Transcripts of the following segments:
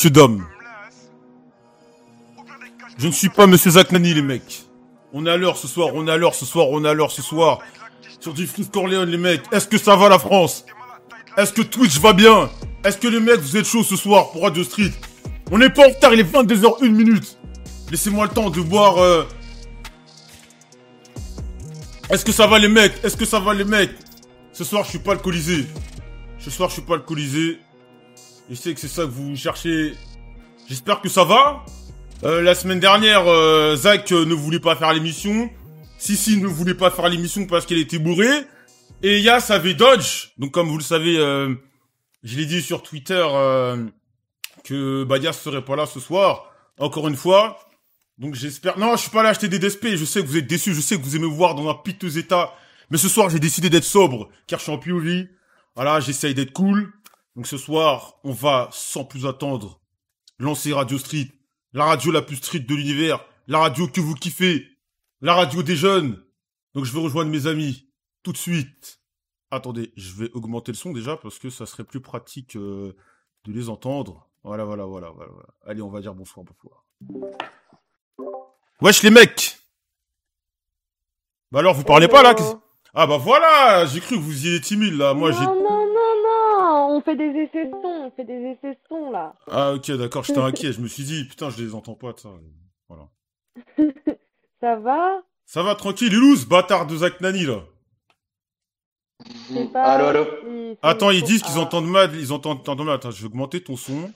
Sudom. Je ne suis pas Monsieur Zaknani, les mecs. On est à l'heure ce soir, on est à l'heure ce soir, on est à l'heure ce soir. Sur du Frisk Corleone, les mecs. Est-ce que ça va la France Est-ce que Twitch va bien Est-ce que les mecs, vous êtes chauds ce soir pour Radio Street On n'est pas en retard, il est 22h01 minute. Laissez-moi le temps de boire. euh, Est-ce que ça va les mecs Est-ce que ça va les mecs Ce soir, je suis pas alcoolisé. Ce soir, je suis pas alcoolisé. Je sais que c'est ça que vous cherchez. J'espère que ça va. Euh, la semaine dernière, euh, Zach euh, ne voulait pas faire l'émission. Sissi ne voulait pas faire l'émission parce qu'elle était bourrée. Et Yas avait dodge. Donc comme vous le savez, euh, je l'ai dit sur Twitter euh, que bah, Yas serait pas là ce soir. Encore une fois. Donc j'espère... Non, je suis pas là acheter des DSP. Je sais que vous êtes déçus. Je sais que vous aimez me voir dans un piteux état. Mais ce soir, j'ai décidé d'être sobre. Car je suis en POV. Voilà, j'essaye d'être cool. Donc ce soir, on va sans plus attendre lancer Radio Street, la radio la plus street de l'univers, la radio que vous kiffez, la radio des jeunes. Donc je vais rejoindre mes amis tout de suite. Attendez, je vais augmenter le son déjà parce que ça serait plus pratique euh, de les entendre. Voilà, voilà, voilà, voilà, voilà. Allez, on va dire bonsoir, bonsoir. Wesh les mecs Bah alors, vous parlez pas là qu'est-ce- Ah bah voilà, j'ai cru que vous y étiez timide là. Moi j'ai... Non, non, non, non On fait des essais sons, on fait des essais sons, là. Ah ok d'accord, j'étais inquiet, je me suis dit, putain je les entends pas de ça. Voilà. Ça va Ça va tranquille, Ilou, ce bâtard de Zach Nani là. C'est Mm. pas- Allô, allô Il- Attends, ils faut- disent qu'ils Ah. entendent mal, ils entendent, t'entends mal. Attends, je vais augmenter ton son.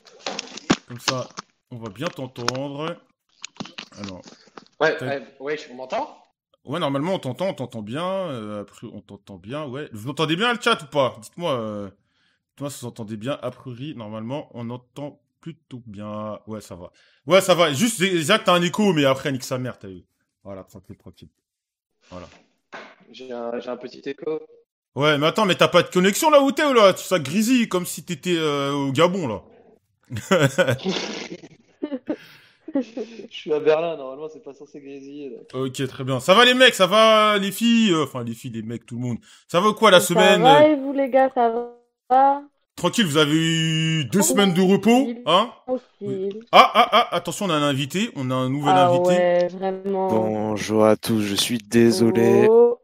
Comme ça, on va bien t'entendre. Alors. Ouais, T'as- ouais, ouais, je- on m'entend Ouais, normalement on t'entend, on t'entend bien. euh, après, on t'entend bien, ouais. Vous entendez bien le chat ou pas Dites-moi. Euh, dites-moi si vous entendez bien. A priori, normalement, on entend plutôt bien. Ouais, ça va. Ouais, ça va. Juste, Zach, t'as un écho, mais après, nique sa mère, t'as eu. Voilà, tranquille, tranquille. J'ai un, j'ai un petit écho. Ouais, mais attends, mais t'as pas de connexion là où t'es ou là Tu ça grisille comme si t'étais euh, au Gabon là. Je suis à Berlin, normalement, c'est pas censé grésiller. là. Ok, très bien. Ça va les mecs, ça va les filles, euh, enfin les filles, les mecs, tout le monde. Ça va quoi la Ça semaine va, euh, et vous, les gars, ça va Tranquille, vous avez eu deux Oh, semaines de repos, tranquille. hein Tranquille. Ah ah ah, attention, on a un invité, on a un nouvel Ah invité. ouais, vraiment. Bonjour à tous, je suis désolé. Oh.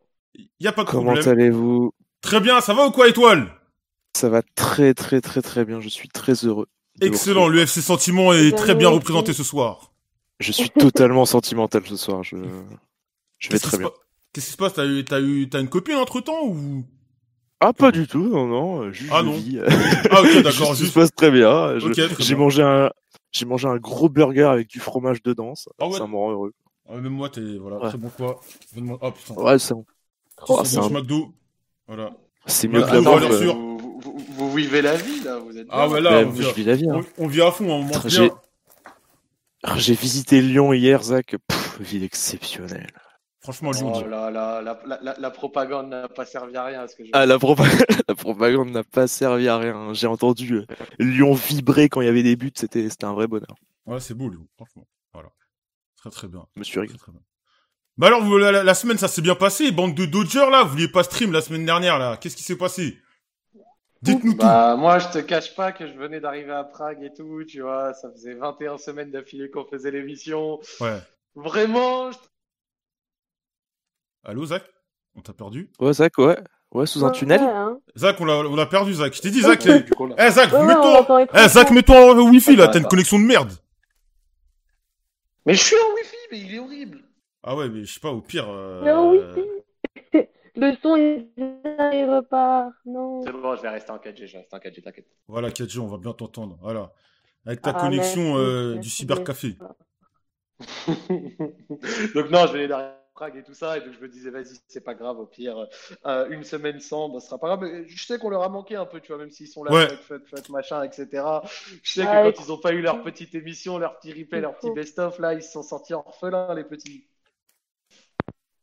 Y a pas de Comment problème. allez-vous? Très bien, ça va ou quoi étoile Ça va très très très très bien, je suis très heureux. de vous Excellent, retrouver. le FC Sentiment est Bien très bien aussi. représenté ce soir. Je suis totalement sentimental ce soir, je, je vais Qu'est-ce qui très se bien. pa- Qu'est-ce qui se passe T'as eu, t'as eu, t'as une copine entre temps ou Ah, pas du tout, non, non, euh, juste Ah je non. vis. Ah Juste, ok, d'accord, tout se juste. passe très bien. Je- Ok, très j'ai bien. mangé un, j'ai mangé un gros burger avec du fromage dedans, ça, Ah ouais. ça me rend heureux. Ah, même moi, t'es voilà, Ouais. très bon quoi. Bonne- Oh putain, Ouais, c'est bon. oh, c'est un- McDo. Voilà. C'est mieux que la attends, bouffe. valeur euh, sûre. vous, vous- vous- vous vivez la vie, là, vous êtes Ah bien. ouais là, bah, on je vient. vis la vie, hein. On, on vit à fond, on Putain, manque j'ai- bien. J'ai visité Lyon hier, Zach. Pff, ville exceptionnelle. Franchement, Lyon, Oh dis- là là, la, la- la- la propagande n'a pas servi à rien, ce que je... Ah, la, propa- la propagande n'a pas servi à rien. J'ai entendu euh, Lyon vibrer quand il y avait des buts, c'était c'était un vrai bonheur. ouais, c'est beau, Lyon, franchement. Voilà. Très très bien. Je me suis Très, rigolé. très bien. Bah alors, vous- la, la- la semaine, ça s'est bien passé, bande de Dodgers là, vous vouliez pas stream la semaine dernière là, qu'est-ce qui s'est passé Dites-nous tout. Bah, moi, je te cache pas que je venais d'arriver à Prague et tout, tu vois, ça faisait 21 semaines d'affilée qu'on faisait l'émission. Ouais. Vraiment, je- Allô, Zach On t'a perdu Ouais, Zach, ouais. Ouais, sous un Ouais, tunnel. hein. Zach, on l'a on l'a perdu, Zach. Je t'ai Ah, dit, Zach. eh, Du coup, là- eh, Zach, Ouais, ouais, on mets-toi. l'entend être Eh, Zach, mets-toi en wifi là, Attends, t'as une attends. connexion de merde. Mais je suis en wifi, Ah mais il est horrible. Ah ouais, mais je sais pas, au pire. euh, Non, oui, si. Le son, il vient, il repart. Non. C'est bon, je vais rester en 4G, je reste en 4G, t'inquiète. Voilà, 4G, on va bien t'entendre. Voilà. Avec ta Ah, connexion merci, euh, du merci, cybercafé. donc non, je venais derrière Prague et tout ça, et donc je me disais, vas-y, c'est pas grave, au pire, euh, une semaine sans, bah, ce sera pas grave. Mais je sais qu'on leur a manqué un peu, tu vois, même s'ils sont là, Ouais. fuck, fuck, fuck, machin, etc. Je sais Ouais. que quand ils ont pas eu leur petite émission, leur petit replay, leur petit best-of, là, ils se sont sortis orphelins, les petits.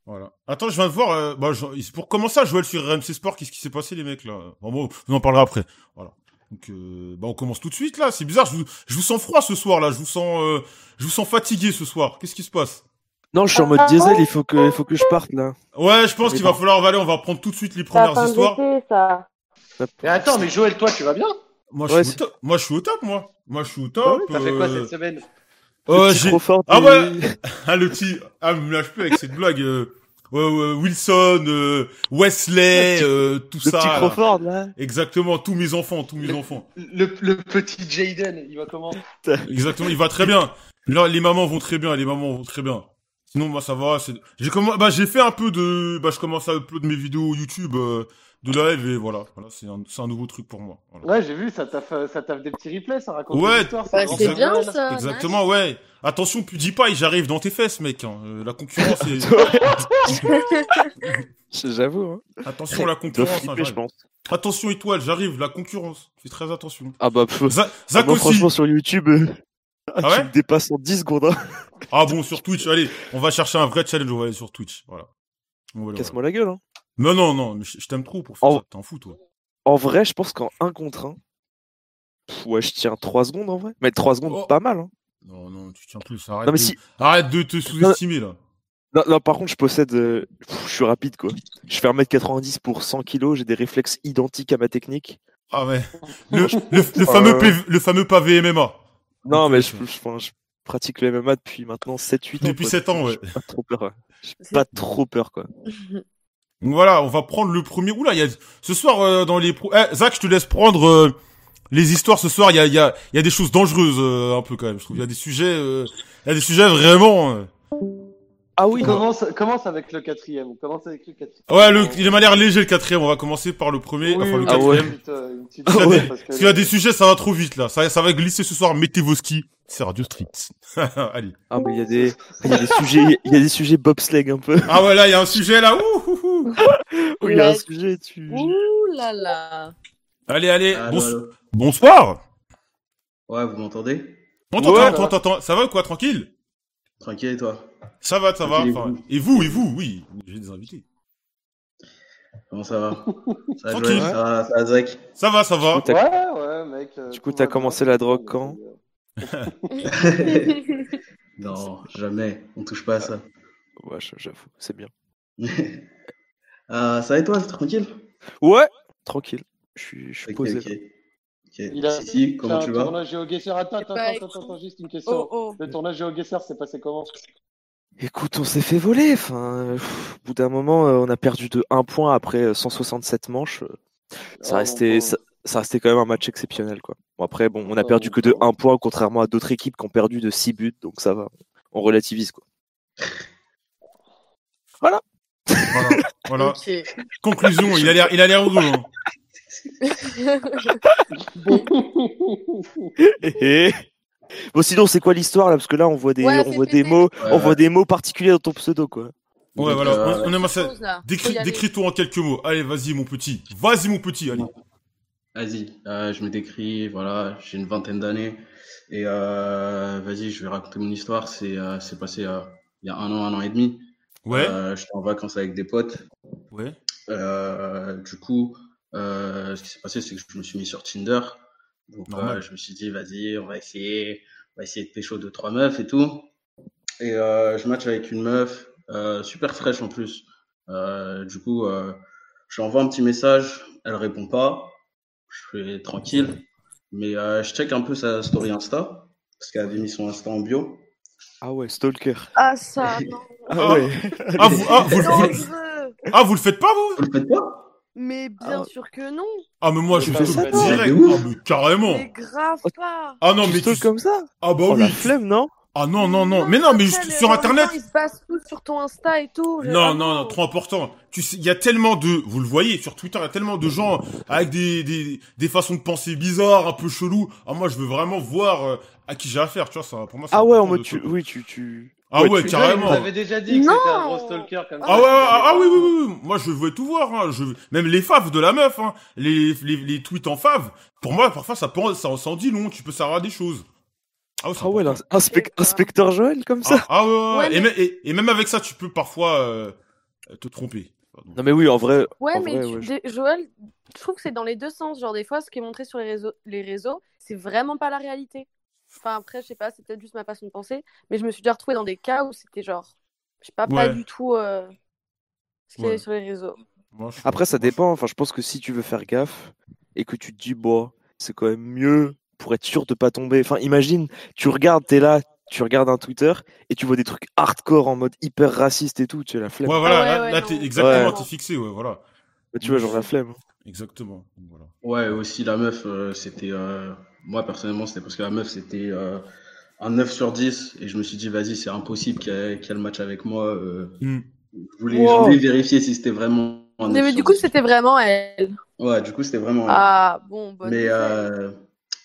Voilà. Attends, je viens de voir. euh, bah, je- pour commencer à jouer sur RMC Sport, qu'est-ce qui s'est passé, les mecs, là bon, bon, on en parlera après. Voilà. Donc, euh, bah, on commence tout de suite, là. C'est bizarre. Je vous, je vous sens froid ce soir, là. Je vous sens, euh, je vous sens fatigué ce soir. Qu'est-ce qui se passe Non, je suis en mode diesel, il faut que, il faut que je parte là. Ouais, je pense Oui, qu'il va bon. Bah, falloir. Allez, on va prendre tout de suite les C'est la premières fin de histoires. l'été, ça. Mais attends, mais Joël, toi, tu vas bien Bah Moi, Ouais, je suis c'est- au top. moi, je suis au top, moi. Moi, je suis au top. T'as fait quoi euh, cette semaine euh, Le petit j'ai- Crawford, Ah il- Ah, le petit. Ah, me lâche plus avec cette blague. euh, ouais, ouais, Wilson, euh, Wesley, euh, tout le ça. petit là. Crawford, là. Exactement, tous mes enfants, tous mes enfants. le, le petit Jaden, il va comment Exactement, il va très bien. Là, les mamans vont très bien, les mamans vont très bien. Sinon, moi, ça va. c'est- J'ai commen- bah, j'ai fait un peu de, bah, je commence à upload mes vidéos YouTube euh, de live et voilà, voilà, c'est un, c'est un nouveau truc pour moi. voilà. Ouais, j'ai vu, ça taffe, euh, ça taffe des petits replays, ça raconte Ouais. des histoires. Ouais, grand c'est Bah, bien, phénomène. ça. Exactement, ouais. Attention, PewDiePie, j'arrive dans tes fesses, mec. hein. Euh, la concurrence, est... J'avoue, hein. attention à la Il doit concurrence. hein, flipper, je j'arrive. pense. attention étoile, j'arrive, la concurrence. Fais très attention. Ah bah, pff, Za- ah, Zach moi, aussi. franchement, sur YouTube, euh, Ah ouais tu me dépasses en 10 secondes. hein. Ah bon, sur Twitch, allez, on va chercher un vrai challenge, on va aller sur Twitch, voilà. On va aller, Casse-moi la gueule, hein. Oh. voilà. Mais non, non, mais je je t'aime trop pour faire En- ça, t'en fous, toi. En vrai, je pense qu'en 1 contre 1, ouais, je tiens 3 secondes en vrai. Mais 3 secondes, Oh. pas mal. Hein. Non, non, tu tiens plus, arrête, Non, mais de... si. arrête de te sous-estimer, là. Non, non, par contre, je possède. euh, pff, Je suis rapide, quoi. Je fais 1m90 pour 100 kg, j'ai des réflexes identiques à ma technique. Ah ouais, le, le- le fameux, Euh. PV le fameux pavé MMA, Non, Ok, mais je, ok. je- enfin, je pratique le MMA depuis maintenant 7-8 ans. depuis quoi. 7 ans, ouais. J'ai Pas trop peur. ouais. J'ai pas trop peur, quoi. Donc voilà, on va prendre le premier. Oula, il y a... ce soir, euh, dans les... pro- Eh, Zach, je te laisse prendre euh, les histoires ce soir, il y a, il y, a, il y a des choses dangereuses, euh, un peu, quand même, je trouve. Il y a des sujets... euh, Il y a des sujets vraiment... euh. Ah oui, On non. Commence, commence avec le quatrième. On commence avec le quatrième. Ouais, le... il m'a l'air léger, le quatrième, on va commencer par le Oui, premier, enfin le oui, Ah quatrième. ouais. une petite, euh, une petite- Ah Parce qu'il y a ouais. des- parce que- Parce qu'il y a des sujets, ça va trop vite là. Ça, ça va glisser ce soir. Mettez vos skis. C'est Radio Street. Allez. Ah, mais il y a des, il y a des sujets, il y a des sujets bobsleigh un peu. Ah ouais, là, il y a un sujet là. Ouh, ouh, ouh. Où il y a un Ouais. sujet, tu. Ouh là là. Allez, allez. Allô, bons- allô. Bonsoir. Ouais, vous m'entendez On t'entend, Ouais. on t'entend, on t'entend. Ça va ou quoi Tranquille Tranquille, et toi Ça va, ça va. Tranquille, et Enfin, vous et vous, et vous, oui. J'ai des invités. Comment ça va Ça va, Tranquille. Joël Ça va, ça va, Zach Ça va, Ah, ça va. T'as- Ouais, ouais, mec. euh, Du coup, tout t'as va commencé bien. la drogue quand Non, jamais. Eh, On touche pas à ça. Ouais, je- j'avoue, c'est bien. Ah, ça va et toi Tranquille Ouais, tranquille. Je suis, je suis Ok, posé. ok. Ok. Il a- Sissi, comment Tiens, tu le vas tournage géoguesseur. Attends, attends, pas attends, écrit. attends, juste une question. Eh ben, Oh oh. Le tournage géoguesseur s'est passé comment Écoute, on s'est fait voler. Enfin, euh, pff, au bout d'un moment, euh, on a perdu de 1 point après euh, 167 manches. Euh, Ça Ah, restait, bon, ça, ça restait quand même un match exceptionnel, quoi. Bon, après, bon, on Ah, a perdu bon, que de bon. 1 point, contrairement à d'autres équipes qui ont perdu de 6 buts, donc ça va. On relativise, quoi. Voilà. voilà. Ok. Conclusion. Il a l'air, il a l'air heureux. hein. Hé, hé. Eh, bon, sinon, c'est quoi l'histoire là Parce que là, on voit des, Ouais, on fais voit des péter. mots, Ouais. on voit des mots particuliers dans ton pseudo, quoi. Donc, Ouais, voilà. euh, On, on aime ça. Chose, là. Faut Décris, y aller. décris-toi en quelques mots. Allez, vas-y, mon petit. Vas-y, mon petit. Allez. Vas-y, euh, je me décris, voilà, j'ai une vingtaine d'années. Et euh, vas-y, je vais raconter mon histoire. C'est euh, c'est passé euh, il y a un an, un an et demi. Ouais. Euh, J'étais en vacances avec des potes. Ouais. Euh, du coup, euh, ce qui s'est passé, c'est que je me suis mis sur Tinder. Donc, Normal. euh, je me suis dit, vas-y, on va essayer, on va essayer de pécho deux, trois meufs et tout. Et euh, je match avec une meuf, euh, super fraîche en plus. Euh, du coup, euh, je lui envoie un petit message, elle répond pas. Je suis tranquille. Mais euh, je check un peu sa story Insta, parce qu'elle avait mis son Insta en bio. Ah ouais, stalker. Ah ça, non. Ah. Ah ouais. Ah vous, ah, vous, vous- Dangereux. ah, vous le faites pas, vous Vous le faites pas Mais bien Ah. sûr que non. Ah, mais moi, je Mais fais ça, ça ça va. direct. Mais ouf. Ah, mais carrément. Mais grave pas. Ah non, Tu mais stalk tu- comme ça Ah bah Oh la oui. flemme, non Ah non, non, non. Mais non, après, mais juste les- sur les Internet. gens, Ils se passent tout sur ton Insta et tout. Non, non, non, trop important. Tu sais, il y a tellement de, vous le voyez, sur Twitter, il y a tellement de gens avec des, des, des façons de penser bizarres, un peu chelou. Ah, moi, je veux vraiment voir euh, à qui j'ai affaire, tu vois, ça, pour moi, c'est Ah ouais, en important mode de- tu, oui, tu, tu. Ah ouais, tu- carrément. Vous avez déjà dit que Non. c'était un gros stalker comme Ah ça. ouais, ouais, ah, ah oui, oui, oui, oui. moi je veux tout voir, hein. je... même les faves de la meuf, hein. les, les, les tweets en fave, pour moi parfois ça, peut, ça, en- ça en dit long, tu peux savoir des choses. Ah ouais, c'est Ah ouais, important. l'inspec- inspecteur Joël comme ça. Ah, ah ouais, ouais, ouais. Ouais, Et, me- et- et même avec ça, tu peux parfois euh, te tromper. Pardon. Non mais oui, en vrai. Ouais, en mais vrai, tu- ouais, je- des- Joël, je trouve que c'est dans les deux sens. Genre, des fois, ce qui est montré sur les réseaux, les réseaux c'est vraiment pas la réalité. Enfin, après, je sais pas, c'est peut-être juste ma façon de penser, mais je me suis déjà retrouvée dans des cas où c'était genre, je sais pas, pas Ouais. du tout euh, ce qu'il y Ouais. avait sur les réseaux. Moi, je- Après, ça moi, je- dépend. Enfin, je pense que si tu veux faire gaffe et que tu te dis, bon, c'est quand même mieux pour être sûr de pas tomber. Enfin, imagine, tu regardes, t'es là, tu regardes un Twitter et tu vois des trucs hardcore en mode hyper raciste et tout, tu as la flemme. Ouais, voilà, ouais, là, ouais, là, non. t'es exactement, Ouais. t'es fixé, ouais, voilà. Tu vois, genre la flemme. Exactement. Voilà. Ouais, aussi la meuf, euh, c'était. euh, moi personnellement, c'était parce que la meuf, c'était euh, un 9 sur 10. Et je me suis dit, vas-y, c'est impossible qu'elle qu'elle match avec moi. euh, Hmm. je, voulais, je Wow. voulais vérifier si c'était vraiment. un Mais, 9 du sur coup, 10. c'était vraiment elle. Ouais, du coup, c'était vraiment. elle. Ah, bon, bonne mais nouvelle. euh,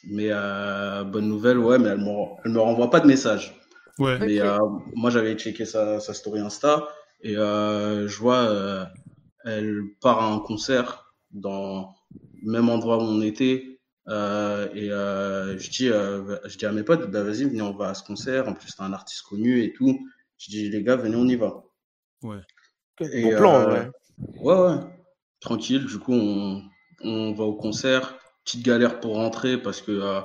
mais euh, bonne nouvelle, ouais, mais elle me, ren- elle me renvoie pas de message. Ouais. Ok. Mais euh, moi, j'avais checké sa, sa story Insta et euh, je vois, euh, elle part à un concert dans le même endroit où on était. Euh, et euh, je, dis, euh, je dis à mes potes, bah, vas-y, venez, on va à ce concert. En plus, c'est un artiste connu et tout. Je dis, les gars, venez, on y va. Et, bon plan, euh, ouais. Ouais, ouais. Tranquille, du coup, on, on va au concert. Petite galère pour rentrer parce que euh,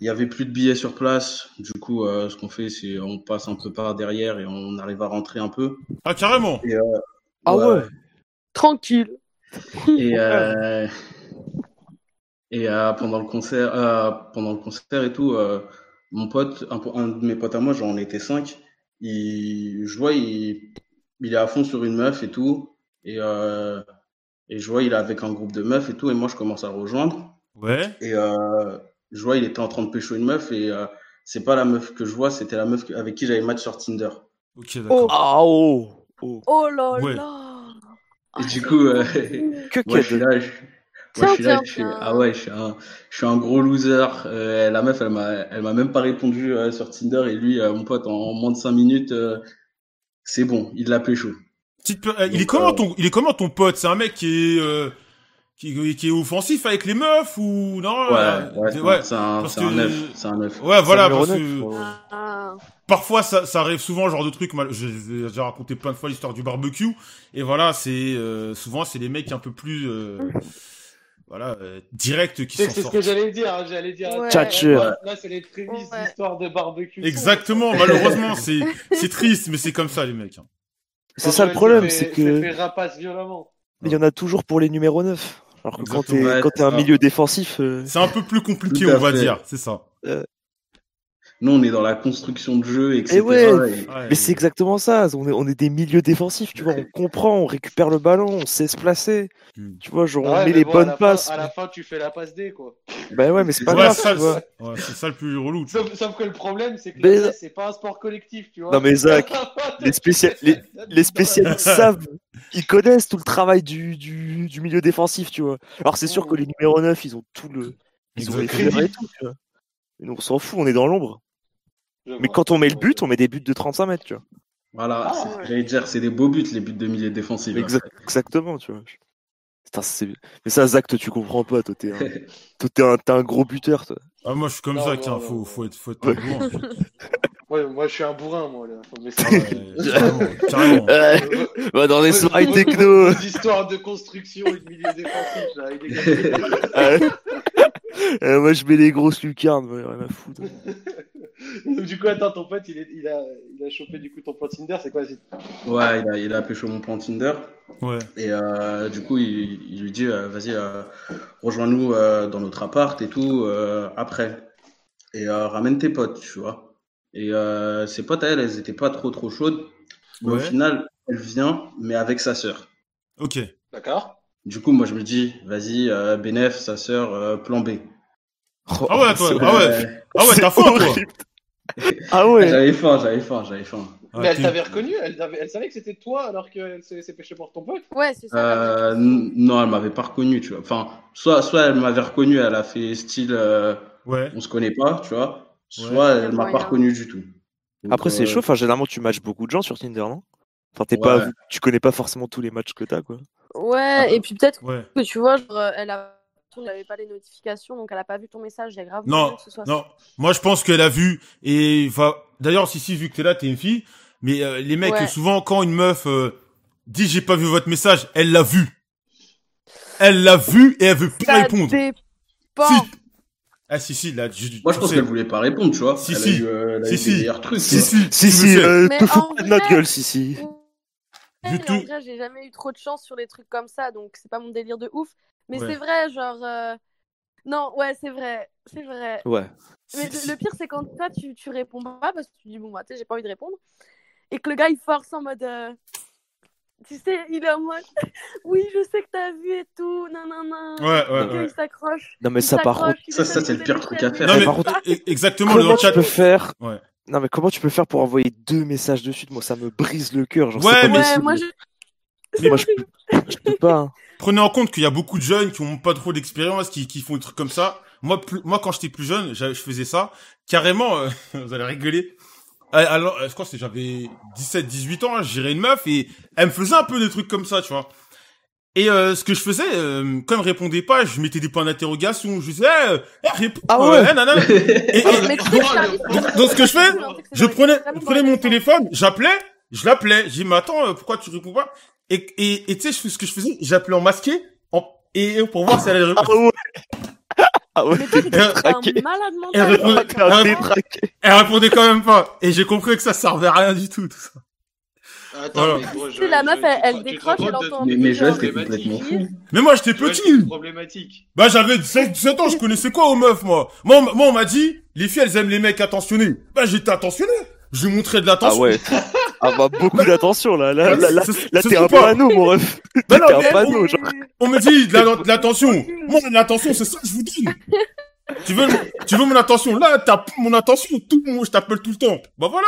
il y avait plus de billets sur place. Du coup, euh, ce qu'on fait, c'est on passe un peu par derrière et on arrive à rentrer un peu. Ah, carrément. Ah ouais. Tranquille. Et, euh, et euh, pendant le concert, euh, pendant le concert et tout, euh, mon pote, un, un de mes potes à moi, genre on était cinq, il, je vois il, il est à fond sur une meuf et tout, et euh, et je vois il est avec un groupe de meufs et tout, et moi je commence à le rejoindre, Ouais. et euh, je vois il était en train de pécho une meuf et euh, c'est pas la meuf que je vois, c'était la meuf que- avec qui j'avais match sur Tinder. Ok, d'accord. Ah oh. oh. Oh là Ouais. là. Et du coup, euh, Que Moi, je suis cadeau. là, je, Tiens, moi, je suis là, tiens, je suis- tiens. ah ouais, je suis un, je suis un gros loser. Euh, la meuf, elle m'a, elle m'a même pas répondu euh, sur Tinder et lui, euh, mon pote, en moins de 5 minutes, euh, c'est bon, il l'a pécho. Petite pe- euh, il est Donc, comment euh, ton, il est comment ton pote C'est un mec qui est, euh, qui, qui est offensif avec les meufs ou non Ouais, euh, ouais, c'est- c'est, ouais. un- c'est un, parce c'est un que- neuf, c'est un neuf. Ouais, voilà, Numéro neuf, parce que ouais. Ah. parfois ça, ça arrive souvent genre de truc. mal- J'ai j'ai déjà raconté plein de fois l'histoire du barbecue et voilà, c'est euh, souvent c'est les mecs un peu plus euh, voilà euh, directs qui C'est s'en c'est ce sortent. que j'allais dire, hein, j'allais dire. Ouais. Tchatcheur. Là, là, c'est les prémices Ouais. d'histoire de barbecue. Exactement, malheureusement, c'est c'est triste, mais c'est comme ça les mecs. hein. C'est ça le problème, Quand Joël c'est s'est fait- s'est que fait rapace violemment. il y en a toujours pour les numéros 9. Alors que quand Exactement. t'es Ouais, quand t'es c'est un ça. milieu défensif, euh, C'est un peu plus compliqué, Tout à on va fait. dire, c'est ça. Nous, on est dans la construction de jeu, etc. Eh ouais. et- Ouais. mais c'est exactement ça. On est, on est des milieux défensifs, tu vois. On comprend, on récupère le ballon, on sait se placer. Mm. Tu vois, genre on Ouais, met mais les bon, à bonnes la fin- passes. à la fin, tu fais la passe D, quoi. Bah ouais, mais c'est pas Ouais, grave, c'est ça, tu vois. le- ouais, c'est ça le plus relou. tu vois. Sauf, sauf que le problème, c'est que Mais- la passe, c'est pas un sport collectif, tu vois. Non mais Zach, les spécial- les- les spécialistes savent, ils connaissent tout le travail du, du, du milieu défensif, tu vois. Alors c'est sûr que les numéros 9, ils ont tout le. Ils ont les Exactement. fleurs et tout, tu vois. Mais nous, on s'en fout, on est dans l'ombre. Je Mais vois. quand on met le but, on met des buts de 35 mètres, tu vois. Voilà, Ah, c'est ce que ouais. j'allais dire, c'est des beaux buts, les buts de milliers défensifs. Exact- exactement, tu vois. Putain, c'est- Mais ça, Zach, toi, tu comprends pas, toi, t'es un, toi, t'es un, t'es un gros buteur, toi. Ah, moi, je suis comme Non, ça, non, tiens, non, faut, non. faut être, faut être Ouais. Ouais, loin. moi, je suis un bourrin, moi, là. Faut me laisser carrément, carrément. Ouais, tranquille. va dans les Vos- slides vos- techno. vos histoires de construction et de milieu défensif, là. il est- Ouais. Euh, moi, je mets les grosses lucarnes, ouais, rien à foutre. Donc, du coup, attends, ton pote, il, est- il a, il a chopé du coup ton plan Tinder, c'est quoi c'est- Ouais, il a, il a pêché mon plan Tinder. Ouais. Et euh, du coup, il, il lui dit, euh, vas-y, euh, rejoins-nous euh, dans notre appart et tout, euh, après. Et euh, ramène tes potes, tu vois. Et euh, ses potes, à elle, elles étaient pas trop, trop chaudes. Mais au Ouais. final, elle vient, mais avec sa sœur. Ok. D'accord. Du coup, moi, je me dis, vas-y, euh, Bénef, sa sœur, euh, plan B. Ah ouais, toi, c'est- ah ouais, ah ouais, c'est t'as faim, toi. horrible. Ah ouais. J'avais faim, j'avais faim, j'avais faim. Ah, Mais elle t'es- t'avait reconnu, elle, t'avait- elle savait que c'était toi alors qu'elle s'est s'est pêchée pour ton pote. Ouais, c'est ça. la Euh, n- non, elle m'avait pas reconnu, tu vois. Enfin, soit, soit elle m'avait reconnu, elle a fait style, euh, Ouais. on se connaît pas, tu vois. Soit Ouais. elle m'a pas reconnu du tout. Donc, Après, c'est euh, chaud. Enfin, généralement, tu matches beaucoup de gens sur Tinder, non Enfin, t'es pas, Ouais. tu connais pas forcément tous les matchs que t'as, quoi. merde. Ouais, et puis peut-être Ah bah, Ouais. que tu vois, genre, euh, elle a. Elle n'avait pas les notifications, donc elle a pas vu ton message. Il y a grave Non, moyen que ce soit Non, moi, je pense qu'elle a vu, et, enfin, d'ailleurs, si, si, vu que t'es là, t'es une fille, mais euh, les mecs, Ouais. souvent, quand une meuf euh, dit j'ai pas vu votre message, elle l'a vu. Elle l'a vu et elle veut ça. pas répondre. dépend. Si. Ah, si, si, là, tu- tu Moi, je pense sais. qu'elle voulait pas répondre, tu vois. Si, elle si. a eu, euh, elle a Si, eu si. des meilleurs trucs. Si, si, Si, tu si, le sais. euh, Mais te fous en pas de notre vrai- gueule, si, si. Ouais, Du mais tout. En vrai, j'ai jamais eu trop de chance sur les trucs comme ça, donc c'est pas mon délire de ouf. Mais Ouais. c'est vrai, genre, euh, Non, ouais, c'est vrai. C'est vrai. Ouais. Mais le, le pire, c'est quand toi, tu, tu réponds pas parce que tu dis, bon, bah, tu sais, j'ai pas envie de répondre. Et que le gars, il force en mode. euh, Tu sais, il est en mode. oui, je sais que t'as vu et tout. Non, non, non. Ouais, ouais, Le gars, ouais. Il s'accroche. Non, mais il ça, par contre, s'accroche, il Ça, essaie ça, de c'est le poser pire des truc à questions. faire. Non, mais par contre- e- e- exactement, le comment tu chat. peux faire Ouais. Non, mais comment tu peux faire pour envoyer deux messages de suite Moi, ça me brise le cœur. Genre, Ouais, c'est pas mais- Ouais, possible. moi, je. Moi, je- je peux pas. hein. Prenez en compte qu'il y a beaucoup de jeunes qui ont pas trop d'expérience, qui, qui font des trucs comme ça. Moi, plus, moi, quand j'étais plus jeune, j'a- je faisais ça. Carrément, euh, vous allez rigoler. Euh, Alors, euh, je crois que c'est- j'avais 17, 18 ans, hein, j'irais une meuf et elle me faisait un peu des trucs comme ça, tu vois. Et euh, ce que je faisais, euh, quand elle me répondait pas, je mettais des points d'interrogation, je disais, eh, euh, eh, réponds, Ah euh, ouais. eh, nanana. Et- et- Mais tu sais que Charlie, c'est donc, vraiment- donc, ce que je fais, c'est un truc, c'est je dans les- prenais, vraiment je dans prenais les mon questions. téléphone, j'appelais, je l'appelais, j'ai dit, mais attends, euh, pourquoi tu réponds pas? Et, et, et tu sais, je fais ce que je faisais, j'appelais en masqué, en, et, et pour voir si elle allait Ah répondre. ouais Ah ouais Mais toi, t'es Elle- Traqué. un malade mental. Elle répond- T'es un elle T'es malade. traqué. Elle répondait quand même pas. Et j'ai compris que ça servait à rien du tout, tout ça. Attends, Voilà. mais gros, Tu sais, Joël, la meuf, Joël, elle, tu elle te- tu te rends décroche, elle compte de- entend. Euh, Mais- un mais petit Joël, peu t'es un- complètement rire. Mais moi, j'étais Joël, petit. c'est problématique. Bah, j'avais 17, 17 ans, je connaissais quoi aux meufs, moi? Moi, on, m- moi, on m'a dit, les filles, elles aiment les mecs attentionnés. Bah, j'étais attentionné. Je lui montrais de Ah l'attention. ouais Ah bah beaucoup d'attention là Là, Bah, là, là, ce- ce- là ce t'es sont un pas- panneau mon ref Bah non, T'es un mais- panneau genre On me dit de la- de l'attention. Moi, de l'attention, c'est ça que je vous dis. Tu veux, mon- tu veux mon attention Là, t'as mon attention. Tout le monde, je t'appelle tout le temps. Bah voilà.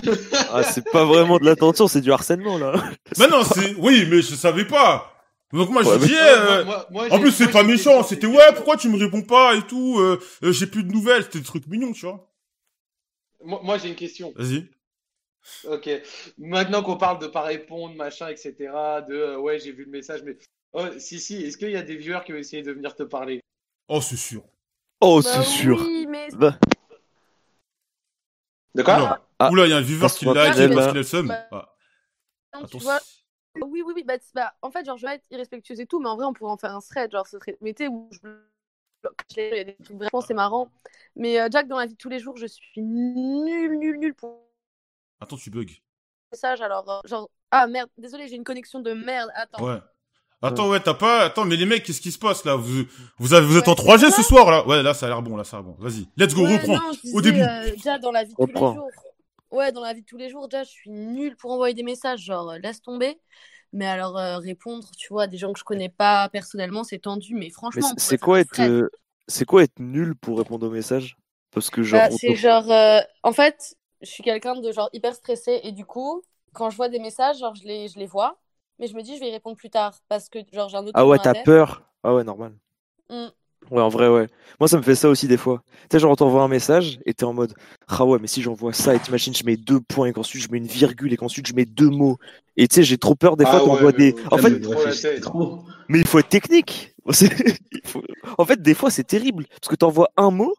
Ah c'est pas vraiment de l'attention, c'est du harcèlement là Mais non, c'est... Oui, mais je savais pas. Donc moi, je Ouais, lui mais- dis... Moi, euh, moi- moi, en j'ai- plus, c'est moi, pas j'ai- méchant. j'ai- C'était, ouais, pourquoi tu me réponds pas et tout euh, euh, J'ai plus de nouvelles. C'était des trucs mignons, tu vois. Moi, moi, j'ai une question. Vas-y. Ok. Maintenant qu'on parle de pas répondre, machin, etc., de euh, ouais, j'ai vu le message, mais. Oh, si, si, est-ce qu'il y a des viewers qui ont essayé de venir te parler? Oh, c'est sûr. Oh Bah c'est sûr Oui, mais Bah, De Non. quoi? Ah. Oula, il y a un viewer Parce qui qu'on va- l'a dit bah- parce qu'il a le seum. bah- Ah, non, tu attends. vois. Oui, oui, oui. Bah, c'est- bah, en fait, genre, je vais être irrespectueuse et tout, mais en vrai, on pourrait en faire un thread. Genre, ce serait. Mais tu sais, où je bloque, je les- il y a des trucs vraiment, c'est marrant. Mais euh, Jack, dans la vie de tous les jours, je suis nulle, nulle, nulle pour Attends, tu bugs. les messages. Alors, euh, genre, ah merde, désolé, j'ai une connexion de merde. Attends. Ouais. Attends, ouais, t'as pas... Attends, mais les mecs, qu'est-ce qui se passe, là vous, vous, avez- vous êtes en Ouais, 3G ça ce soir, là Ouais, là, ça a l'air bon, là, ça a l'air bon. Vas-y, let's go, Ouais, reprends. non, je Au disais, début. euh, déjà, dans la vie de tous les Reprends. jours. Ouais, dans la vie de tous les jours, déjà, je suis nulle pour envoyer des messages. Genre, euh, laisse tomber. Mais alors, euh, répondre, tu vois, à des gens que je connais pas personnellement, c'est tendu. Mais Mais franchement, c'est- on c'est quoi pourrait faire être... un thread. euh, C'est quoi être nul pour répondre aux messages Parce que genre... Bah, on c'est te- genre. euh, en fait, je suis quelqu'un de genre hyper stressé. Et du coup, quand je vois des messages, genre, je les, je les vois. Mais je me dis, je vais y répondre plus tard. Parce que, genre, j'ai un autre Ah truc ouais dans la t'as tête. peur Ah ouais normal Mm. Ouais, en vrai, ouais. Moi, ça me fait ça aussi des fois. Tu sais, genre, on t'envoie un message et t'es en mode Ah ouais, mais si j'envoie ça et t'imagines, je mets deux points et qu'ensuite je mets une virgule et qu'ensuite je mets deux mots. Et tu sais, j'ai trop peur des fois, Ah t'envoies ouais, mais des. ouais, En ça fait, me- trop la tête. trop. mais il faut être technique. C'est- il faut- En fait, des fois, c'est terrible parce que t'envoies un mot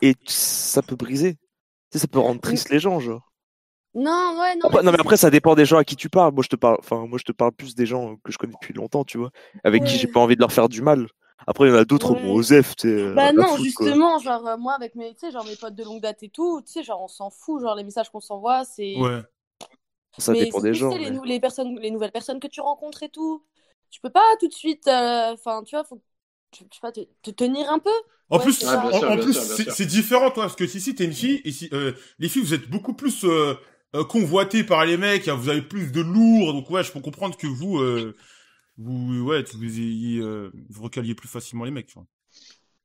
et tu- ça peut briser. Tu sais, ça peut rendre triste les gens, genre. Non, ouais, non. Après- non, tu mais sais, après, ça dépend des gens à qui tu parles. Moi, je te parle, enfin, moi, je te parle plus des gens que je connais depuis longtemps, tu vois, avec qui Ouais. j'ai pas envie de leur faire du mal. Après, il y en a d'autres, Ouais. bon, Osef, tu sais, euh, Bah la non, foot, quoi. justement, genre euh, moi avec mes, tu sais, genre mes potes de longue date et tout, tu sais, genre on s'en fout, genre les messages qu'on s'envoie, c'est Ouais. Ça mais dépend c'est des plus, gens. tu sais, les, mais- nou- les personnes les nouvelles personnes que tu rencontres et tout. Tu peux pas tout de suite euh, enfin, tu vois, faut tu, tu vois, te, te tenir un peu. En Ouais, plus, c'est en, ça. Ouais, bien sûr, en bien plus, sûr, bien c'est sûr. c'est différent, toi, parce que si si t'es une fille, et si euh, les filles, vous êtes beaucoup plus euh, euh, convoitées par les mecs, hein, vous avez plus de lourd, donc ouais, je peux comprendre que vous, euh, vous, ouais, tu- vous ayez, euh, vous recaliez plus facilement les mecs. Tu vois. Mm.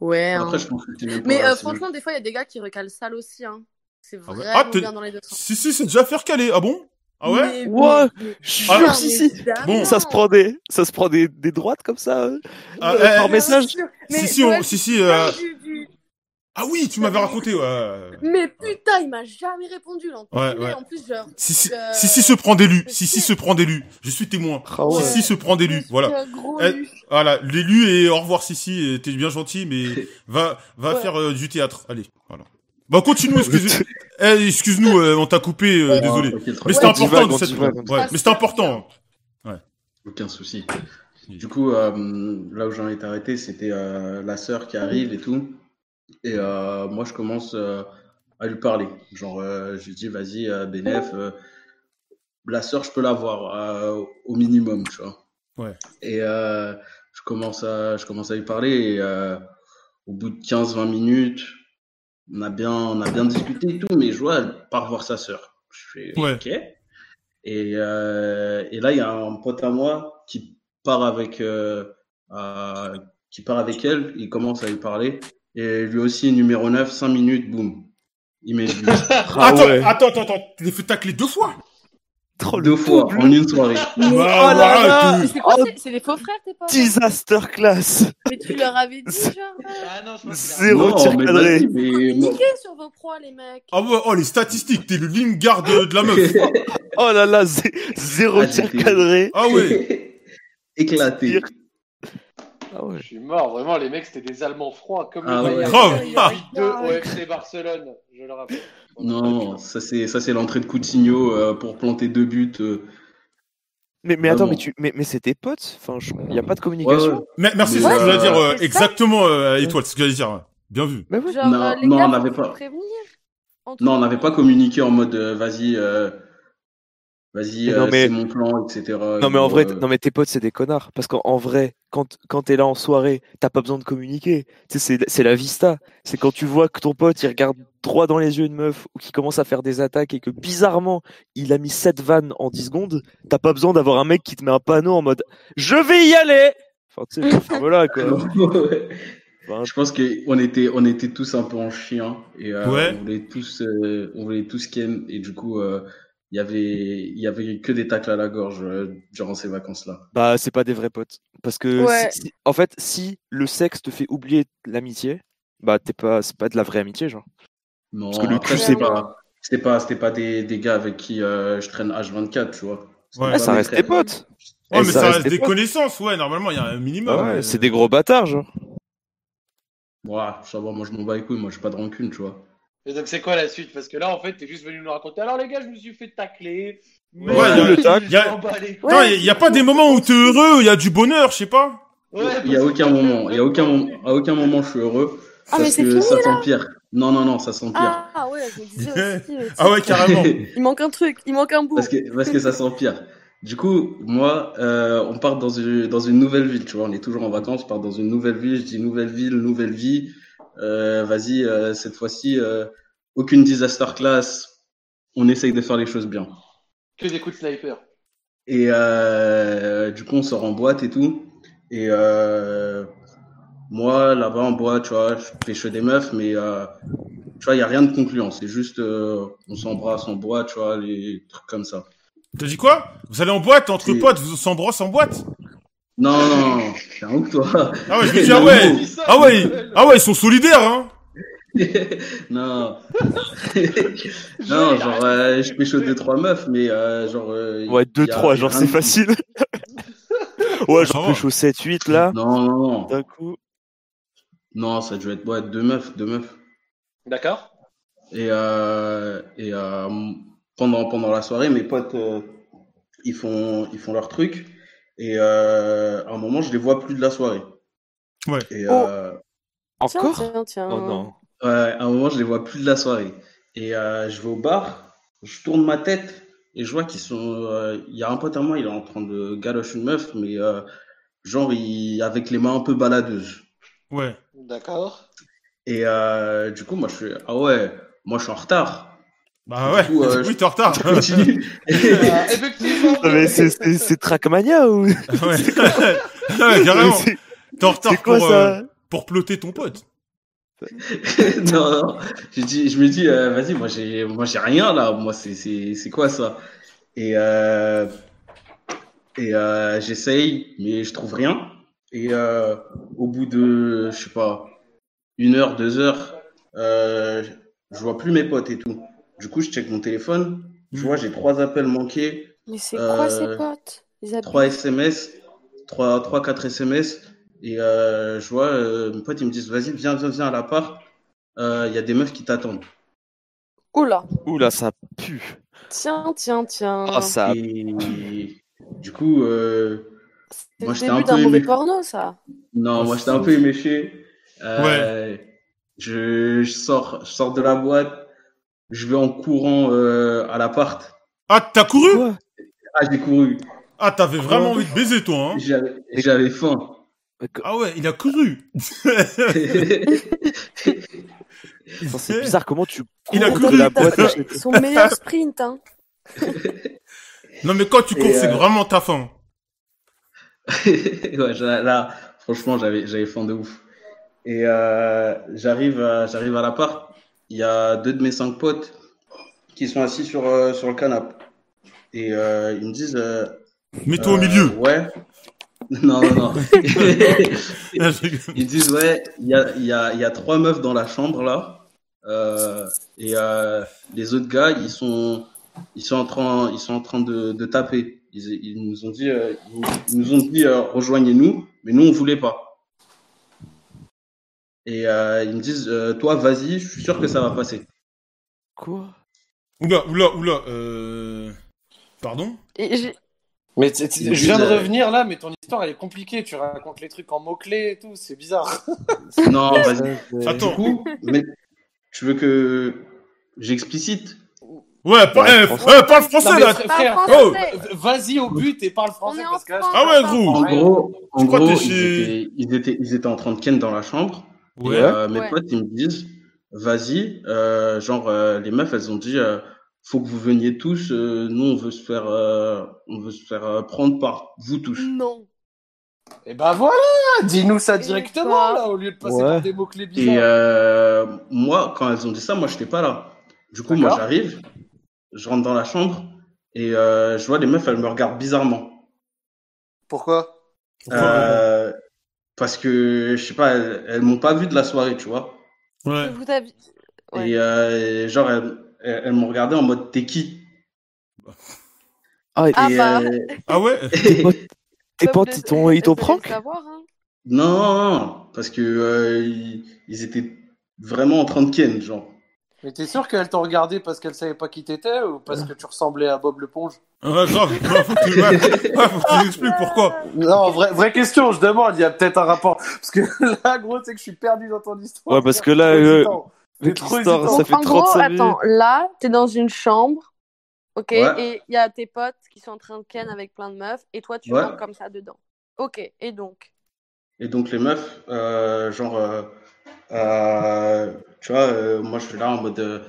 Ouais. hein. Après, je pense que c'est même pas. Mais euh, c'est même- franchement, des fois il y a des gars qui recalent sale aussi hein. C'est Ah ouais. vraiment Ah, t'es- bien dans les deux sens. Si si, c'est déjà faire caler, ah bon Ah ouais Mais- Ouais. mais- mais- Je suis Ah, sûr, mais si, si. évidemment. Bon. Ça se prend des, ça se prend des, des droites comme ça euh, Ah, euh, eh, par eh, message. Bien sûr. Si Mais si, on- ouais, si tu si. parles euh, du- du- Ah oui, tu m'avais raconté. Ouais. ouais, ouais. Mais putain, il m'a jamais répondu l'enculé. Ouais, ouais. En plus, genre Si si, Euh, si si se prend d'élu, je si si sais. se prend d'élu. Je suis témoin. Ah ouais. Si si se prend d'élu, Monsieur voilà. Gros Elle- Luche. Voilà, l'élu et au revoir Sissi, et t'es bien gentil, mais va, va Ouais. faire euh, du théâtre. Allez, voilà. Bah continue, excuse, Eh, excuse-nous, euh, on t'a coupé, euh, Ouais. désolé. Ah, ok, Mais tranquille. c'était on important divague, de on cette divague, fois. on Ouais, divague. mais c'était important. hein. Aucun souci. Du coup, euh, là où j'en étais arrêté, c'était euh, la sœur qui arrive et tout. Et euh, moi, je commence euh, à lui parler. Genre, euh, je lui dis, vas-y, euh, Bénef, euh, la sœur, je peux la voir euh, au minimum, tu vois. Ouais. Et euh, je commence à, je commence à lui parler et euh, au bout de 15-20 minutes, on a bien, on a bien discuté et tout, mais je vois, elle part voir sa sœur. Je euh, fais, Ouais. ok. Et, euh, et là, il y a un pote à moi qui part avec, euh, à- qui part avec elle, il commence à lui parler, et lui aussi, numéro 9, 5 minutes, boum. Il met lui. Ah attends, ouais. attends, attends, attends, tu l'as fait tacler deux fois Trop deux fois en une soirée. Bah, Oh là là. oh Mais tu- c'est quoi Oh. c'est- C'est des faux frères, tes potes Disaster class. Mais tu leur avais dit, genre. euh, Ah non, je crois qu'il a- Zéro tir mais cadré. vas-y, mais moi- Niquez sur vos proies, les mecs. Ah ouais, oh, les statistiques, t'es le Lingard de, de la meuf. Oh là là, zé- zéro Ah, tir j'étais- cadré. Ah ouais. Éclaté. Ah ouais. Je suis mort, vraiment, les mecs, c'était des Allemands froids comme Ah le ouais. Bayern. Grave. Il y a Ah 8-2 au FC Barcelone, je le rappelle. Non, ça c'est ça c'est l'entrée de Coutinho euh, pour planter deux buts. euh. Mais, mais attends, Vraiment. mais, tu... mais, mais c'est tes potes Enfin, je- il n'y a pas de Ouais, communication ouais. Mais- merci, c'est Ouais, ce que j'allais c'est- dire. euh, c'est ça. exactement, euh, Étoile, c'est ce que j'allais dire. ouais. Bien vu. Bah ouais. Genre, Non, euh, les non, gars, on n'avait faut pas- prévenir. En tout Non, on cas. n'avait pas communiqué en mode euh, vas-y, euh, vas-y, Mais non, euh, mais- c'est mon plan, etc. Non mais en Ou, vrai, euh, non mais tes potes c'est des connards parce qu'en en vrai, quand quand t'es là en soirée, t'as pas besoin de communiquer. Tu sais, c'est c'est la vista. C'est quand tu vois que ton pote il regarde droit dans les yeux une meuf ou qui commence à faire des attaques et que bizarrement il a mis sept vannes en 10 secondes, t'as pas besoin d'avoir un mec qui te met un panneau en mode je vais y aller. Enfin tu sais, ferme là quoi. Enfin, Je pense qu'on était, on était tous un peu en chien et euh, Ouais. on voulait tous, euh, on voulait tous ken et du coup, euh, il y avait, il y avait que des tacles à la gorge euh, durant ces vacances-là. Bah, c'est pas des vrais potes. Parce que, si- Ouais. si- en fait, si le sexe te fait oublier l'amitié, bah, t'es pas, c'est pas de la vraie amitié, genre. Non, Parce que le après, cul, c'est c'était pas, c'était pas, c'était pas des, des gars avec qui euh, je traîne H24, tu vois. C'était Ouais. pas Ah, ça mes reste frères. des potes. Ouais, Eh, mais ça, reste tes des potes. connaissances, ouais, normalement, il y a un minimum. Ah ouais, mais- c'est des gros bâtards, genre. Ouah, ça va, moi je m'en bats les couilles, moi j'ai pas de rancune, tu vois. Et donc, c'est quoi la suite Parce que là, en fait, t'es juste venu nous raconter. Alors, les gars, je me suis fait tacler. mais- Ouais, il y a le tacle. Je Il y a- m'en bats les couilles. Putain, il y a pas des moments où t'es heureux, où il y a du bonheur, je sais pas. Ouais, il y a parce aucun que- moment, il y a aucun moment, à aucun moment je suis heureux. Ah, mais parce c'est que fini, ça s'empire. Non, non, non, ça s'empire. Ah ouais, je me disais aussi. le Ah ouais, titre. carrément. Il manque un truc, il manque un bout. Parce que, parce que ça s'empire. Du coup, moi, euh, on part dans une, dans une nouvelle ville, tu vois, on est toujours en vacances, on part dans une nouvelle ville, je dis nouvelle ville, nouvelle vie, euh, vas-y, euh, cette fois-ci, euh, aucune disaster class, on essaye de faire les choses bien. Que des coups de sniper. Et euh, du coup, on sort en boîte et tout. Et euh, moi, là-bas en boîte, tu vois, je pêche des meufs, mais euh, tu vois, il n'y a rien de concluant. C'est juste, euh, on s'embrasse en boîte, tu vois, les trucs comme ça. T'as dit quoi Vous allez en boîte, entre Et- potes, vous s'embrasse en boîte Non, non, non, t'es un ouf, toi. Ah ouais, je me dis, ah ouais Ah ouais, ils- ah ouais, ils sont solidaires, hein non. non, genre, euh, je pêche deux, trois meufs, mais euh, genre. euh, Ouais, y 2, a- 3, y a genre, rien c'est de- facile. ouais, Ça genre, va. plus au 7, 8, là. Non, non, non. D'un coup. Non, ça devait être, ouais, deux meufs, deux meufs. D'accord Et, euh, et euh, pendant, pendant la soirée, mes potes, euh, ils font, ils font leur truc. Et euh, à un moment, je les vois plus de la soirée. Ouais. Et Oh. euh, Tiens, Encore tiens, tiens. Oh non. ouais, à un moment, je les vois plus de la soirée. Et euh, je vais au bar, je tourne ma tête et je vois qu'ils sont. euh, Il y a un pote à moi, il est en train de galocher une meuf, mais euh, genre il, avec les mains un peu baladeuses. Ouais. D'accord. Et euh, du coup, moi, je suis. Ah ouais, moi, je suis en retard. Bah ouais, Du coup, euh, oui, t'es en retard. Je continue. Euh, effectivement. Non, mais c'est- c'est c'est Trackmania ou. ouais. Ouais, carrément. C'est T'es en c'est retard quoi pour, euh, ça pour ploter ton pote. non, non. Je, dis, je me dis, euh, vas-y, moi j'ai, moi j'ai rien là, moi c'est, c'est, c'est quoi ça? Et, euh, et euh, j'essaye, mais je trouve rien. Et euh, au bout de, je sais pas, une heure, deux heures, euh, je vois plus mes potes et tout. Du coup, je check mon téléphone, Mm. je vois, j'ai trois appels manqués, Mais c'est Euh, quoi ces potes Ils abusent. trois SMS, trois, trois, quatre SMS. Et euh, je vois, euh, mes potes, ils me disent, vas-y, viens, viens, viens à l'appart. Euh, Il y a des meufs qui t'attendent. Oula. Oula, ça pue. Tiens, tiens, tiens. Ah, ça pue. Et du coup, euh, c'est moi, le j'étais un début d'un peu mauvais ému. porno, ça. non, Oh, moi c'est j'étais un fou. peu éméché. Euh, je, je sors, je sors de la boîte, je vais en courant euh, à l'appart. Ah, t'as couru Quoi Ah, j'ai couru. Ah, t'avais vraiment envie de baiser, toi, hein J'avais j'avais faim. Ah ouais, il a cru. Putain, C'est bizarre comment tu Il a cours couru. de la boîte. à- Son meilleur sprint, hein. Non mais quand tu Et cours, c'est euh, vraiment ta faim. ouais, j'a- là, franchement, j'avais, j'avais faim de ouf. Et euh, j'arrive, à- j'arrive à l'appart. Il y a deux de mes cinq potes qui sont assis sur, euh, sur le canapé. Et euh, ils me disent. euh, Mets-toi au euh, milieu. Ouais. Non, non, non. Ah, je rigole. Ils disent, ouais, il y a, il y, a, il y a trois meufs dans la chambre, là. Euh, et euh, les autres gars, ils sont, ils sont en train, ils sont en train de, de taper. Ils, ils nous ont dit, euh, ils, ils nous ont dit euh, rejoignez-nous, mais nous, on voulait pas. Et euh, ils me disent, euh, toi, vas-y, je suis sûr que ça va passer. Quoi Oula, oula, oula. Euh... Pardon Et j'ai- Mais t- t- Ils je viens de disent, euh, revenir là, mais ton histoire elle est compliquée. Tu racontes les trucs en mots-clés et tout, c'est bizarre. Non, vas-y. Du Attends. coup, mais tu veux que j'explicite Ouais, par- Ouais, eh, français. eh, parle français Non, mais là. fr- Parle frère, français. Oh. v- vas-y au but et parle français est en parce que là, France. je- Ah ouais, gros. En gros, en Je crois gros que t'es ils, chez- étaient, ils, étaient, ils étaient en train de ken dans la chambre. Et, Ouais. euh, mes Ouais. potes, ils me disent, vas-y, euh, genre, euh, les meufs, elles ont dit, euh, faut que vous veniez tous, euh, nous, on veut se faire, euh, on veut se faire euh, prendre par vous tous. Non. Et ben voilà, dis-nous ça directement Et là au lieu de passer Ouais. par des mots-clés Et bizarres. euh, moi, quand elles ont dit ça, moi, j'étais pas là. Du coup, moi, D'accord. j'arrive, je rentre dans la chambre, et euh, je vois les meufs, elles me regardent bizarrement. Pourquoi Euh, parce que, je sais pas, elles, elles m'ont pas vu de la soirée, tu vois. Ouais. Vous avez- Ouais. Et euh, genre, elles, elles, elles m'ont regardé en mode, t'es qui Ah, Ah Et, bah. euh, Ah ouais tes potes, tes potes, ils t'ont ils t'ont Vous prank devez savoir, hein. Non, non, non, parce que euh, ils, ils étaient vraiment en train de ken, genre. Mais t'es sûr qu'elle t'ont regardé parce qu'elle savait pas qui t'étais ou parce que tu ressemblais à Bob l'éponge Ouais, grave. Ouais, Ah, bah, faut que tu, ouais, ouais, faut que tu nous expliques pourquoi. Non, vraie, vraie question, je demande, il y a peut-être un rapport. Parce que là, gros, c'est que je suis perdu dans ton histoire. Ouais, parce que là, Trop euh, hésitant. vu que C'est trop l'histoire, hésitant. ça Donc, fait en gros, 35 minutes. attends, là, t'es dans une chambre, ok, Ouais. et il y a tes potes qui sont en train de ken avec plein de meufs, et toi, tu Ouais. rentres comme ça dedans. Ok, et donc Et donc les meufs, euh, genre, euh, euh, tu vois, euh, moi je suis là en mode, euh,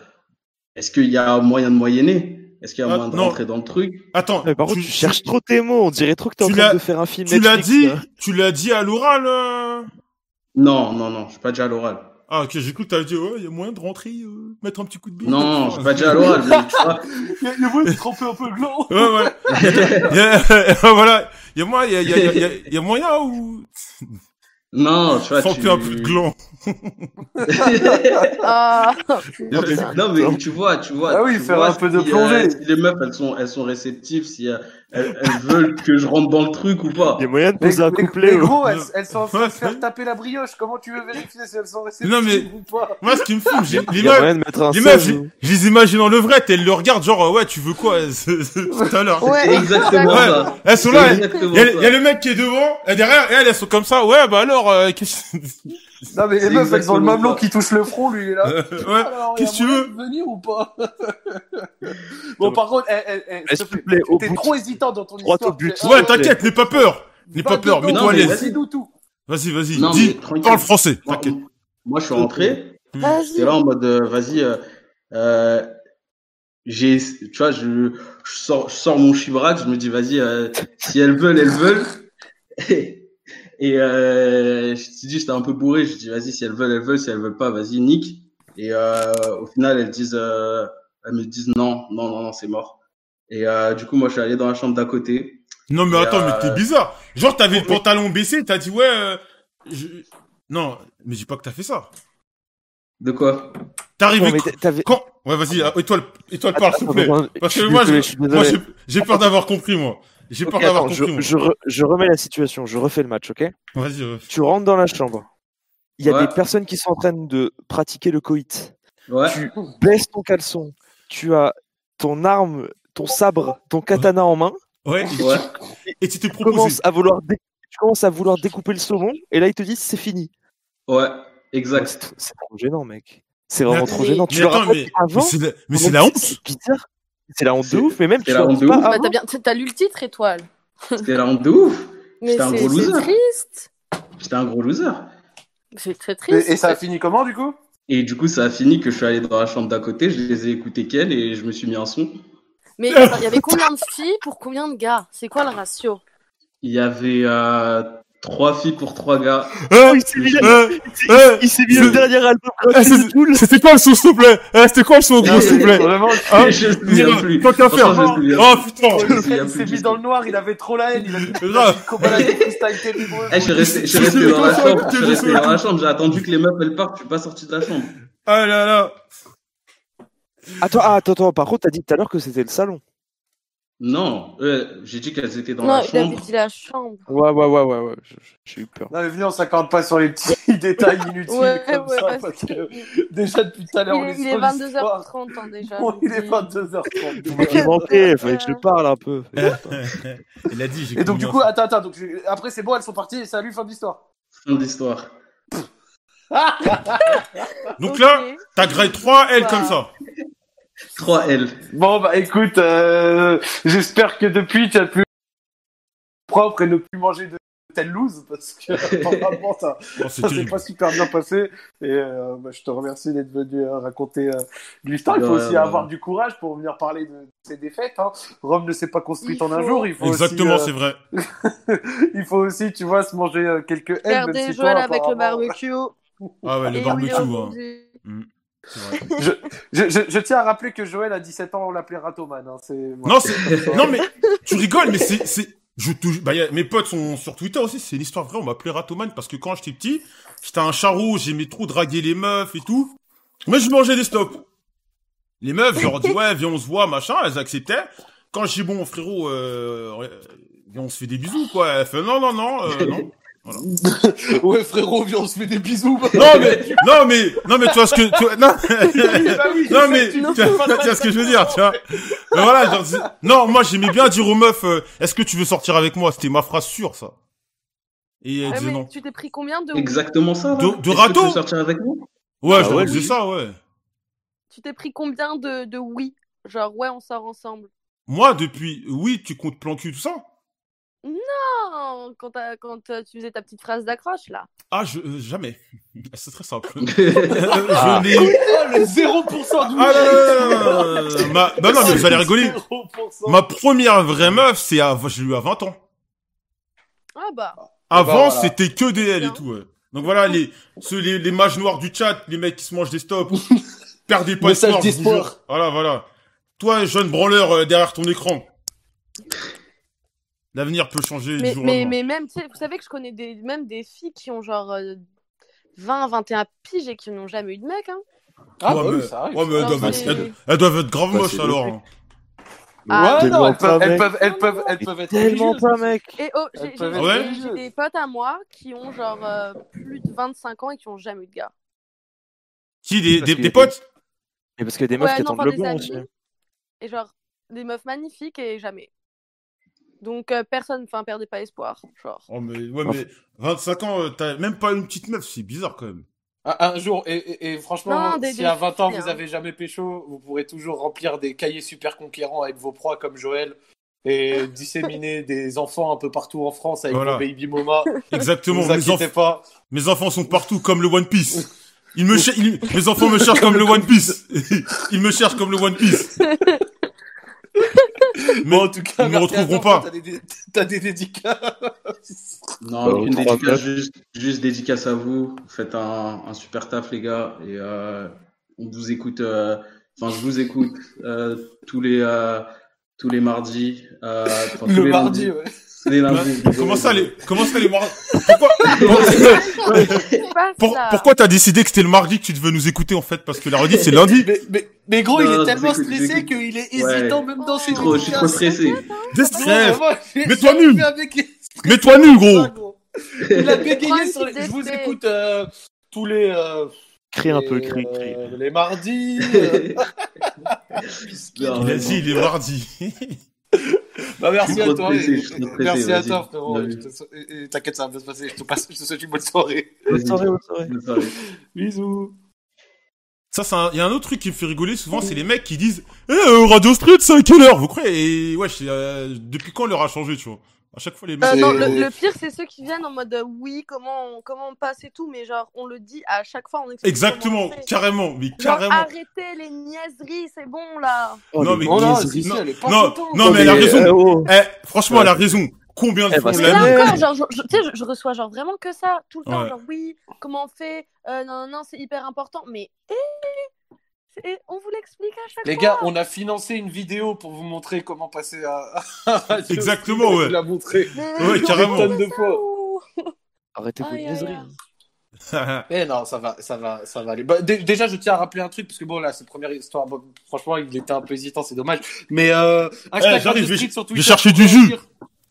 est-ce qu'il y a moyen de moyenner? Est-ce qu'il y a Ah, moyen de non. rentrer dans le truc? Attends. Mais par contre, tu cherches trop tes mots. On dirait trop que t'es en tu train l'as- de faire un film. Tu l'as Netflix, euh. dit, là. tu l'as dit à l'oral. euh Non, non, non, je suis pas déjà à l'oral. Ah ok, j'ai cru que t'avais dit ouais, il y a moyen de rentrer, euh, mettre un petit coup de bille. Non, je suis pas déjà à l'oral, mais tu vois. Il y a- il y a moyen de tremper un peu glauque. Ouais, voilà. Y a- voilà. Y a moyen, y a, y a- y a- y a moyen ou Non, tu vois, sans tu- plus un peu de gland. Ah Non, mais- putain. non, mais tu vois, tu vois. Ah oui, tu faire vois un peu de si, euh, plongée. si les meufs, elles sont, elles sont réceptives, si euh, elles, elles veulent que je rentre dans le truc ou pas. Il y a moyen de Mais, poser un mais- couplet. mais ou- gros, elles, elles sont en train de Ouais, faire ouais. taper la brioche. Comment tu veux vérifier si elles sont réceptives Non, mais- ou pas Moi, ce qui me fume, j'ai Il les y a meufs, moyen de mettre un les meufs, singe j'ai- ou- je les imagine en levrette, elles le regardent genre euh, ouais, tu veux quoi euh, c'est- c'est tout à l'heure. Ouais, C'est exactement Ouais. ça. Elles sont là. C'est elles- exactement Y a, ça. y a le mec qui est devant, et derrière, et elles, elles sont comme ça. Ouais, bah alors, euh, qu'est-ce Non, mais les C'est meufs, elles ont le exactement mamelon ça. qui touche le front, lui, il est là. Euh, ouais. Alors, il y a qu'est-ce que tu moyen veux de venir ou pas Bon, par contre, eh, eh, eh, Eh, s'il te plaît, plaît, au t'es bout, trop hésitant dans ton droit histoire. au but. c'est- Ouais, t'inquiète, n'aie pas peur. N'aie Pas pas de peur, dos, mets-toi à mais l'aise. C'est nous tout. Vas-y, vas-y, Non, dis, mais tranquille. parle français, Moi, t'inquiète. moi, je suis rentré. Vas-y. J'étais là en mode, euh, vas-y, euh, euh, j'ai, tu vois, je, je sors, je sors mon chibrac, je me dis, vas-y, euh, si elles veulent, elles veulent. Et, euh, je te dis, j'étais un peu bourré, je dis, vas-y, si elles veulent, elles veulent, si elles veulent pas, vas-y, nique. Et euh, au final, elles disent, euh, elles me disent non, non, non, non, c'est mort. Et euh, du coup, moi, je suis allé dans la chambre d'à côté. Non, mais Et, attends, mais t'es euh, bizarre. Genre, t'avais le pantalon baissé, t'as dit, ouais, euh, je... Non, mais dis pas que t'as fait ça. De quoi T'es Non, arrivé mais cr- t'avais- quand Ouais, vas-y, euh, étoile, étoile parle, s'il te plaît. Attends, Parce je que suis moi, désolé, je- je suis moi, désolé. j'ai j'ai peur d'avoir compris, moi. J'ai peur Ok, d'avoir attends, compris, moi. je, je re- je remets la situation, je refais le match, ok Vas-y, euh, Tu rentres dans la chambre, il y a Ouais. des personnes qui sont en train de pratiquer le coït. Ouais. Tu baisses ton caleçon, tu as ton arme, ton sabre, ton katana en main, Ouais, Ouais. et tu t'es tu commences proposé. à vouloir, dé- tu commences à vouloir découper le saumon, et là ils te disent c'est fini. Ouais, Ouais, exact. C'est tr- c'est trop gênant, mec. C'est vraiment Mais- trop gênant. Tu Mais le attends, racontes mais, mais avant c'est la, mais pendant c'est la que- honte. C'est bizarre. C'est la honte C'est- de ouf, mais même c'est tu la la honte honte de pas ouf. Bah, avant. t'as bien, t'as lu le titre, étoile. C'était la honte de ouf. Mais J'étais un c'est gros c'est loser. triste. J'étais un gros loser. C'est très Et, triste. et ça a fini comment du coup Et du coup, ça a fini que je suis allé dans la chambre d'à côté, je les ai écoutés qu'elle et je me suis mis un son. Mais attends, il y avait combien de filles pour combien de gars C'est quoi le ratio Il y avait euh, trois filles pour trois gars. Euh, Hein il s'est mis, Hein Hein le C'est- dernier album Eh, gratuit de Tool. c'est- C'était quoi le son, s'il te plaît Eh, C'était quoi le son, gros, s'il te plaît Vraiment, Hein je me souviens plus. hein. Tant qu'à faire. Franchement, je me souviens Oh putain Je me souviens il plus s'est du mis tout. dans le noir, il avait trop la haine, il a dit C'est ça. combat de freestyle terrible. Eh, je suis resté, je suis Je resté sais, dans la je chambre, sais, je suis je resté sais. dans la chambre, j'ai attendu que les meufs elles partent, je suis pas sorti de la chambre. Ah là là Attends, ah, attends, attends, par contre, t'as dit tout à l'heure que c'était le salon. Non, euh, j'ai dit qu'elles étaient dans Non, la il avait chambre. dit la chambre. Ouais, ouais, ouais, ouais, ouais. je- je- J'ai eu peur. Non mais venez, on s'accorde pas sur les petits détails inutiles Ouais, comme ouais, ça, parce parce qu'il- que déjà depuis tout à l'heure, on il, est- est il sur est l'histoire. 22h30 hein, déjà. Bon, il est Oui. 22h30. J'ai manqué, fallait que Euh, je parle un peu. Eh, Il a dit, j'ai Et donc commis du un coup, son. attends, attends, donc, je- après c'est bon, elles sont parties, et salut, fin d'histoire. Fin de l'histoire. Donc là, Ok. t'as grade 3, elle, comme ça. 3L. Bon bah écoute, euh, j'espère que depuis tu as pu propre et ne plus manger de telle loose parce que apparemment ça, Oh, c'est ça s'est terrible. pas super bien passé et euh, bah, je te remercie d'être venu euh, raconter euh, l'histoire. Il faut Ouais, aussi ouais. avoir du courage pour venir parler de ses défaites. Hein. Rome ne s'est pas construite Il en un faut- jour. Il faut Exactement, aussi, c'est vrai. euh, il faut aussi, tu vois, se manger euh, quelques ailes. Regardez Joël avec le barbecue. Ah ouais, le Et barbecue, oui, hein. aujourd'hui. C'est vrai. Je, je- je tiens à rappeler que Joël à 17 ans on l'appelait Ratoman. Hein, c'est- Non, c'est- non, mais tu rigoles, mais c'est, c'est, je te- bah, y a- mes potes sont sur Twitter aussi, c'est une histoire vraie, on m'appelait Ratoman parce que quand j'étais petit, j'étais un charreau, j'aimais trop draguer les meufs et tout. Mais je mangeais des stops. Les meufs, je leur dis, ouais, viens, on se voit, machin, elles acceptaient. Quand je dis, bon, frérot, euh, viens, on se fait des bisous, quoi. Elle fait, non, non, non, euh, non. ouais frérot, viens on se fait des bisous. Non, mais, non, mais, non, mais tu vois ce que, tu vois- non. Non mais tu vois, tu vois ce que je veux dire, tu vois. Mais voilà, je leur dis- non, moi j'aimais bien dire aux meufs, euh, est-ce que tu veux sortir avec moi C'était ma phrase sûre ça. Et elle Ouais, disait Ah, mais non. tu t'es pris combien de Exactement ça. hein. là. De- de Est-ce que râteau Tu veux sortir avec moi Ouais, je Ah ouais, leur disais oui. ça, ouais. Tu t'es pris combien de, de oui Genre ouais on sort ensemble. Moi depuis, oui, tu comptes plan cul tout ça. Non, quand, t'as- quand euh, tu faisais ta petite phrase d'accroche là. Ah je euh, jamais. C'est très simple. T'es Ah. Ah. je n'ai. le 0% du Ah là là là là là là. Ma- Bah non mais vous allez rigoler. 0%. Ma première vraie meuf, c'est à, je l'ai eu à 20 ans. Ah bah. Avant, Bah, voilà. c'était que des L et Bien. tout. ouais. Donc voilà, les, ceux, les, les mages noirs du chat, les mecs qui se mangent des stops. Perdez pas Message espoir, je vous d'espoir. jure. Voilà, voilà. Toi, jeune branleur euh, derrière ton écran. L'avenir peut changer du Mais, jour au mais, lendemain. mais même, tu sais, vous savez que je connais des, même des filles qui ont genre euh, 20, 21 piges et qui n'ont jamais eu de mec. Hein. Ah bah Ouais, oui, mais- ça arrive. Ouais, mais elles, Non, doivent être, c'est- elles- elles doivent être grave Bah, moches c'est alors. hein. Ah, Ouais, non, elles peuvent, elles mec. peuvent, elles peuvent, elles peuvent être Tellement religieuses. pas, mec. Et oh, j'ai Elles j'ai- peuvent être j'ai- religieuses. j'ai des potes à moi qui ont genre euh, plus de 25 ans et qui n'ont jamais eu de gars. Qui, des, Parce qu'il des, des y a des- potes Mais parce qu'il y a des meufs qui attendent enfin, le des bon amis. aussi. Et genre, des meufs magnifiques et jamais. Donc, euh, personne, enfin, perdez pas espoir. Genre. Oh, mais, ouais, Enfin. mais Ah. 25 ans, euh, t'as même pas une petite meuf, c'est bizarre quand même. Un un jour, et, et- et franchement, Non, des- si des à 20 ans filles, vous hein. avez jamais pécho, vous pourrez toujours remplir des cahiers super conquérants avec vos proies comme Joël et disséminer des enfants un peu partout en France avec Voilà. vos baby mama. Exactement, vous mes, inquiétez enf- pas. mes enfants sont partout comme le One Piece. Ils me cher- ils- Mes enfants me cherchent comme le One Piece. Ils me cherchent comme le One Piece. Mais Bon, en tout cas, ils me merci à retrouveront toi, pas. T'as des, dé- t'as des dédicaces. Non, Euh, Bah, aucune trois dédicace, juste, juste dédicace à vous. Vous faites un, un super taf, les gars. Et euh, on vous écoute, euh, enfin, je vous écoute euh, tous les euh, tous les mardis. euh, enfin, tous Le les mardi, lundis, ouais. tous les Bah, lundis. comment ça les comment ça les mardis pourquoi C'est pas pour- ça. pourquoi t'as décidé que c'était le mardi que tu devais nous écouter en fait parce que la redite c'est lundi Mais, mais, mais gros, Non, il je est tellement vous écoute, je vous stressé écoute. qu'il est Ouais. hésitant même dans Oh, ses Je suis trop, je suis trop dédicaces. stressé. Déstresse Non, vraiment, j'ai- Mets-toi j'ai nul. fait avec les- mets-toi nu gros Ah, gros. Il a Prends bégayé une sur les... petite Je vous épée. écoute euh, tous les... euh, Crie un les, peu, crie, euh, crie. les mardis. euh. Non, il a vraiment. dit il est mardi Bah, merci Je suis à trop toi. stressé, et- je suis trop stressé, Merci à vas-y. toi, frérot. Vas-y. Je te- et- et T'inquiète, ça va bien se passer. Je te, passe... je te souhaite une bonne soirée. Vas-y. Bonne soirée, bonne soirée. Bonne soirée. Bisous. ça c'est un- il y a un autre truc qui me fait rigoler souvent Mmh. c'est les mecs qui disent eh euh, Radio Street c'est à quelle heure vous croyez et ouais je sais, euh, depuis quand l'heure a changé tu vois À chaque fois, les mecs. Euh, C'est- non, le, le pire, c'est ceux qui viennent en mode euh, oui, comment on, comment on passe et tout, mais genre, on le dit à chaque fois. On explique Exactement, comment on fait. carrément, mais Genre, ah, carrément. arrêtez les niaiseries, c'est bon là. Oh, Non, les mais- Oh non, niaiseries. Sissi, elle est pas Non, contente. non, mais elle a euh, raison. oh. Eh, franchement, Ouais. elle a raison. Combien de Eh bah, fois on c'est Mais l'a bien. dit là encore, genre, je, je- tu sais, je- je reçois genre vraiment que ça tout le temps. Ouais. Genre, oui, comment on fait Euh, Non, non, non, c'est hyper important. Mais hé, c'est- eh, on vous l'explique à chaque Les fois. gars, on a financé une vidéo pour vous montrer comment passer à. à- Exactement, Je ouais. l'ai montré Mais- Ouais, des carrément. tonnes de fois. Ouh. Arrêtez vos Aïe, aïe, niaiseries. aïe. Eh non, ça va, ça va, ça va aller. Bah, dé- déjà, je tiens à rappeler un truc parce que bon là, cette première histoire, bon, franchement, il était un peu hésitant, c'est dommage. Mais euh, hashtag Eh, j'arrive, Radio je vais- Street sur je vais Twitter chercher pour du jus. réagir.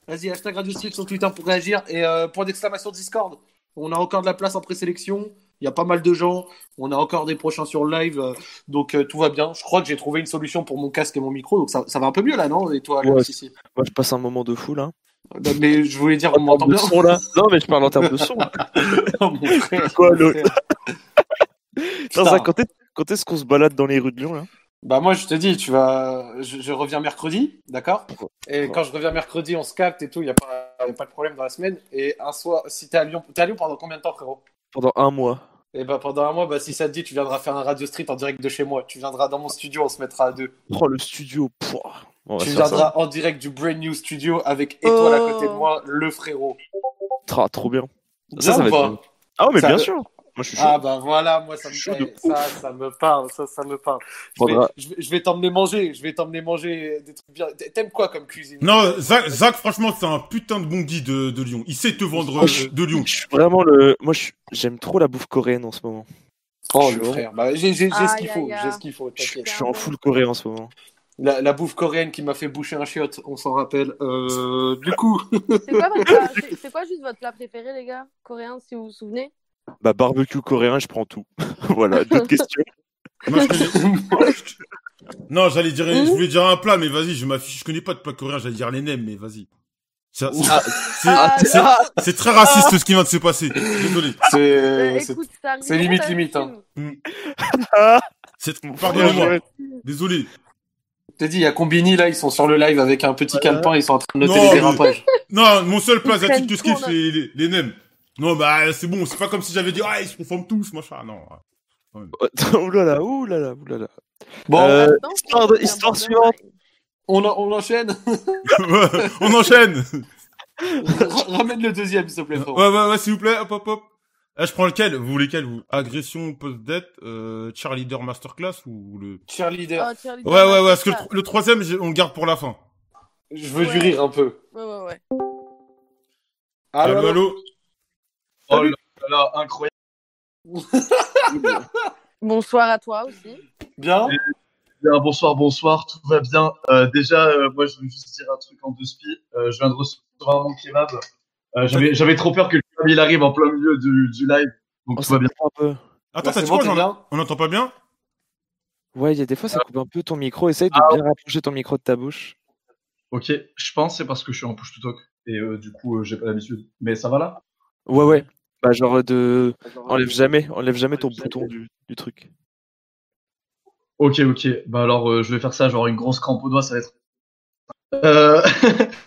Vas-y, hashtag Radio Street sur Twitter pour réagir et euh, point d'exclamation Discord. On a encore de la place en présélection. Il y a pas mal de gens. On a encore des prochains sur live, euh, donc euh, tout va bien. Je crois que j'ai trouvé une solution pour mon casque et mon micro, donc ça, ça va un peu mieux là, non Et toi, Alex, Ouais. ici Moi, je passe un moment de fou là. Non, Mais je voulais dire, En on m'entend termes de bien. son là. Non, mais je parle en termes de son. Oh, mon frère, Quoi, mon le- frère. Dans Putain. un- quand est- quand est-ce qu'on se balade dans les rues de Lyon là Bah moi je te dis, tu vas, je, je reviens mercredi, d'accord Et Pourquoi quand je reviens mercredi, on se capte et tout, il y a pas, y a pas de problème dans la semaine. Et un soir, si t'es à Lyon, t'es à Lyon pendant combien de temps frérot Pendant un mois. Et bah pendant un mois, bah si ça te dit, tu viendras faire un radio street en direct de chez moi. Tu viendras dans mon studio, on se mettra à deux. Oh, le studio. pouah. On bah, va tu se faire viendras en direct du brand new studio avec Étoile à côté de moi, le frérot. ça. Ah, trop bien. Bien Ça, ça va ou être pas bien. Ah, mais Ça- bien sûr. Moi, je suis chaud. Ah bah voilà, moi ça me, Chaud de eh, ça, ça me parle, ça, ça me parle. Je vais, Faudra- je vais- je vais t'emmener manger, je vais t'emmener manger des trucs bien. T'aimes quoi comme cuisine Non, Zach, Zach, franchement, c'est un putain de bon guide de, de Lyon. Il sait te vendre Oh, je- euh, de Lyon. Je suis vraiment le. Moi, je- j'aime trop la bouffe coréenne en ce moment. Oh Je le suis frère, bah, j'ai j'ai- j'ai ce qu'il Aïe, faut, aïe, aïe. j'ai ce qu'il faut, Je suis- t'inquiète. je suis en full coréen en ce moment. La, la bouffe coréenne qui m'a fait boucher un chiotte, on s'en rappelle. Euh, du coup, C'est quoi, votre plat- c'est- c'est quoi juste votre plat préféré, les gars Coréen, si vous vous souvenez Bah, barbecue coréen, je prends tout. voilà, d'autres questions. Non, Ah, je connais- Non, j'allais dire, je voulais dire un plat, mais vas-y, je m'affiche, je connais pas de plat coréen, j'allais dire les nems, mais vas-y. Ça- c'est- c'est- Ah, c'est- C'est très raciste ce qui vient de se passer. Désolé. Euh, c'est c'est- écoute, ça arrive c'est limite, à la limite, hein. team. C'est- Mon frère, Pardonnez-moi. j'aurais- Désolé. je t'ai dit, il y a Combini là, ils sont sur le live avec un petit calepin, ils sont en train de noter Non, les mais- dérapages. Non, mon seul plat Ils prennent asiatique que je tout hein. en kiffe, c'est les, les nems. Non, bah, c'est bon, c'est pas comme si j'avais dit, ah, ils se conforment tous, machin. Non. ouh là là, ouh là là, ouh là là. Bon, Euh, Attends, histoire de- histoire suivante. on, en- on enchaîne. On enchaîne. Ra- Ramène le deuxième, s'il te plaît. Ouais, frérot. ouais, ouais, s'il vous plaît, hop, hop, hop. Ah, je prends lequel Vous voulez lequel vous Agression, post-dette, euh, cheerleader masterclass ou le... Cheerleader, Oh, tiens, les Ouais, ouais, ouais, parce que gars, le, tro- le troisième, j'ai- on le garde pour la fin. je veux du Ouais. rire un peu. Ouais, ouais, ouais. Allô, allô, Allô, allô Oh là là, incroyable. Bonsoir à toi aussi. Bien Bien, bonsoir, bonsoir, tout va bien. Euh, déjà, euh, moi, je veux juste dire un truc en deux spi. Euh, je viens de recevoir mon kebab. Euh, j'avais, j'avais trop peur que le kebab il arrive en plein milieu du, du live. Donc, Oh, tout ça va bien. coupe un peu. Attends, t'as Là, Bah, C'est dit bon, quoi t'es j'en- bien On n'entend pas bien Ouais, il y a des fois, Ah. ça coupe un peu ton micro. Essaye de bien rapprocher ton micro de ta bouche. Ok, je pense que c'est parce que je suis en push to talk. Et euh, du coup, euh, j'ai pas l'habitude. Mais ça va là Ouais, ouais. Bah, genre, de... enlève jamais, enlève jamais ton bouton du, du truc. Ok, ok. Bah alors, euh, je vais faire ça, genre une grosse crampe au doigt, ça va être. Euh...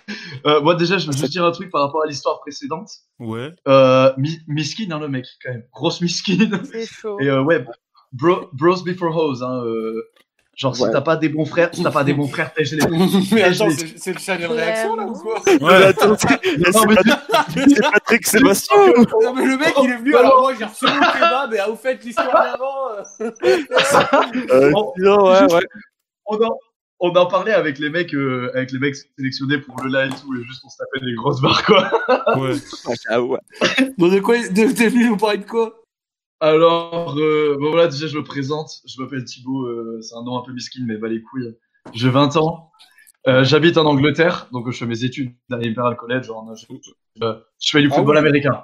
euh, moi, déjà, je veux juste dire un truc par rapport à l'histoire précédente. Ouais. Euh, mi- miskine, hein, le mec, quand même. Grosse miskine. C'est chaud. Et euh, ouais, bro- bros before hoes. Hein, euh, Genre, si Ouais. t'as pas des bons frères, si t'as pas des bons frères, t'es gelé. Mais attends, c'est c'est le chat de réaction là ou quoi Mais Ouais, attends, c'est Non, mais- Patrick- c'est Patrick Sébastien. ou- Non, mais le mec, il est venu, alors moi, j'ai reçu mon kebab, et au fait, l'histoire d'avant. euh, Euh, Bon, non, ouais, ouais. on, en, on en parlait avec les mecs, euh, avec les mecs sélectionnés pour le live et tout, et juste on se tapait des grosses barres, quoi. ouais. Ah ouais. Bon, de quoi de- T'es venu nous parler de quoi Alors, euh, bon, voilà, déjà, je me présente. Je m'appelle Thibaut. euh, c'est un nom un peu miskin, mais bah les couilles. J'ai 20 ans. Euh, J'habite en Angleterre, donc euh, je fais mes études à l'Imperial College. En, je, euh, je fais du Ah football oui. américain.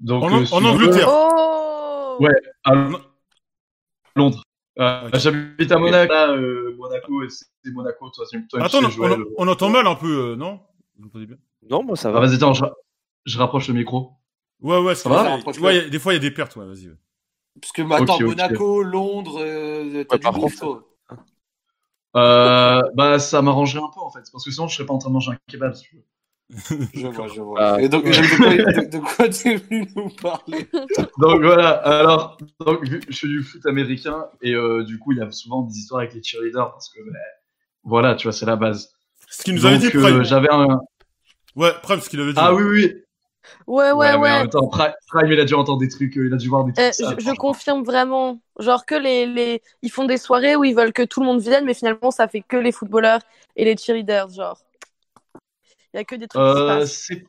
Donc, En An- euh, si en tu veux, Angleterre. Oh Ouais. à Lon- Londres. Euh, Ok. J'habite à Monaco. Là, euh, Monaco, et c'est c'est Monaco. Toi, tu toi, tu Attends, sais, on, Joël, on- euh. on entend mal un peu, euh, non Vous entendez bien Non, moi, ça Ah, va. vas-y, attends, je, ra- je rapproche le micro. Ouais, ouais, c'est va, vrai. rapproche-toi. Ouais, y a- des fois, il y a des pertes, ouais, vas-y. ouais. Parce que maintenant, Ok, ok. Monaco, Londres, euh, t'as Ouais, par du bouffe, toi. Euh, bah, ça m'arrangerait un peu en fait, parce que sinon je serais pas en train de manger un kebab. si tu veux. Je vois, euh, je vois. bah, Ah. Et donc, je- de, quoi, de- de quoi tu es venu nous parler Donc voilà, alors, donc, je je suis du foot américain et euh, du coup, il y a souvent des histoires avec les cheerleaders parce que, ben, voilà, tu vois, c'est la base. Ce qu'il nous avait Donc, dit, euh, Prime. J'avais un. Ouais, Prime, ce qu'il avait dit. Ah oui, oui. Ouais, ouais, ouais. mais en même temps, Prime, Prime, il a dû entendre des trucs, euh, il a dû voir des trucs. Euh, sales, je, je franchement. confirme vraiment. Genre que les, les. Ils font des soirées où ils veulent que tout le monde vienne, mais finalement, ça fait que les footballeurs et les cheerleaders, genre. Il y a que des trucs qui se Euh, passent. c'est-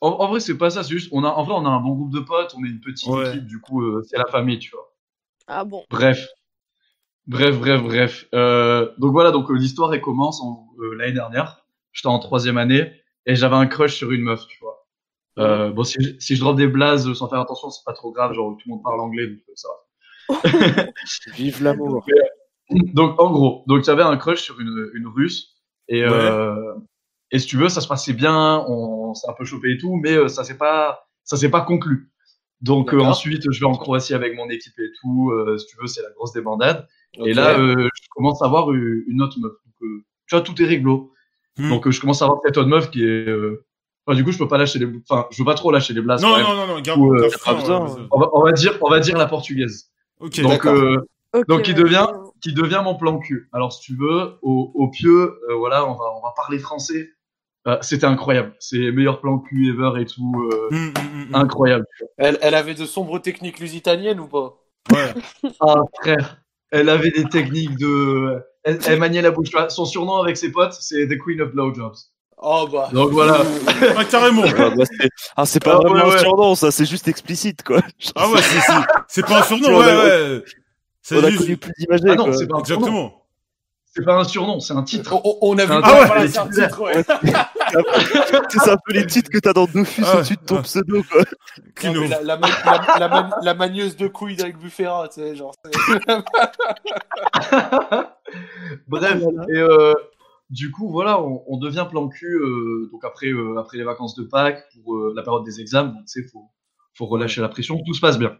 en, en vrai, c'est pas ça. C'est juste, on a, en vrai, on a un bon groupe de potes, on est une petite Ouais. équipe, du coup, euh, c'est la famille, tu vois. Ah bon. Bref, bref, bref, bref. Euh, donc voilà, donc euh, l'histoire elle commence en- euh, l'année dernière. J'étais en troisième année et j'avais un crush sur une meuf, tu vois. Euh, bon, si je, si je drop des blazes euh, sans faire attention, c'est pas trop grave, genre tout le monde parle anglais, donc euh, ça va. Vive l'amour. euh, Donc, en gros, donc j'avais un crush sur une, une russe. Et, euh, et si tu veux, ça se passait bien, on s'est un peu chopé et tout, mais euh, ça s'est pas, ça s'est pas conclu. Donc, euh, D'accord. ensuite, je vais en Croatie avec mon équipe et tout. euh, si tu veux, c'est la grosse débandade. Et Ok. là, euh, je commence à voir une une autre meuf. Donc, euh, tu vois, tout est réglo. Hmm. Donc, euh, je commence à voir cette autre meuf qui est. euh, Enfin, du coup, je peux pas lâcher les. Enfin, je veux pas trop lâcher les blases. quand Non, même. non, non, non, garde. Ou, euh, garde ça, pas besoin, ouais, vas-y. On, va, on va dire, on va dire la portugaise. Ok, Donc, d'accord. euh, Ok, Donc, il ouais, devient- je- qui devient mon plan cul. Alors, si tu veux, au, au pieu, euh, voilà, on va, on va parler français. Euh, c'était incroyable. C'est meilleur plan cul ever et tout. euh, Mmh, Hum, hum, hum, hum. incroyable. elle, elle avait de sombres techniques lusitaniennes ou pas Ouais. Ah, frère. Elle avait des techniques de. Elle, elle maniait la bouche. Tu vois, Son surnom avec ses potes, c'est The Queen of Blowjobs. Oh bah. Donc voilà. Ah, carrément. Ah, bah, c'est- ah, c'est pas Ah, ouais, vraiment ouais. un surnom, ça, c'est juste explicite, quoi. Ah ouais, c'est- c'est- c'est pas un surnom, On ouais, a- ouais. C'est On a juste- connu plus d'images. euh, Ah non, c'est pas un surnom. Exactement. C'est pas un surnom, c'est un titre. On, on- on a vu. Ah pas ouais. parler de ça, c'est vrai. C'est un peu les titres que t'as dans Dofus Ah ouais. au-dessus de ton pseudo, quoi. Non, Kino. mais la, la, man- la- la man- la manieuse de couilles d'Eric Buffera, tu sais, genre. c'est- Bref, et euh, du coup, voilà, on, on devient plan cul euh, donc après, euh, après les vacances de Pâques, pour euh, la période des examens, donc, tu sais, faut, faut relâcher la pression, tout se passe bien.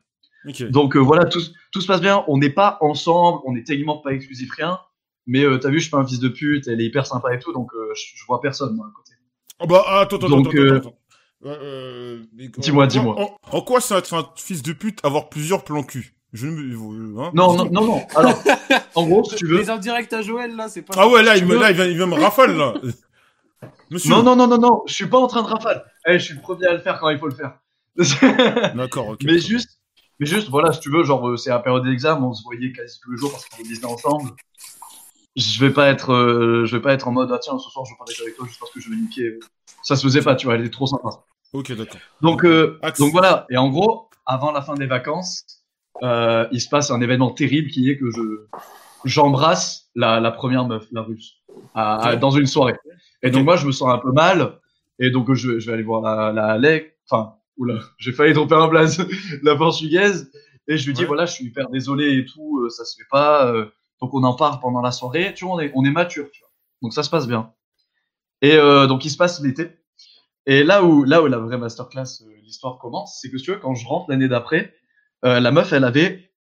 Ok. Donc euh, voilà, tout, se- tout se passe bien, on n'est pas ensemble, on n'est techniquement pas exclusif, rien, mais euh, t'as vu, je suis pas un fils de pute, elle est hyper sympa et tout, donc euh, je, je vois personne, moi, à côté. Ah bah, attends, attends, Donc, attends, euh, attends, attends. Ouais, euh, mais- Dis-moi, en- dis-moi. En, en quoi ça être un fils de pute avoir plusieurs plans cul Je ne me- hein Non, non, non, non, alors, en gros, si tu veux... Les indirects à Joël, là, c'est pas. Ah ouais, là, il, me, veux- là, il, vient, il vient me rafale, là. Monsieur. Non, non, non, non, non, je suis pas en train de rafale. Eh, je suis le premier à le faire quand il faut le faire. D'accord, ok. Mais juste, mais juste, voilà, si tu veux, genre, euh, c'est la période d'examen, on se voyait quasi tous les jours parce qu'on disait ensemble. Je vais pas être, euh, je vais pas être en mode, ah tiens, ce soir, je vais parler avec toi juste parce que je vais niquer. euh, Ça se faisait pas, tu vois, elle est trop sympa. Ok, d'accord. Donc, euh, Axe. donc voilà. Et en gros, avant la fin des vacances, euh, il se passe un événement terrible qui est que je j'embrasse la, la première meuf, la russe, à- à- Ok. dans une soirée. Et donc Ok. moi, je me sens un peu mal. Et donc euh, je, je vais aller voir la la Alec- enfin, oula, j'ai failli tromper un blaze, la portugaise. Et je lui dis Ouais. voilà, je suis hyper désolé et tout, euh, ça se fait pas. euh, donc on en parle pendant la soirée. Tu vois, on est, on est mature. Tu vois. Donc ça se passe bien. Et euh, donc il se passe l'été. Et là où, là où la vraie masterclass, euh, l'histoire commence, c'est que tu vois, quand je rentre l'année d'après, euh, la meuf, elle avait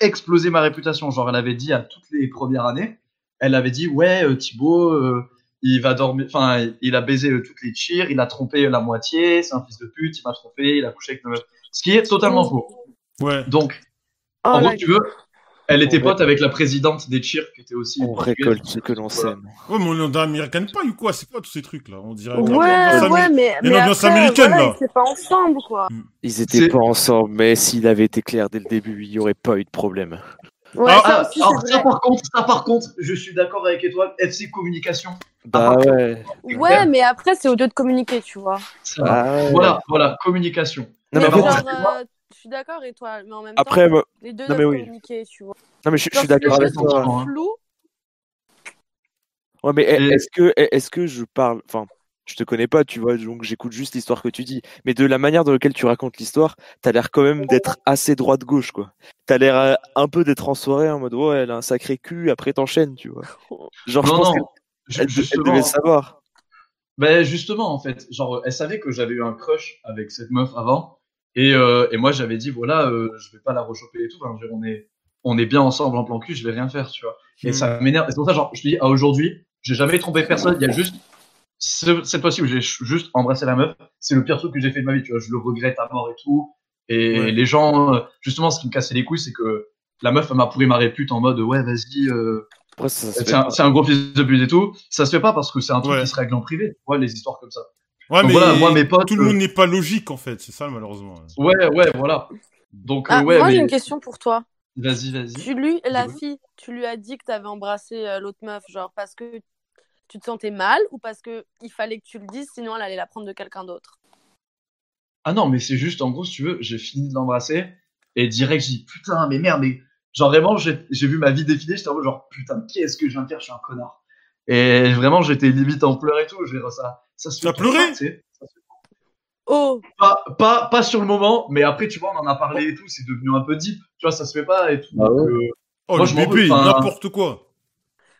explosé ma réputation. Genre, elle avait dit à toutes les premières années, elle avait dit, ouais, euh, Thibaut, euh, il va dormir, enfin, il a baisé euh, toutes les cheers, il a trompé la moitié, c'est un fils de pute, il m'a trompé, il a couché avec ma meuf. Ce qui est totalement faux. Ouais. Donc, Oh en là gros, tu veux, elle était On pote avec la présidente des cheers, qui était aussi. On portugaise. récolte ce que l'on Voilà. sème. Ouais, mais on est dans American Pie ou quoi C'est quoi tous ces trucs-là On dirait. Ouais, grave l'ambiance ouais, américaine. mais. une mais ambiance après, américaine, voilà, là. ils étaient pas ensemble, quoi. Ils C'est- étaient pas ensemble, mais s'il avait été clair dès le début, il y aurait pas eu de problème. Ouais, ça Ah, Ah, aussi, alors, c'est ça vrai. par contre, ça par contre, je suis d'accord avec Étoile, FC Communication. Ah, Bah ouais. Ouais, mais après, c'est au lieu de communiquer, tu vois. ça va. Ah ouais. Voilà, voilà, communication. Non, mais mais par après, contre, genre, euh, je suis d'accord, et toi, mais bah, en même temps, après, moi- les deux non, doivent mais oui. communiquer, tu vois. non, mais je, je suis Genre, si d'accord les avec choses toi. sont floues, Ouais, mais Et- est-ce que, est-ce que je parle, enfin, je te connais pas, tu vois, donc j'écoute juste l'histoire que tu dis. Mais de la manière dans laquelle tu racontes l'histoire, t'as l'air quand même d'être assez droite-gauche, quoi. T'as l'air euh, un peu d'être en soirée en mode, ouais, elle a un sacré cul, après t'enchaînes, tu vois. Genre, je Non, pense non, qu'elle elle de- ju- elle devait justement, le savoir. ben, justement, en fait, genre, elle savait que j'avais eu un crush avec cette meuf avant, et, euh, et moi j'avais dit, voilà, euh, je vais pas la rechoper et tout, Enfin, je veux dire, on, est, on est bien ensemble en plan cul, je vais rien faire, tu vois. Et Hmm. ça m'énerve, et c'est pour ça, genre, je te dis, à aujourd'hui, j'ai jamais trompé personne, il y a juste ce- cette fois-ci où j'ai ch- juste embrassé la meuf, c'est le pire truc que j'ai fait de ma vie, tu vois. Je le regrette à mort et tout. Et Ouais. les gens, euh, justement, ce qui me cassait les couilles, c'est que la meuf, elle m'a pourri ma répute en mode, ouais, vas-y, euh, Après, ça, se fait c'est un, pas. c'est un gros fils de pute et tout. Ça se fait pas parce que c'est un truc Ouais. qui se règle en privé, tu vois, les histoires comme ça. Ouais, Donc mais voilà, moi, mes potes, tout le euh, monde n'est pas logique en fait, c'est ça malheureusement. Ouais, ouais, voilà. Donc, euh, Ah, ouais, moi, j'ai mais... une question pour toi. Vas-y, vas-y. Tu lui, la Dis-moi. fille, tu lui as dit que t'avais embrassé euh, l'autre meuf, genre parce que tu te sentais mal ou parce que il fallait que tu le dises, sinon elle allait la prendre de quelqu'un d'autre. Ah non, mais c'est juste, en gros, si tu veux, j'ai fini de l'embrasser et direct, j'ai dit putain, mais merde, mais genre vraiment, j'ai j'ai vu ma vie défiler, j'étais en mode genre putain, qu'est-ce que je viens de faire, je suis un connard. Et vraiment, j'étais limite en pleurs et tout, je vais dire ça. Ça se T'as fait pleuré pas, tu sais. Oh, pas, pas, pas sur le moment, mais après, tu vois, on en a parlé et tout, c'est devenu un peu deep, tu vois, ça se fait pas et tout. Ah ouais. Donc, euh, Oh Moi, le je m'en bébé, veux, enfin- n'importe quoi.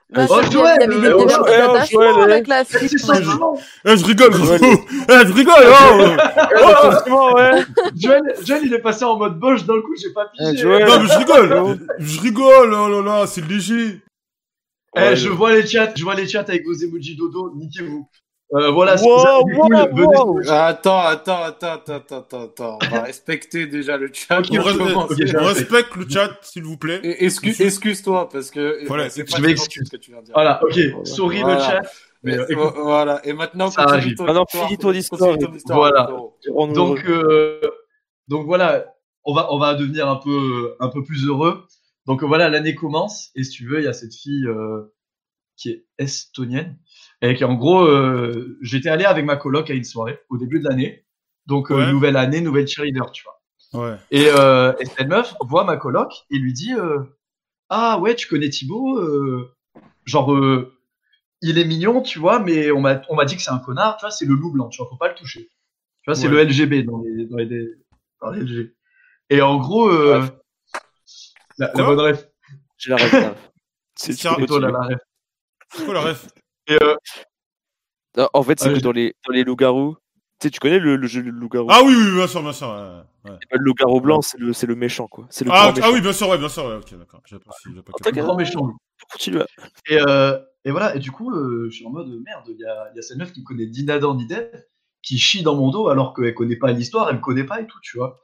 bah, Oh, ça, il y Joël, avait il y avait euh, des oh, petits Joël, oh, attachements Joël, avec la fille. c'est ça, vraiment. Eh je rigole Ouais. gros Eh je rigole oh Franchement, ouais. Joël, Joël, il est passé en mode boche d'un coup, j'ai pas Ah, pigé. Joël. Non mais je rigole Je rigole, oh là là, c'est léger Eh, Ouais, je je- vois les chats, je vois les chats avec vos emojis dodo, niquez-vous. Euh, voilà, si Wow, vous avez des wow, couilles, venez wow. sur le chat. Attends, attends, attends, attends, attends, attends, attends. On va respecter déjà le chat. on, res- commence. ok, j'ai on un respecte le chat s'il vous plaît. Et- excuse- Excuse-toi parce que eh Voilà, ben, c'est je pas vais très excuser. gentil ce que tu viens de dire. Voilà, ok, souris le Voilà. chat. Mais, euh, Et- écoute, voilà. Et maintenant, ça continue arrive. ton Maintenant, histoire. finis ton Continue histoire. ton histoire, Voilà. frérot. On nous- donc, euh, donc voilà, on va, on va devenir un peu, un peu plus heureux. Donc euh, voilà, l'année commence, et si tu veux, il y a cette fille euh, qui est estonienne, et qui en gros, euh, j'étais allé avec ma coloc à une soirée au début de l'année. Donc, euh, Ouais. nouvelle année, nouvelle cheerleader, tu vois. oh. Ouais. Et, euh, et cette meuf voit ma coloc et lui dit euh, Ah ouais, tu connais Thibaut euh, Genre, euh, il est mignon, tu vois, mais on m'a on m'a dit que c'est un connard, tu vois, c'est le loup blanc, tu vois, faut pas le toucher. Tu vois, c'est Ouais. le LGB dans les, dans les, dans les LG. Et en gros, euh, la, la Quoi bonne ref. J'ai la ref. C'est Tiens, Et toi, là, la ref. C'est quoi la ref euh, En fait, c'est Ah, que je- dans les, dans les loups-garous, tu sais, tu connais le, le jeu du loup-garou Ah oui, oui, bien sûr, bien sûr. ouais, ouais. C'est pas Le loup-garou blanc, c'est le, c'est le méchant, quoi. C'est le Ah, grand ok, ah méchant. oui, bien sûr, ouais, bien sûr, ouais, ok, d'accord. J'avais pas, j'avais pas En capté. tout cas, Grand méchant loup. Continue. Et, euh, et voilà, et du coup, euh, je suis en mode merde, il y a, il y a cette meuf qui me connaît ni d'Adam ni d'Ève, qui chie dans mon dos alors qu'elle connaît pas l'histoire, elle me connaît pas et tout, tu vois.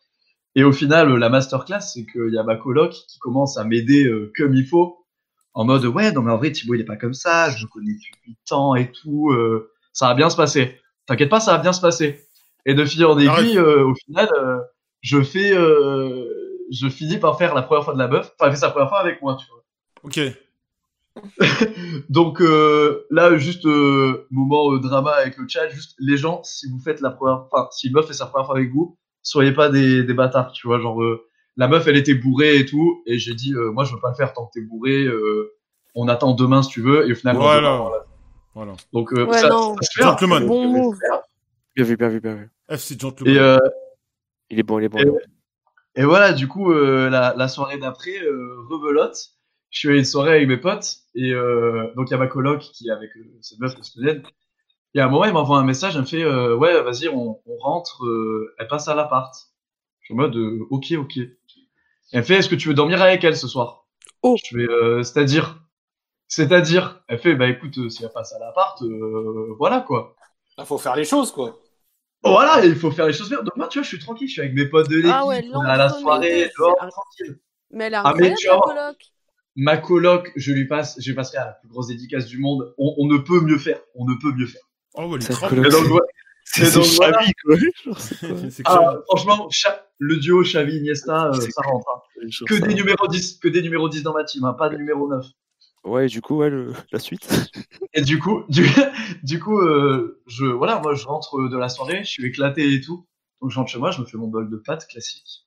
Et au final, euh, la masterclass, c'est qu'il y a ma coloc qui commence à m'aider euh, comme il faut, en mode ouais, non mais en vrai, Thibaut il est pas comme ça, je le connais depuis 8 ans et tout, euh, ça va bien se passer. T'inquiète pas, ça va bien se passer. Et de fil en Arrête. aiguille, euh, au final, euh, je fais, euh, je finis par faire la première fois de la meuf, enfin, elle fait sa première fois avec moi, tu vois. Ok. Donc euh, là, juste euh, moment euh, drama avec le chat, juste les gens, si vous faites la première, enfin si une meuf fait sa première fois avec vous, soyez pas des, des bâtards, tu vois, genre euh, la meuf elle était bourrée et tout, et j'ai dit euh, moi je veux pas le faire tant que t'es bourré, euh, on attend demain si tu veux, et finalement Voilà. demain, voilà. Voilà. donc euh, Ouais, ça, non. ça se fait, hein. Gentleman. Bon move. Bien vu, bien vu, bien vu. FC Gentleman. et euh, Il est bon, il est bon. Et- il est bon. Et voilà, du coup, euh, la, la soirée d'après, euh, rebelote. Je suis à une soirée avec mes potes. Et euh, donc, il y a ma coloc qui est avec euh, cette meuf estonienne. Et à un moment, elle m'envoie un message. Elle me fait euh, Ouais, vas-y, on, on rentre. euh, elle passe à l'appart. Je suis en mode euh, Ok, ok. Elle me fait Est-ce que tu veux dormir avec elle ce soir Oh. Je fais euh, C'est-à-dire C'est-à-dire Elle fait Bah écoute, euh, si elle passe à l'appart, euh, voilà quoi. Ah, faut faire les choses, quoi. Voilà, il faut faire les choses bien. Donc, moi, tu vois, je suis tranquille. Je suis avec mes potes de l'équipe. Ah ouais, on est à la l'entre- soirée, c'est dehors, un- tranquille. Mais elle a Ah, mais incroyable tu la vois. coloc. ma coloc, je lui passe, je lui passerai à la plus grosse dédicace du monde. On, on ne peut mieux faire. On ne peut mieux faire. Oh, ouais, les Ça se crabes. colloque. Et donc, voilà. C'est Et c'est donc, voilà. Xavi, quoi. Genre, c'est quoi C'est Ah, crabes. franchement, Cha- le duo Xavi Iniesta, euh, ça rentre. hein. Genre, Que ça- des numéros 10, que des numéros 10 dans ma team, hein, pas de numéro 9. Ouais, du coup, ouais, le- la suite. Et du coup, du, du coup, euh, je voilà, moi je rentre de la soirée, je suis éclaté et tout. Donc je rentre chez moi, je me fais mon bol de pâtes classique.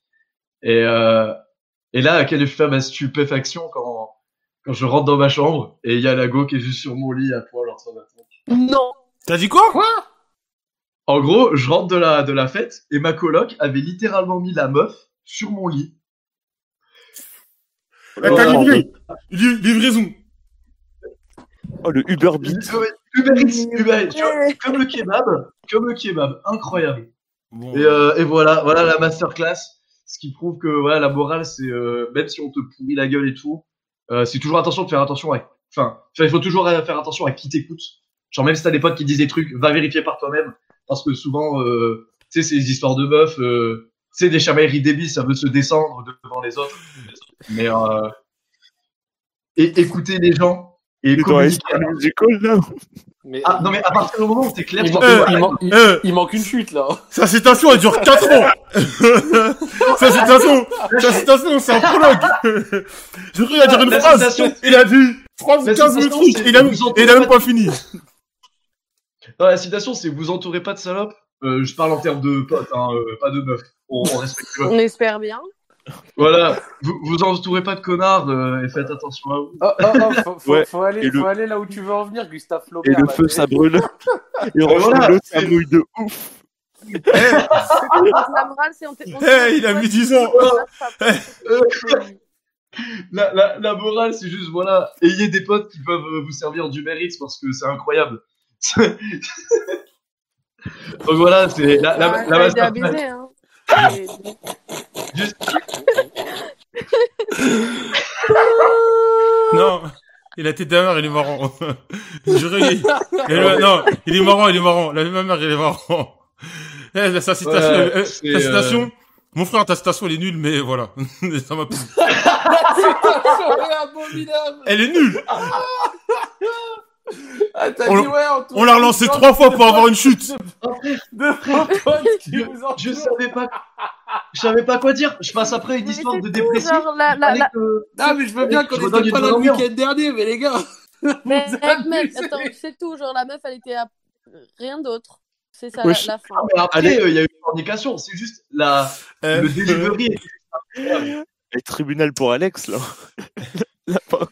Et euh, et là, quelle fut ma stupéfaction quand quand je rentre dans ma chambre et il y a Lago qui est juste sur mon lit à poil en train d'attendre. Non. T'as dit quoi En gros, je rentre de la, de la fête et ma coloc avait littéralement mis la meuf sur mon lit. Euh, Eh, T'as livré Li- Livraison. Oh, le Uber Beat. Uber Eats, Uber Eats, tu vois, comme le kebab, comme le kebab, incroyable. Bon. Et, euh, et voilà, voilà la masterclass, ce qui prouve que voilà, la morale, c'est euh, même si on te pourrit la gueule et tout, euh, c'est toujours attention de faire attention euh, à, enfin, il faut toujours faire attention à qui t'écoute Genre, même si t'as des potes qui disent des trucs, va vérifier par toi-même. Parce que souvent, euh, tu sais, ces histoires de meufs, euh, tu sais, des chamailleries débiles, ça veut se descendre devant les autres. Mais euh, et, écoutez les gens. Il Et est dans communiquer. l'escalier du col, là. Mais, Ah, non, mais à partir du moment où t'es clair, il, sur manque, tes- euh, il manque- il- euh. il manque une chute là. Sa citation, elle dure 4 ans. Sa citation, sa citation, c'est un prologue. J'ai cru qu'il a dire une La phrase. citation- Il a dit 3 ou La 15 minutes citation, trente, c'est- et il a, vous entendez et il a même pas- pas fini. Non, la citation, c'est vous entourez pas de salopes. Euh, je parle en termes de potes, hein, euh, pas de meufs. On, on respecte les meufs. On espère bien. Voilà, vous vous entourez pas de connards euh, et faites attention à vous. Oh, oh, oh, faut, faut- Ouais. faut aller, Et le- faut aller là où tu veux en venir, Gustave Et Flaubert. le là, feu, mais- ça brûle. Et Voilà, franchement, l'autre, ça c'est- mouille de ouf. Ah, Donc, la morale, c'est on t- on Eh, t- il a mis 10 ans. on marche pas. La, la, la morale, c'est juste, voilà, ayez des potes qui peuvent euh, vous servir du mérite parce que c'est incroyable. Donc voilà, c'est la, la, Ouais, la elle a été masterclass. abaisée, hein. Et- Juste- Non, il a été derrière, il est marrant. Je ris. Il est- Non, il est marrant, il est marrant. La vie de ma mère, il est marrant. Eh, la- sa citation, Ouais, elle- eh, c'est, sa euh, citation, mon frère, ta citation, elle est nulle, mais voilà. Ça m'a plu. C'est abominable. Elle est nulle. Ah, t'as On- dit ouais, en tout On l'a relancé cas, trois fois de pour avoir une chute. De vos potes qui vous entourent. Je savais pas, je savais pas quoi dire. Je passe après une Mais histoire c'est de tout, dépressif. genre, la- la- avec, la- euh, Ah, mais je veux bien Je qu'on me donne était pas une là le bonne ambiance. week-end dernier, mais les gars. Mais vous mec, mec, abusez. attends, c'est tout. Genre, la meuf, elle était à rien d'autre. C'est ça, Ouais, la, je- la fin. ah, mais après, euh, Allez. il y a eu une fornication. C'est juste la, Euh, Eh, le delivery est Le tribunal pour Alex, là. La pauvre.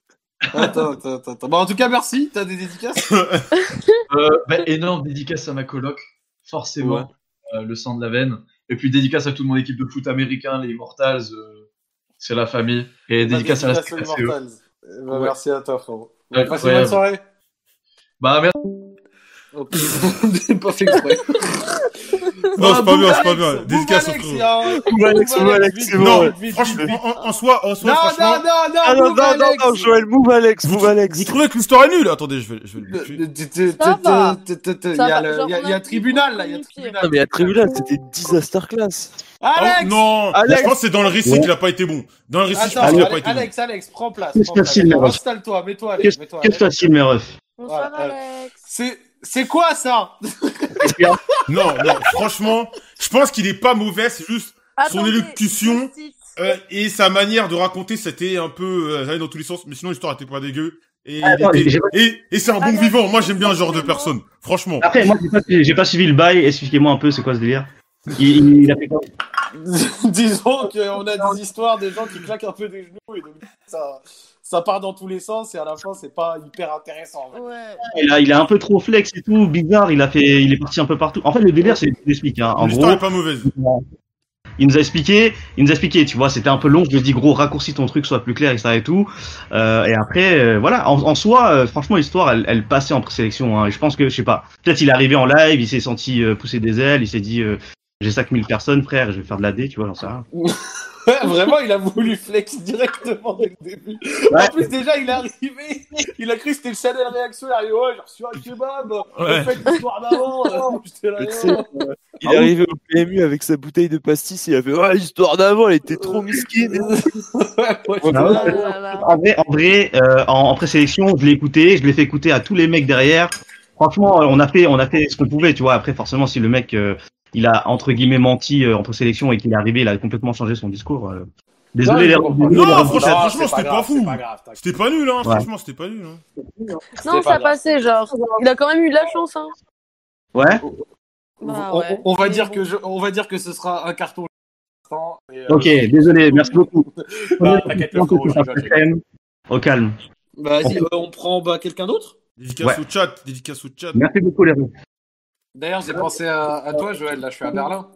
Attends, attends, attends, attends. Bah, en tout cas, merci. T'as des dédicaces Euh, bah, énorme dédicace à ma coloc, forcément, euh, le sang de la veine. Et puis dédicace à toute mon équipe de foot américain, les Immortals, euh, c'est la famille. Et dédicace à la Dédicace aux CACE. Immortals. Eh ben, Ouais. Merci à toi, frérot. Incroyable. Passez une bonne soirée. Bah merci. Oh, putain, pas fait exprès. Non, c'est pas Boum, bien, c'est pas Alex. bien. Boum, Dédicace au Alex, frérot. et un- Boum, Alex, Boum, boum, Alex, Alex, vite, c'est vite, bon, Non, ouais. vite, vite, vite. franchement, en, en- en soi, en soi, Non, franchement. non, non, non, Ah non, Boum, non, non, Alex. non, Joël, move Alex, move Alex. Vous trouvez que l'histoire est nulle Attendez, je vais, je Euh, vais le tuer. Ça va. Il y Ça a va, le- genre, il y a- on il y a a- tribunal, là, il y a on a- Non, tribunal. mais la tribunal, c'était disaster class. Ah, Alex non, Alex. je pense que c'est dans le récit qu'il a pas été bon. Dans le récit, je Attends, pense qu'il a pas Alex, été bon. Alex, Alex, prends place. Qu'est-ce prends que place. c'est, Leros Installe-toi, mets-toi, Alex, mets-toi. Qu'est-ce que Alex. facile, mes refs Bonsoir, Voilà, Alex. C'est, c'est quoi ça hein, Non, non, franchement, je pense qu'il est pas mauvais, c'est juste Attendez, élocution. je cite. Euh, et sa manière de raconter, c'était un peu euh, ça allait dans tous les sens, mais sinon l'histoire était pas dégueu. Et, Ah, il Attends, était- j'ai pas- et, et c'est un bon Alex, vivant. Moi, j'aime bien ce genre de forcément. personne, Ah, franchement. Après, moi, j'ai pas, j'ai pas suivi le bail. Expliquez-moi un peu, c'est quoi ce délire il, il a fait quoi Disons qu'on a des histoires des gens qui claquent un peu des genoux et donc ça, ça part dans tous les sens et à la fin c'est pas hyper intéressant. en fait. Ouais. il a, il a un peu trop flex et tout, bizarre. Il a fait, il est parti un peu partout. En fait, le délire, c'est, je t'explique. hein. En gros, L'histoire est pas mauvaise. il nous a expliqué, il nous a expliqué. Tu vois, c'était un peu long. Je lui ai dit, gros, raccourcis ton truc, soit plus clair, etc. Et tout. Euh, et après, euh, voilà. En, en soi, euh, franchement, l'histoire, elle, elle passait en présélection. Hein. Et Je pense que, je sais pas. Peut-être il est arrivé en live, il s'est senti euh, pousser des ailes, il s'est dit. euh, j'ai 5000 personnes, frère, je vais faire de la D, tu vois, j'en sais rien. Ouais, vraiment, il a voulu flex directement dès le début. En Ouais. plus, déjà, il est arrivé, il a cru que c'était le Chanel réaction. Il est arrivé, ouais, j'ai reçu un kebab, Ouais. en fait, l'histoire d'avant, euh, j'étais là, euh. Je sais. non. Il est arrivé au PMU avec sa bouteille de pastis, il a fait Ouais, l'histoire d'avant, elle était trop misquine. Ouais, ouais, Ah Oh ouais. là là là. En vrai, en, vrai, euh, en, en présélection, je l'ai écouté, je l'ai fait écouter à tous les mecs derrière. Franchement, euh, on a fait, on a fait ce qu'on pouvait, tu vois. Après, forcément, si le mec, euh, il a entre guillemets menti euh, en présélection et qu'il est arrivé, il a complètement changé son discours. euh. Non, Désolé, je les comprends. désolé, Non, les- franchement, Non, franchement, ah, c'est c'était pas grave, fou. c'est pas grave, t'inquiète. C'était pas nul, hein. Ouais. Franchement, c'était pas nul. Hein. Non, pas ça grave. passait, genre. Il a quand même eu de la chance, hein. Ouais. Bah on, ouais. on- on va Mais dire bon. que je- on va dire que ce sera un carton. pour l'instant, et, euh, Ok, désolé, merci beaucoup. Bah, t'inquiète, le frérot, je rigole, je rigole. Au calme. Vas-y, euh, on prend bah, quelqu'un d'autre. Dédicace Ouais. au chat, dédicace au chat. Merci beaucoup, les roues. D'ailleurs, j'ai pensé à, à toi, Joël. Là, je suis à Berlin.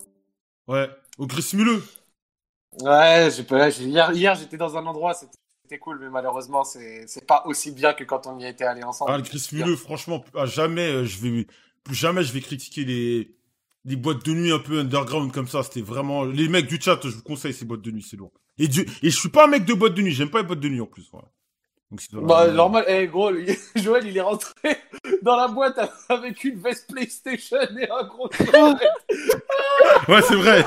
Ouais. Au Chris Muleux. Ouais, j'ai pas- j'ai- hier, hier, j'étais dans un endroit, c'était c'était cool, mais malheureusement, c'est c'est pas aussi bien que quand on y était allé ensemble. Ah, le Chris Muleux, franchement, à jamais, euh, je vais, plus jamais je vais critiquer les, les boîtes de nuit un peu underground comme ça. C'était vraiment, les mecs du chat, je vous conseille ces boîtes de nuit, c'est lourd. Et, du- et je suis pas un mec de boîte de nuit, j'aime pas les boîtes de nuit en plus. voilà. Donc, c'est Bah, normal. Eh, gros, lui- Joël, il est rentré dans la boîte avec une veste PlayStation et un gros. Ouais, c'est vrai.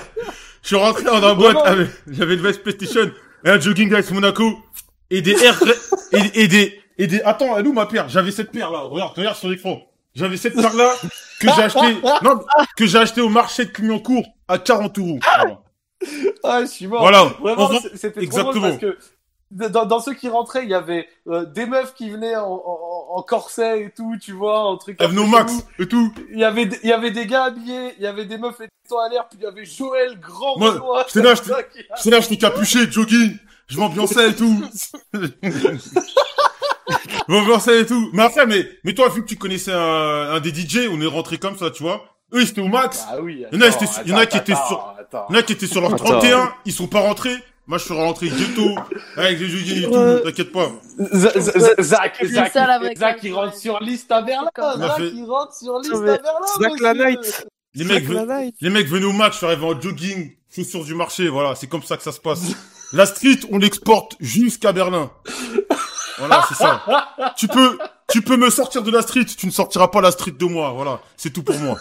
Je suis rentré dans la boîte, avec- j'avais une veste PlayStation, et un jogging Ice Monaco, et des R, et, et des, et des, attends, elle est où ma paire? J'avais cette paire là, regarde, regarde sur l'écran. J'avais cette paire là, que j'ai acheté, non, que j'ai acheté au marché de Clignancourt, à 40 euros. Voilà. Ah, je suis mort. Voilà. Vraiment, Heureusement- c'est- c'était trop drôle Exactement. parce que dans, dans ceux qui rentraient, il y avait euh, des meufs qui venaient en, en- en corset et tout, tu vois, en truc. un peu Avenue Max, chelou. et tout. Il y avait, des- il y avait des gars habillés, il y avait des meufs les tétons à l'air, puis il y avait Joël grand. Moi, Benoît, j'étais là, comme ça, qui- C'est là, j'étais capuché, jogging, je m'ambiançais et tout. je m'ambiançais et tout. Mais après, mais, mais toi, vu que tu connaissais un, un des DJ, on est rentré comme ça, tu vois. Eux, ils étaient au max. Ah oui. Il y en a, attends, c'était- il y en a qui attends, étaient sur- attends, attends. Il y en a qui étaient sur leur Attends. 31, ils sont pas rentrés. Moi, je suis rentré ghetto, avec les jogging et tout, Ouais. t'inquiète pas. Euh, Z- Z- Z- Zach, C'est Zach, ça, la vraie Zach, classe, il ouais. rentre sur liste à Berlin. C'est comme ça. Zach, Mais- il rentre sur liste Mais- à Berlin. Zach la monsieur. night. Les Zach mecs, ven- la night. les mecs venaient au match, je suis arrivé en jogging, chaussures du marché, voilà, c'est comme ça que ça se passe. La street, on l'exporte jusqu'à Berlin. Voilà, c'est ça. Tu peux, tu peux me sortir de la street, tu ne sortiras pas la street de moi, voilà. C'est tout pour moi.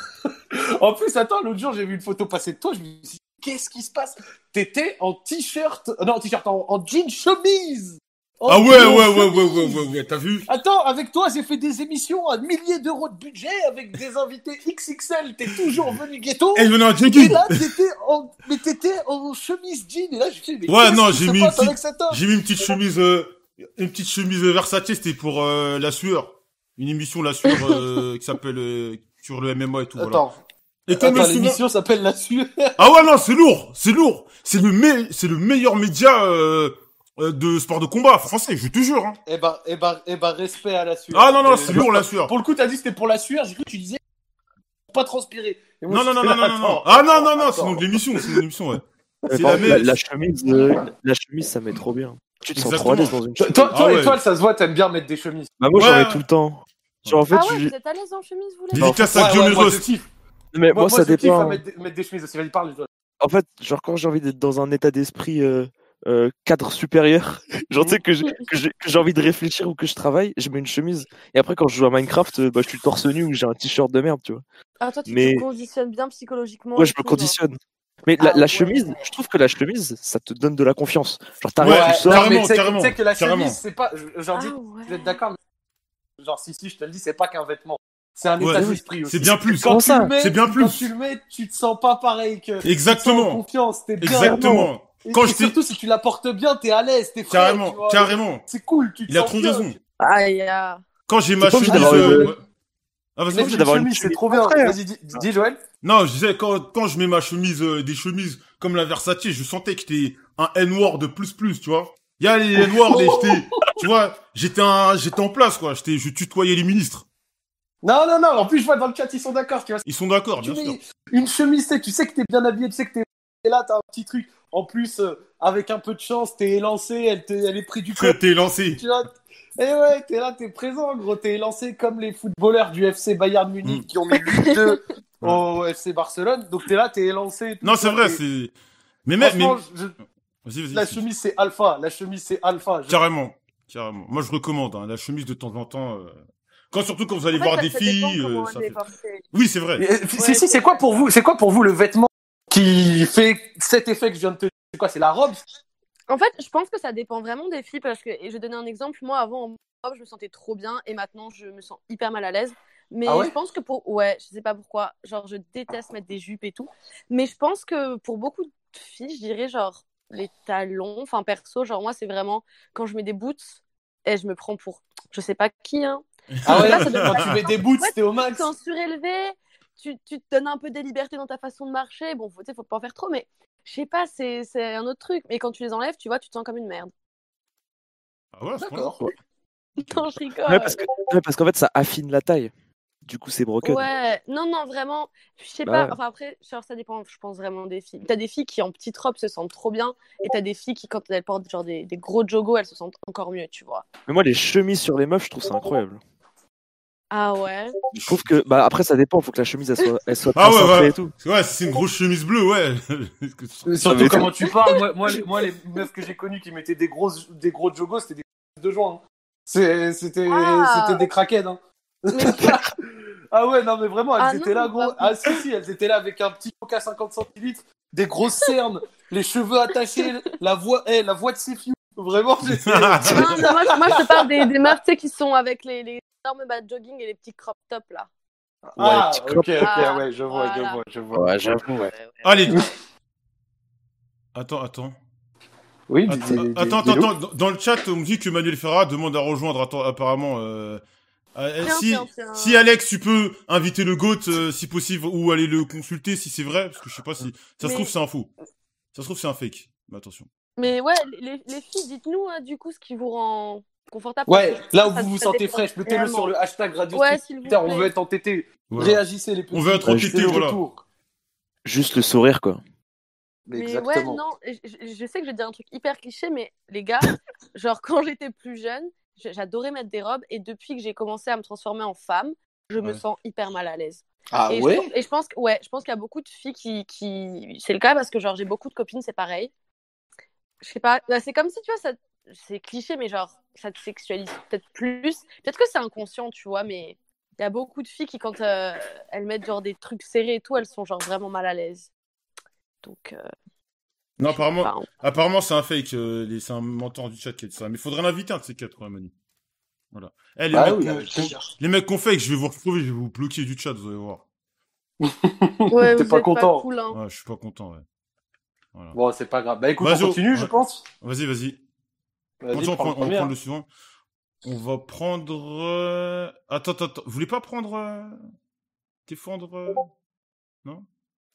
En plus, attends, l'autre jour, j'ai vu une photo passer de toi. Je me suis dit, qu'est-ce qui se passe T'étais en t-shirt, euh, non, en t-shirt, en, en jean chemise. En Ah ouais, ouais, jean ouais, ouais, chemise. ouais, ouais, ouais, t'as vu? Attends, avec toi, j'ai fait des émissions à milliers d'euros de budget avec des invités XXL. T'es toujours venu ghetto. Eh, je venais en Et jogging! là, t'étais en, mais t'étais en chemise jean. Et là, je me suis dit, mais Ouais, qu'est-ce non, qui j'ai se mis passe une avec cet homme J'ai mis une petite chemise, euh, une petite chemise Versace, c'était pour euh, la sueur, une émission la sueur euh, qui s'appelle euh, sur le MMA et tout. Voilà. Attends, Et comme attends le souvent- l'émission s'appelle La Sueur. ah ouais non c'est lourd, c'est lourd, c'est le me... c'est le meilleur média euh, euh, de sport de combat français, je te jure. Hein. Eh ben, eh ben, eh ben, respect à la sueur. Ah non non Euh, c'est lourd la sueur. Pour le coup, t'as dit que c'était pour la sueur, j'ai cru que tu disais pour pas transpirer. Et moi, Non non non j'étais non là, non non. attends, non. Ah non non non attends. c'est nom de l'émission, c'est nom de l'émission ouais. Mais C'est par la contre, la, même. la chemise, euh, la chemise, ça met trop bien. Tu te sens trop à l'aise dans une Toi, chemise. toi, Ah toi, ouais. étoile, ça se voit, t'aimes bien mettre des chemises. Bah, moi, j'en Ouais. mets tout le temps. Genre, en fait, Ah ouais, je- vous êtes à l'aise en chemise, vous les Non. Dédicace à Guillaume moi, je Rost. kiffe. mais Moi, moi, moi, ça je kiffe à dépend. mettre, des- mettre des chemises aussi. Vas-y, parle, étoile. En fait, genre, quand j'ai envie d'être dans un état d'esprit euh, euh, cadre supérieur, genre, tu sais, que j'ai Mhm. que j'ai- que j'ai envie de réfléchir ou que je travaille, je mets une chemise. Et après, quand je joue à Minecraft, euh, bah, je suis torse nu ou j'ai un t-shirt de merde, tu vois. Ah, toi, tu Mais- te conditionnes bien psychologiquement. Ouais, et je me tout, hein. genre. conditionne. Mais Ah la, la ouais. chemise, je trouve que la chemise, ça te donne de la confiance. Genre, t'arrives, Ouais, tu sors. carrément, mais tu sais- carrément, Tu sais que la carrément. chemise, c'est pas. je- J'en dis, Ah ouais. vous êtes d'accord mais- Genre, si, si, je te le dis, c'est pas qu'un vêtement. C'est un Ouais, état oui. d'esprit aussi. C'est bien plus. Quand Comment tu ça le mets- C'est bien Quand plus. tu le mets, tu te sens pas pareil que. tu te sens en Exactement. confiance, t'es bien. Exactement. Et, Quand et je t'ai surtout si tu la portes bien, t'es à l'aise, t'es frais, tu carrément vois. carrément. C'est cool, tu te Il a sens trop bien. raison. Aïe, ah. Quand j'ai ma pas obligé chemise. d'avoir une- euh, ouais. Ah vas-y Mais obligé c'est d'avoir une une chemise, c'est chemise trop bien. après. Vas-y, dis, dis, Joël. Non, je disais, quand, quand je mets ma chemise, euh, des chemises comme la Versace, je sentais que j'étais un N-word de plus plus, tu vois. Il y a les N-word et j'étais, tu vois, j'étais un, j'étais en place, quoi. J'étais, je tutoyais les ministres. Non, non, non. En plus, je vois dans le chat, ils sont d'accord. Tu vois, Ils sont d'accord, tu bien sûr. mets une chemise, tu sais- tu sais que t'es bien habillé, tu sais que t'es et là, t'as un petit truc. En plus, euh, avec un peu de chance, t'es élancé, elle, t'est- elle est prise du Frère, col. T'es lancé. tu vois. Et ouais, t'es là, t'es présent, gros. T'es élancé comme les footballeurs du FC Bayern Mm. Munich qui ont mis 8-2 au FC Barcelone. Donc t'es là, t'es élancé. et tout, Non, tu c'est vois, vrai, t'es- c'est, mais même, mais, Franchement, je- vas-y, vas-y, la vas-y. chemise, c'est alpha. La chemise, c'est alpha. Je- Carrément, carrément. Moi, je recommande, hein, la chemise de temps en temps, euh, quand surtout quand vous allez En fait, voir ça- des ça dépend filles, comment euh, on ça est fait- porté. Oui, c'est vrai. Mais, euh, c'est- c'est- c'est quoi pour vous C'est quoi pour vous le vêtement qui fait cet effet que je viens de te dire C'est quoi C'est la robe En fait, je pense que ça dépend vraiment des filles parce que, et je vais donner un exemple, moi avant en robe, je me sentais trop bien et maintenant je me sens hyper mal à l'aise. Mais Ah ouais je pense que pour. Ouais, je sais pas pourquoi. Genre, je déteste mettre des jupes et tout. Mais je pense que pour beaucoup de filles, je dirais genre les talons. Enfin, perso, genre moi, c'est vraiment quand je mets des boots et je me prends pour. Je sais pas qui, hein. Ah ouais, Ça, ça doit quand pas tu mets des boots, Ouais, t'es au max. Quand surélevé, tu, tu te donnes un peu des libertés dans ta façon de marcher. Bon, faut, tu sais, faut pas en faire trop, mais je sais pas, c'est c'est un autre truc. Mais quand tu les enlèves, tu vois, tu te sens comme une merde. Ah ouais, c'est vrai. D'accord. Non, je rigole. Ouais, parce que- ouais, parce qu'en fait, ça affine la taille. Du coup, c'est broken. Ouais, non, non, vraiment, je sais Bah pas. ouais. Enfin, après, genre, ça dépend, je pense vraiment des filles. T'as des filles qui en petite robe se sentent trop bien, et t'as des filles qui, quand elles portent genre des, des gros jogos, elles se sentent encore mieux, tu vois. Mais moi, les chemises sur les meufs, je trouve ça incroyable. Ah ouais. Je trouve que, bah après, ça dépend, faut que la chemise, elle soit, elle soit Ah bien ouais, cintrée ouais. et tout. Parce que, Ouais, c'est une grosse chemise bleue, ouais. Ça Mais Surtout m'étonne. comment tu parles. Moi, moi, les, moi, les meufs que j'ai connues qui mettaient des grosses, des gros jogos, c'était des de joints. C'est- C'était Ah. c'était des craquettes. hein. ah ouais, non, mais vraiment, elles Ah étaient non, là, gros. bah oui. Ah si, si, elles étaient là avec un petit coca 50 centilitres, des grosses cernes, les cheveux attachés, la voix, eh, la voix de ses filles. Vraiment, j'étais- Ah, Non, non, moi, je- moi, je te parle des, des meufs tu sais, qui sont avec les, les énormes bas de jogging et les petits crop tops là. Ah, petit ok, crop ok, Ah, ouais, je vois, voilà. je vois, je vois. Ouais, j'avoue. Allez. Attends, attends. Oui, Att- des- des- des- Attends, des attends, loups. attends. Dans- Dans le chat, on me dit que Manuel Ferrat demande à rejoindre. Attends, apparemment. euh, euh, Tiens, si, tiens, tiens. si Alex, tu peux inviter le GOAT euh, si possible ou aller le consulter si c'est vrai, parce que je sais pas si. Ça se Mais- trouve, c'est un faux. Ça se trouve, c'est un fake. Mais attention. Mais ouais, les, les filles, dites-nous hein, du coup ce qui vous rend confortable. Ouais, Parce que là où ça- vous vous ça sentez dépend fraîche, mettez-le réellement. sur le hashtag Radio Ouais, Street s'il vous Twitter, on plaît. veut être entêté. Voilà. Réagissez les petits. On veut être entêté, c'est le voilà. retour. Juste le sourire, quoi. Mais Mais ouais, exactement. non, je, je- je sais que je vais dire un truc hyper cliché, mais les gars, genre quand j'étais plus jeune, j'- j'adorais mettre des robes et depuis que j'ai commencé à me transformer en femme, je me Ouais. sens hyper mal à l'aise. ah et, ouais je, pense- et je pense que ouais, je pense qu'il y a beaucoup de filles qui, qui... c'est le cas parce que genre j'ai beaucoup de copines, c'est pareil. Je sais pas, bah, c'est comme si tu vois ça c'est cliché mais genre ça te sexualise peut-être plus. Peut-être que c'est inconscient, tu vois, mais il y a beaucoup de filles qui quand euh, elles mettent genre des trucs serrés et tout, elles sont genre vraiment mal à l'aise. Donc euh, Non, apparemment, enfin, apparemment c'est un fake. euh, les- c'est un mentor du chat qui a dit ça. Mais faudrait l'inviter un de ces quatre, quand même, Manu. Voilà. Eh, les, Ah mecs, oui, qu'on- avec plaisir. les mecs qu'on fake, je vais vous retrouver, je vais vous bloquer du chat, vous allez voir. Ouais, T'es vous pas êtes content. cool, hein. Ouais, je suis pas content, ouais. Voilà. Bon, c'est pas grave. Bah écoute, Vas-y, on continue, ouais. je pense. Vas-y, vas-y. Vas-y, Attends, on, prends le prend- on va premier, prendre hein. le suivant. On va prendre. euh, Attends, attends, attends. Vous voulez pas prendre. euh, Défendre. euh, Non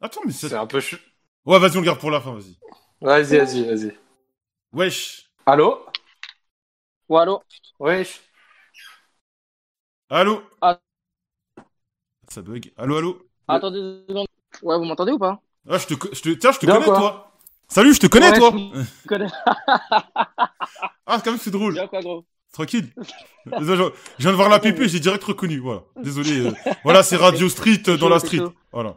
Attends, mais C'est ça. un peu chou. Ouais, vas-y, on le garde pour la fin, vas-y. Vas-y, vas-y, vas-y. Wesh Allô Ou allô Wesh Allô Ah. Ça bug. Allô, allô Attendez deux secondes. Ouais, vous m'entendez ou pas Ah, je te, co- je te... Tiens, je te Bien, connais, quoi. toi Salut, je te connais, Ouais, toi Je connais. Ah, quand même, c'est drôle. Bien quoi, gros Tranquille. je je viens de voir la pépé, j'ai direct reconnu. Voilà. Désolé. euh, Voilà, c'est Radio Street euh, dans la street. Voilà.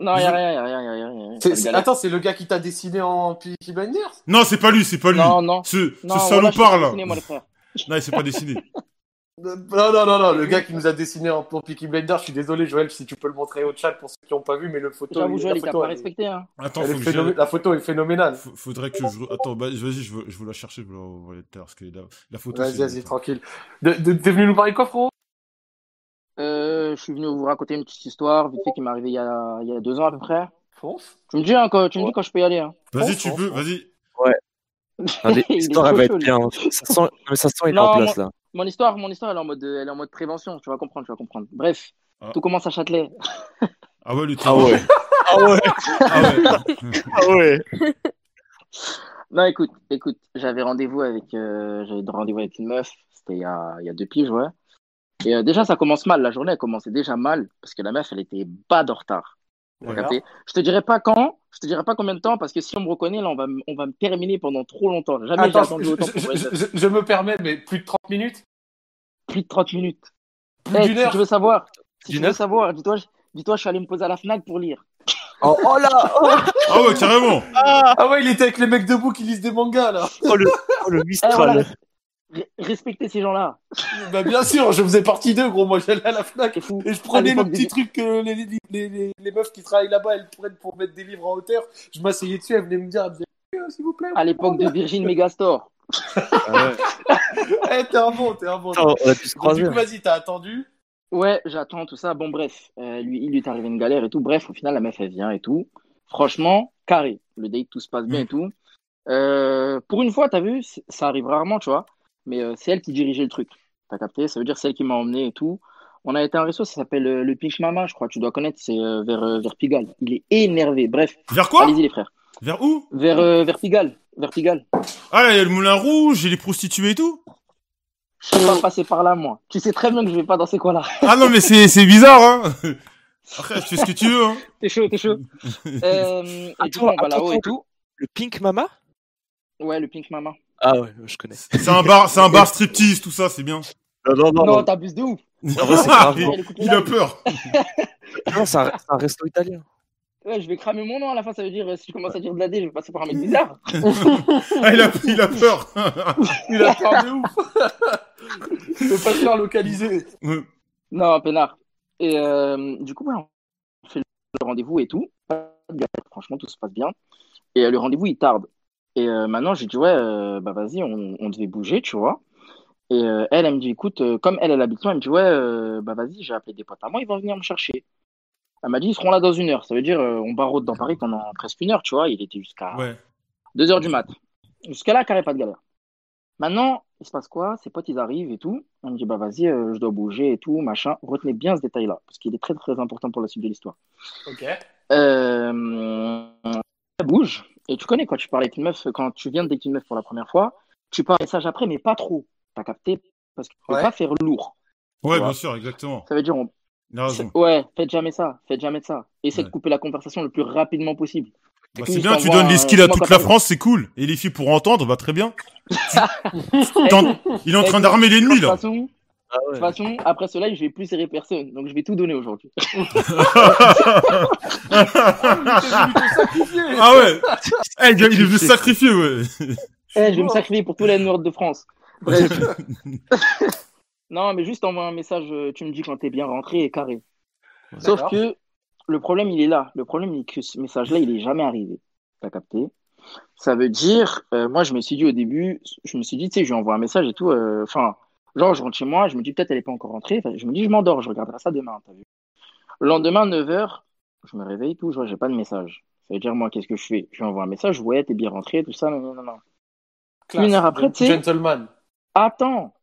Non, y'a rien, y'a rien, y'a rien, y'a rien. Ça C'est- c'est- me galère. Attends, c'est le gars qui t'a dessiné en Peaky Blinders Non, c'est pas lui, c'est pas lui. Non, non. Ce, ce Non, voilà, je suis salopard, pas là. dessiné, moi, le frère. Non, il s'est pas dessiné. Euh, Non, non, non, non, le gars qui nous a dessiné en, en Peaky Blinders, je suis désolé, Joël, si tu peux le montrer au chat pour ceux qui n'ont pas vu, mais le photo, J'avoue, il- Joël, la, il t'a photo pas elle- respecté, hein. Attends, elle faut est que phénomé- je... la photo est phénoménale. Faut- Faudrait que je... Attends, bah, vas-y, je veux, je veux la chercher, je vais la renvoyer tout à l'heure, parce que la, la photo... Vas-y, c'est- vas-y, tranquille. De- de- T'es venu nous parler quoi, frérot Euh, je suis venu vous raconter une petite histoire, vite fait, qui m'est arrivée il y a, il y a deux ans à peu près. Fonce. Tu me dis, hein, quand, tu me dis quand je peux y aller. Hein. Vas-y, France, tu France, peux, France. vas-y. Ah, des- Il est L'histoire, chaud, elle va chaud, être lui. bien. hein. Ça sent, non, mais ça sent, il est Non, en moi- place, là. Mon histoire, mon histoire, elle est en mode, elle est en mode prévention. Tu vas comprendre, tu vas comprendre. Bref, Ah. tout commence à Châtelet. Ah ouais, le truc. Ah ouais. Ah ouais. Ah ouais. Ah ouais. Non, écoute, écoute, j'avais rendez-vous avec, euh, j'avais rendez-vous avec une meuf. C'était il y a, il y a deux piges, ouais. Et euh, déjà, ça commence mal. La journée, elle commençait déjà mal parce que la meuf, elle était bas de retard. T'as Voilà. capté Je te dirai pas quand, je te dirai pas combien de temps parce que si on me reconnaît, là, on va, me- on va me terminer pendant trop longtemps. Jamais j'ai Attends, attendu je, autant je- pour voir une je- meuf. je- je me permets, mais plus de 30 minutes plus de 30 minutes. Plus Eh, d'une si heure tu veux savoir, si D'une tu veux heure savoir, dis-toi, je- dis-toi, je suis allé me poser à la Fnac pour lire. Oh, oh là oh, Ah ouais, carrément. Ah ouais, il était avec les mecs debout qui lisent des mangas, là oh, le, oh, le Eh, voilà, Mistral. res- re- respectez ces gens-là. Bah bien sûr, je faisais partie d'eux, gros. Moi, j'allais à la Fnac C'est fou. et je prenais À le l'époque petit des- truc que les, les, les, les- les meufs qui travaillent là-bas, elles prennent pour mettre des livres en hauteur. Je m'asseyais dessus, elles venaient me dire, Eh, s'il vous plaît. À l'époque de Virgin Megastore. Ah Eh, t'es un bon, t'es un bon. Attends, on a dû se Donc, croiser. du coup, vas-y, t'as attendu. Ouais, j'attends tout ça. Bon, bref, euh, lui, il lui est arrivé une galère et tout. Bref, au final, la meuf, elle vient et tout. Franchement, carré. Le date, tout se passe Mm. bien et tout. Euh, pour une fois, t'as vu, c- ça arrive rarement, tu vois. Mais euh, c'est elle qui dirigeait le truc. T'as capté? Ça veut dire c'est elle qui m'a emmené et tout. On a été à un resto, ça s'appelle euh, le Pinch Mama, je crois. Tu dois connaître, c'est euh, vers, euh, vers Pigalle. Il est énervé. Bref, Vers quoi allez-y, les frères. Vers où Vers, euh, vers Pigalle. Vers Pigalle. Ah là, il y a le moulin rouge, et les prostituées et tout. Je suis pas passé par là, moi. Tu sais très bien que je vais pas dans ces coins-là. Ah non, mais c'est c'est bizarre, hein. Après, tu fais ce que tu veux, hein. T'es chaud, t'es chaud. Euh, et du coup, Attends, on va là-haut et attends, tout. Le Pink Mama Ouais, le Pink Mama. Ah ouais, je connais. C'est un bar, c'est un bar striptease, tout ça, c'est bien. Non, non, non. Non, t'abuses de ouf. vrai, c'est grave. il, il a Ah, peur. non, c'est un, c'est un resto italien. ouais, je vais cramer mon nom à la fin, ça veut dire euh, si je commence à dire de la D, je vais passer par un mec bizarre. Ah, il, a, il a peur. Il a peur de ouf. Il peut pas se faire localiser. Non, peinard. Et euh, du coup, ouais, on fait le rendez-vous et tout. Pas de galère, Franchement, tout se passe bien. Et euh, le rendez-vous, il tarde. Et euh, maintenant, j'ai dit, ouais, euh, bah vas-y, on, on devait bouger, tu vois. Et euh, elle, elle me dit, écoute, euh, comme elle, elle habite loin, elle me dit, ouais, euh, bah vas-y, j'ai appelé des potes à moi, ils vont venir me chercher. Elle m'a dit, ils seront là dans une heure. Ça veut dire, euh, on baraude dans Paris pendant presque une heure, tu vois. Il était jusqu'à ouais. 2 heures du mat. Jusqu'à là, carré, pas de galère. Maintenant, il se passe quoi Ses potes, ils arrivent et tout. On me dit, bah vas-y, euh, je dois bouger et tout, machin. Retenez bien ce détail-là, parce qu'il est très très important pour la suite de l'histoire. Ok. Euh, elle bouge. Et tu connais quand tu parles avec une meuf, quand tu viens de dater une meuf pour la première fois, tu parles message après, mais pas trop. T'as capté Parce qu'il faut Ouais. pas faire lourd. Ouais, bien sûr, exactement. Ça veut dire, on... Il a raison. ouais, faites jamais ça, faites jamais ça. Essayez Ouais. de couper la conversation le plus rapidement possible. Bah, que c'est je bien, tu t'envoie donnes les un- skills à moi, toute quand la je- France, c'est cool. Et les filles pour entendre, bah très bien. T'es en- Il est en train d'armer Eh, De l'ennemi toute là. façon, de toute façon, après cela, je vais plus serrer personne, donc je vais tout donner aujourd'hui. Ah ouais. Eh, il est il est venu se sacrifier, ouais. Eh, je vais me sacrifier pour tous les Nord de France. Bref. non, mais juste envoie un message, euh, tu me dis quand t'es bien rentré et carré. Sauf D'accord. que le problème, il est là. Le problème, il est que ce message-là, il est jamais arrivé. T'as capté Ça veut dire, euh, moi, je me suis dit au début, je me suis dit, tu sais, je lui envoie un message et tout. euh, Enfin, genre, je rentre chez moi, je me dis, peut-être, elle est pas encore rentrée. Enfin, je me dis, je m'endors, je regarderai ça demain, t'as vu Le lendemain, 9h, je me réveille, tout, je vois, j'ai pas de message. Ça veut dire, moi, qu'est-ce que je fais Je lui envoie un message, ouais, t'es bien rentré, tout ça, non, non, non, non. Une heure après, tu sais. Gentleman. Attends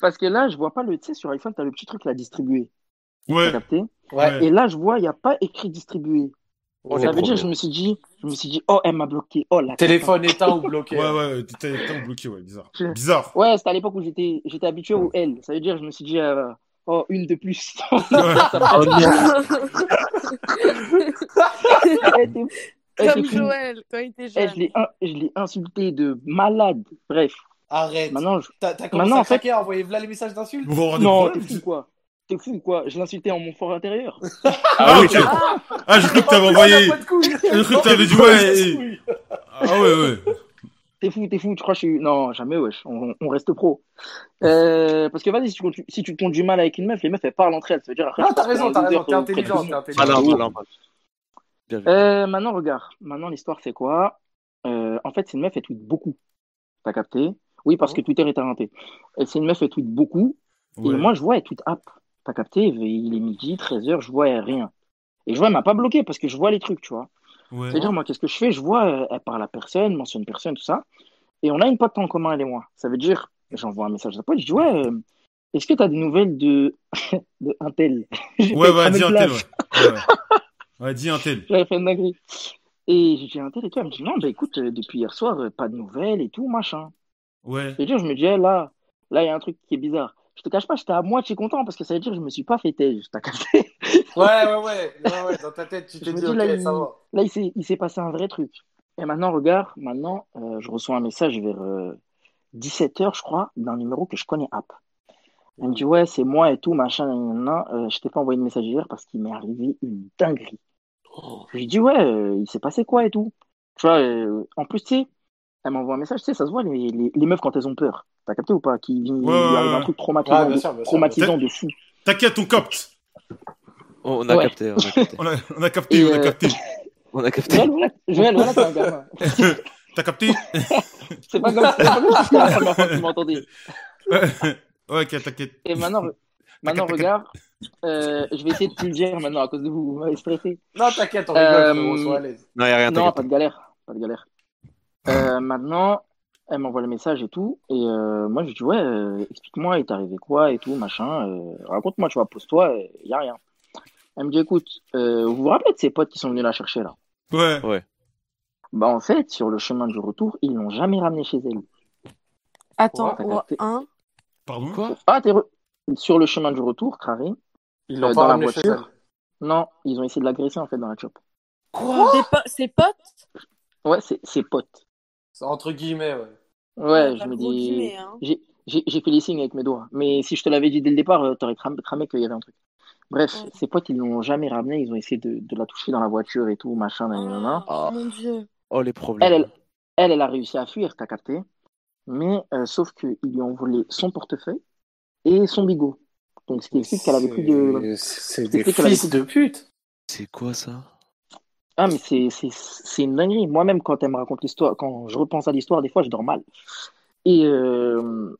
Parce que là, je vois pas le. Tu sais, sur iPhone, t'as le petit truc là distribué. T'as Ouais. capté Ouais. Ouais. Et là, je vois, il n'y a pas écrit distribué. Oh, ça les veut dire, problèmes. je me suis dit, je me suis dit, oh, elle m'a bloqué. Oh, la Téléphone éteint ou bloqué. Ouais, ouais, t'es- t'es t'es bloqué, ouais, bizarre. Je- Bizarre. Ouais, c'était à l'époque où j'étais, j'étais habitué au L. Ça veut dire, je me suis dit, euh, oh, une de plus. Ouais. Oh, Elle était- elle était Comme prise- Joël, quand il était Eh, jeune. je l'ai in- je l'ai insulté de malade. Bref, Arrête. maintenant, je... T'as t'as commencé Maintenant, à en fait- craquer, à envoyer là les messages d'insultes. Vous aurez des non, t'es problèmes. fou quoi. T'es fou quoi. Je l'insultais en mon fort intérieur. Ah, ok. Ah, j'ai cru que t'avais envoyé. J'ai cru que t'avais dit ouais. et- Ah ouais, ouais. T'es fou, t'es fou, tu crois que je suis. Non, jamais, wesh, on, on reste pro. Euh, parce que vas-y, si tu, continues- si tu te tournes du mal avec une meuf, les meufs elles parlent entre elles. Ça veut dire après. Ah, tu t'as passes raison, pendant t'as deux raison. heures, T'es euh, intelligent, près t'es de intelligent. Malin, tout. malin. Bien vu. Euh, maintenant, regarde. Maintenant, l'histoire c'est quoi Euh, En fait, c'est une meuf, elle tweet beaucoup. T'as capté Oui, parce que Twitter est arrêté. Et c'est une meuf, elle tweet beaucoup. Et Oh. Ouais. moi, je vois, elle tweet app. T'as capté Il est midi, 13h, je vois, elle rien. Et je vois, elle m'a pas bloqué parce que je vois les trucs, tu vois. Ouais. C'est-à-dire, moi, qu'est-ce que je fais Je vois, euh, elle parle à personne, mentionne personne, tout ça. Et on a une pote en commun, elle et moi. Ça veut dire, j'envoie un message à la pote, je dis, ouais, euh, est-ce que t'as des nouvelles de, de un tel J'étais Ouais, ouais, avec dis un Amel tel, Blash. ouais. Ouais, ouais. Ouais, dis un tel. J'avais fait une dinguerie. Et j'ai dit, un tel et tout. Elle me dit, non, bah écoute, euh, depuis hier soir, euh, pas de nouvelles et tout, machin. Ouais. C'est-à-dire, je me dis, eh, là, là, il y a un truc qui est bizarre. Je te cache pas, j'étais à moitié content parce que ça veut dire, je me suis pas fait têche, t'as capté Ouais, ouais, ouais, ouais, ouais, dans ta tête, tu Je t'es me dit, dis, ok, là, il- ça va. Là, il s'est, il s'est passé un vrai truc. Et maintenant, regarde, maintenant, euh, je reçois un message vers 17h, je crois, d'un numéro que je connais app. Elle me dit, ouais, c'est moi et tout, machin, nan, nan, nan. Euh, je t'ai pas envoyé de message hier parce qu'il m'est arrivé une dinguerie. Je lui dis, ouais, euh, il s'est passé quoi et tout. Tu vois, euh, en plus, tu sais, elle m'envoie un message, tu sais, ça se voit, les, les, les meufs, quand elles ont peur. T'as capté ou pas Qui vient Ouais, ouais, arrive ouais. un truc traumatisant, Ouais, bien de- sûr, bien sûr, traumatisant de fou. T'inquiète, on capte. On, Oh, on a Ouais. capté, on a capté. On a, on a capté, Et, on a euh, capté. On a capté. Joël, voilà, Joël, voilà, t'es un gamin. T'as capté C'est pas comme c'est pas comme si c'était la première fois que tu m'entendais. Ouais, Ouais, ok, t'inquiète. Et maintenant, re- maintenant regarde, euh, je vais essayer de plus le dire maintenant à cause de vous, vous m'avez stressé. Non, t'inquiète, on Euh, rigole, on soit à l'aise. Non, y a rien, Non, t'inquiète. pas de galère, pas de galère. Euh, maintenant, elle m'envoie le message et tout, et euh, moi je dis ouais, euh, explique-moi, il t'est arrivé quoi et tout, machin, euh, raconte-moi, tu vois, pose-toi, il y a rien. Elle me dit écoute, euh, vous vous rappelez de ces potes qui sont venus la chercher là Ouais. Bah en fait, sur le chemin du retour, ils l'ont jamais ramené chez elle. Attends, Ouais. oh, hein Pardon Ah, t'es re- sur le chemin du retour, Crary Ils Euh, l'ont dans pas la ramené chez voiture. Non, ils ont essayé de l'agresser en fait dans la chop. Des po- Ses potes Ouais, c'est ses potes. elle. Entre guillemets, ouais. Ouais, je Pas me gros dis. guillemets, hein. J'ai j'ai- j'ai fait les signes avec mes doigts. Mais si je te l'avais dit dès le départ, euh, t'aurais cram- cramé qu'il y avait un truc. Bref, ses potes, ils l'ont jamais ramenée. Ils ont essayé de, de la toucher dans la voiture et tout, machin, nan, nan, nan. Oh, mon dieu. Oh, les problèmes. Elle, elle, elle, elle a réussi à fuir, t'as capté. Mais euh, sauf qu'ils lui ont volé son portefeuille et son bigot. Donc, ce qui explique qu'elle avait plus de. C'est ce qui des explique qu'elle avait fils plus de pute. C'est quoi ça Ah, mais c'est- c'est c'est une dinguerie. Moi-même, quand elle me raconte l'histoire, quand je repense à l'histoire, des fois, je dors mal. Et euh,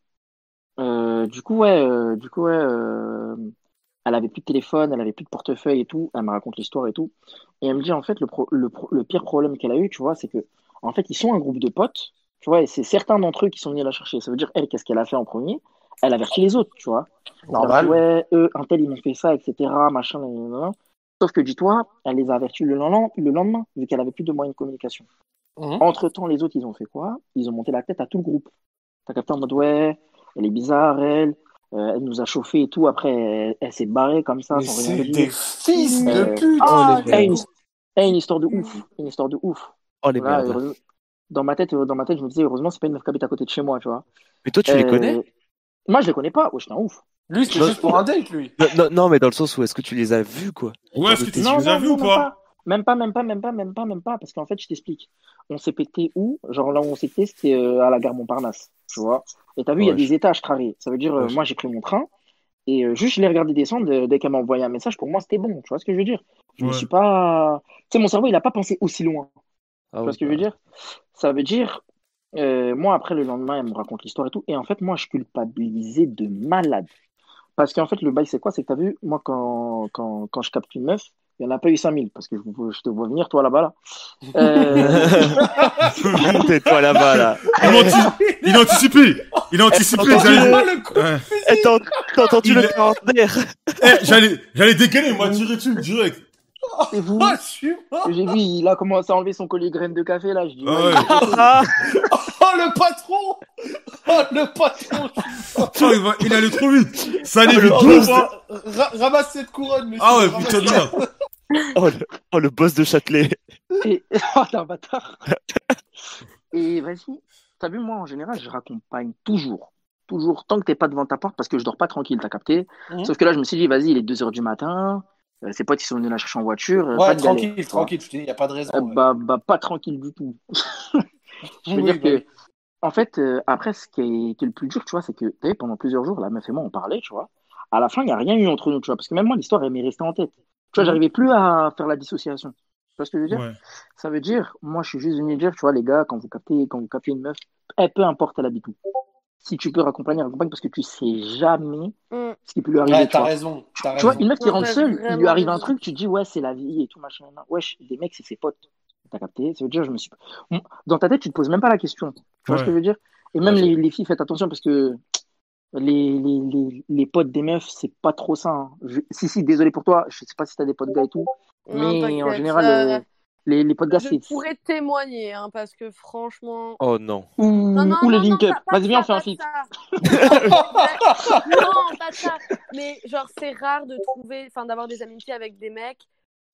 euh, du coup, ouais, euh, du coup, ouais, euh, elle avait plus de téléphone, elle avait plus de portefeuille et tout. Elle me raconte l'histoire et tout. Et elle me dit, en fait, le, pro- le, pro- le pire problème qu'elle a eu, tu vois, c'est que, en fait, ils sont un groupe de potes, tu vois, et c'est certains d'entre eux qui sont venus la chercher. Ça veut dire, elle, qu'est-ce qu'elle a fait en premier? Elle avertit les autres, tu vois. Elle leur dit, Normal. ouais, eux, un tel, ils m'ont fait ça, etc., machin, nan, nan, nan. Sauf que dis-toi, elle les a avertis le lendemain, le lendemain, vu qu'elle avait plus de moyens de communication. Mhm. Entre-temps, les autres, ils ont fait quoi? Ils ont monté la tête à tout le groupe. T'as capté en mode, ouais, elle est bizarre, elle, euh, elle nous a chauffé et tout. Après, elle, elle s'est barrée comme ça, Mais sans c'est rien des dire. fils Euh, de pute. Oh, Eh, les une, eh, une histoire de ouf, une histoire de ouf. Oh, les Voilà, merdes. heureusement- dans ma tête, euh, dans ma tête, je me disais, heureusement, c'est pas une meuf qui habite à côté de chez moi, tu vois. Mais toi, tu les Euh, connais Moi, je les connais pas. Ouais, je suis un ouf. Lui, c'était Je- juste pour un date, lui. non, non, non, mais dans le sens où est-ce que tu les as vus, quoi Ouais, est-ce que tu Non, les as non, vus non, ou même pas Même pas, même pas, même pas, même pas, même pas, parce qu'en fait, je t'explique. On s'est pété où? Genre là où on s'est pété, c'était euh, à la gare Montparnasse, tu vois. Et t'as vu, il y a Ouais, des je- étages carrés. Ça veut dire, euh, Ouais, je- moi, j'ai pris mon train et euh, juste je l'ai regardé descendre. euh, Dès qu'elle m'a envoyé un message, pour moi, c'était bon. Tu vois ce que je veux dire? Je me Ouais. suis pas. Tu sais, mon cerveau, il a pas pensé aussi loin. Ah Tu ouais, vois ce que je veux dire? Ça veut dire, euh, moi, après, le lendemain, elle me raconte l'histoire et tout. Et en fait, moi, je culpabilisais de malade. Parce qu'en fait, le bail, c'est quoi? C'est que t'as vu, moi, quand, quand, quand je capte une meuf, il n'y en a pas eu 5000 parce que je, vous- je te vois venir, toi, là-bas, là. Euh, Tais-toi là-bas, là. Il anti- il a anticipé Il a anticipé, j'allais... le coup. Ouais. Eh, t'as- T'as entendu Il le est- quarantenaire Eh, j'allais, j'allais dégainer, il m'a tiré dessus direct. et vous? Ah, je suis mort. J'ai vu, il a commencé à enlever son collier graines de café, là. Je dis, Ah ouais, ouais. Ah, Oh, le patron. Oh, le patron. Putain, il, va- il allait trop vite. Ça allait vite. Oh, de ouf, hein. ra- ra- Ramasse cette couronne, monsieur. Ah ouais, Ramasse- putain de merde. oh, le... oh, le boss de Châtelet Et... Oh, t'es un bâtard. Et vas-y, t'as vu, moi, en général, je raccompagne toujours. Toujours, tant que t'es pas devant ta porte, parce que je dors pas tranquille, t'as capté. Mhm. Sauf que là, je me suis dit, vas-y, il est 2h du matin, euh, ses potes, ils sont venus la chercher en voiture. euh, pas Ouais, de galère, tranquille, tu vois. tranquille, je te dis, y a pas de raison. Euh, ouais. bah, bah, pas tranquille du tout. Je veux Oui, dire bah que, oui. en fait, euh, après, ce qui est, qui est le plus dur, tu vois, c'est que, t'as vu, pendant plusieurs jours, la meuf et moi, on parlait, tu vois. À la fin, il n'y a rien eu entre nous, tu vois, parce que même moi, l'histoire, elle m'est restée en tête. Tu Mhm. vois, j'arrivais plus à faire la dissociation. Tu vois ce que je veux dire? Ouais. Ça veut dire, moi, je suis juste venu dire, tu vois, les gars, quand vous captez, quand vous captez une meuf, eh, peu importe, elle habite où. Si tu peux raccompagner, raccompagne, parce que tu sais jamais Mm. ce qui peut lui arriver, Ouais, tu t'as vois. raison, t'as Tu vois, raison. une meuf qui Ouais, rentre t'as seule, il lui vraiment arrive un raison. truc, tu te dis, ouais, c'est la vie et tout, machin, machin. Wesh, des mecs, c'est ses potes. T'as capté? Ça veut dire, je me suis. Dans ta tête, tu te poses même pas la question. Tu vois Ouais. ce que je veux dire? Et même les, les filles, faites attention parce que les, les, les, les potes des meufs, c'est pas trop ça. hein. Je- Si, si, désolé pour toi, je sais pas si t'as des potes gars et tout, Non, mais en t'inquiète, général, euh, euh, les, les potes gars, je c'est. pourrais témoigner, hein, parce que franchement. Oh non Ou, Non, non, ou les non, non, link up. pas- pas Vas-y, viens, on ça, fait un pas feat. ça. non, pas ça. Mais genre, c'est rare de trouver, enfin, d'avoir des amitiés avec des mecs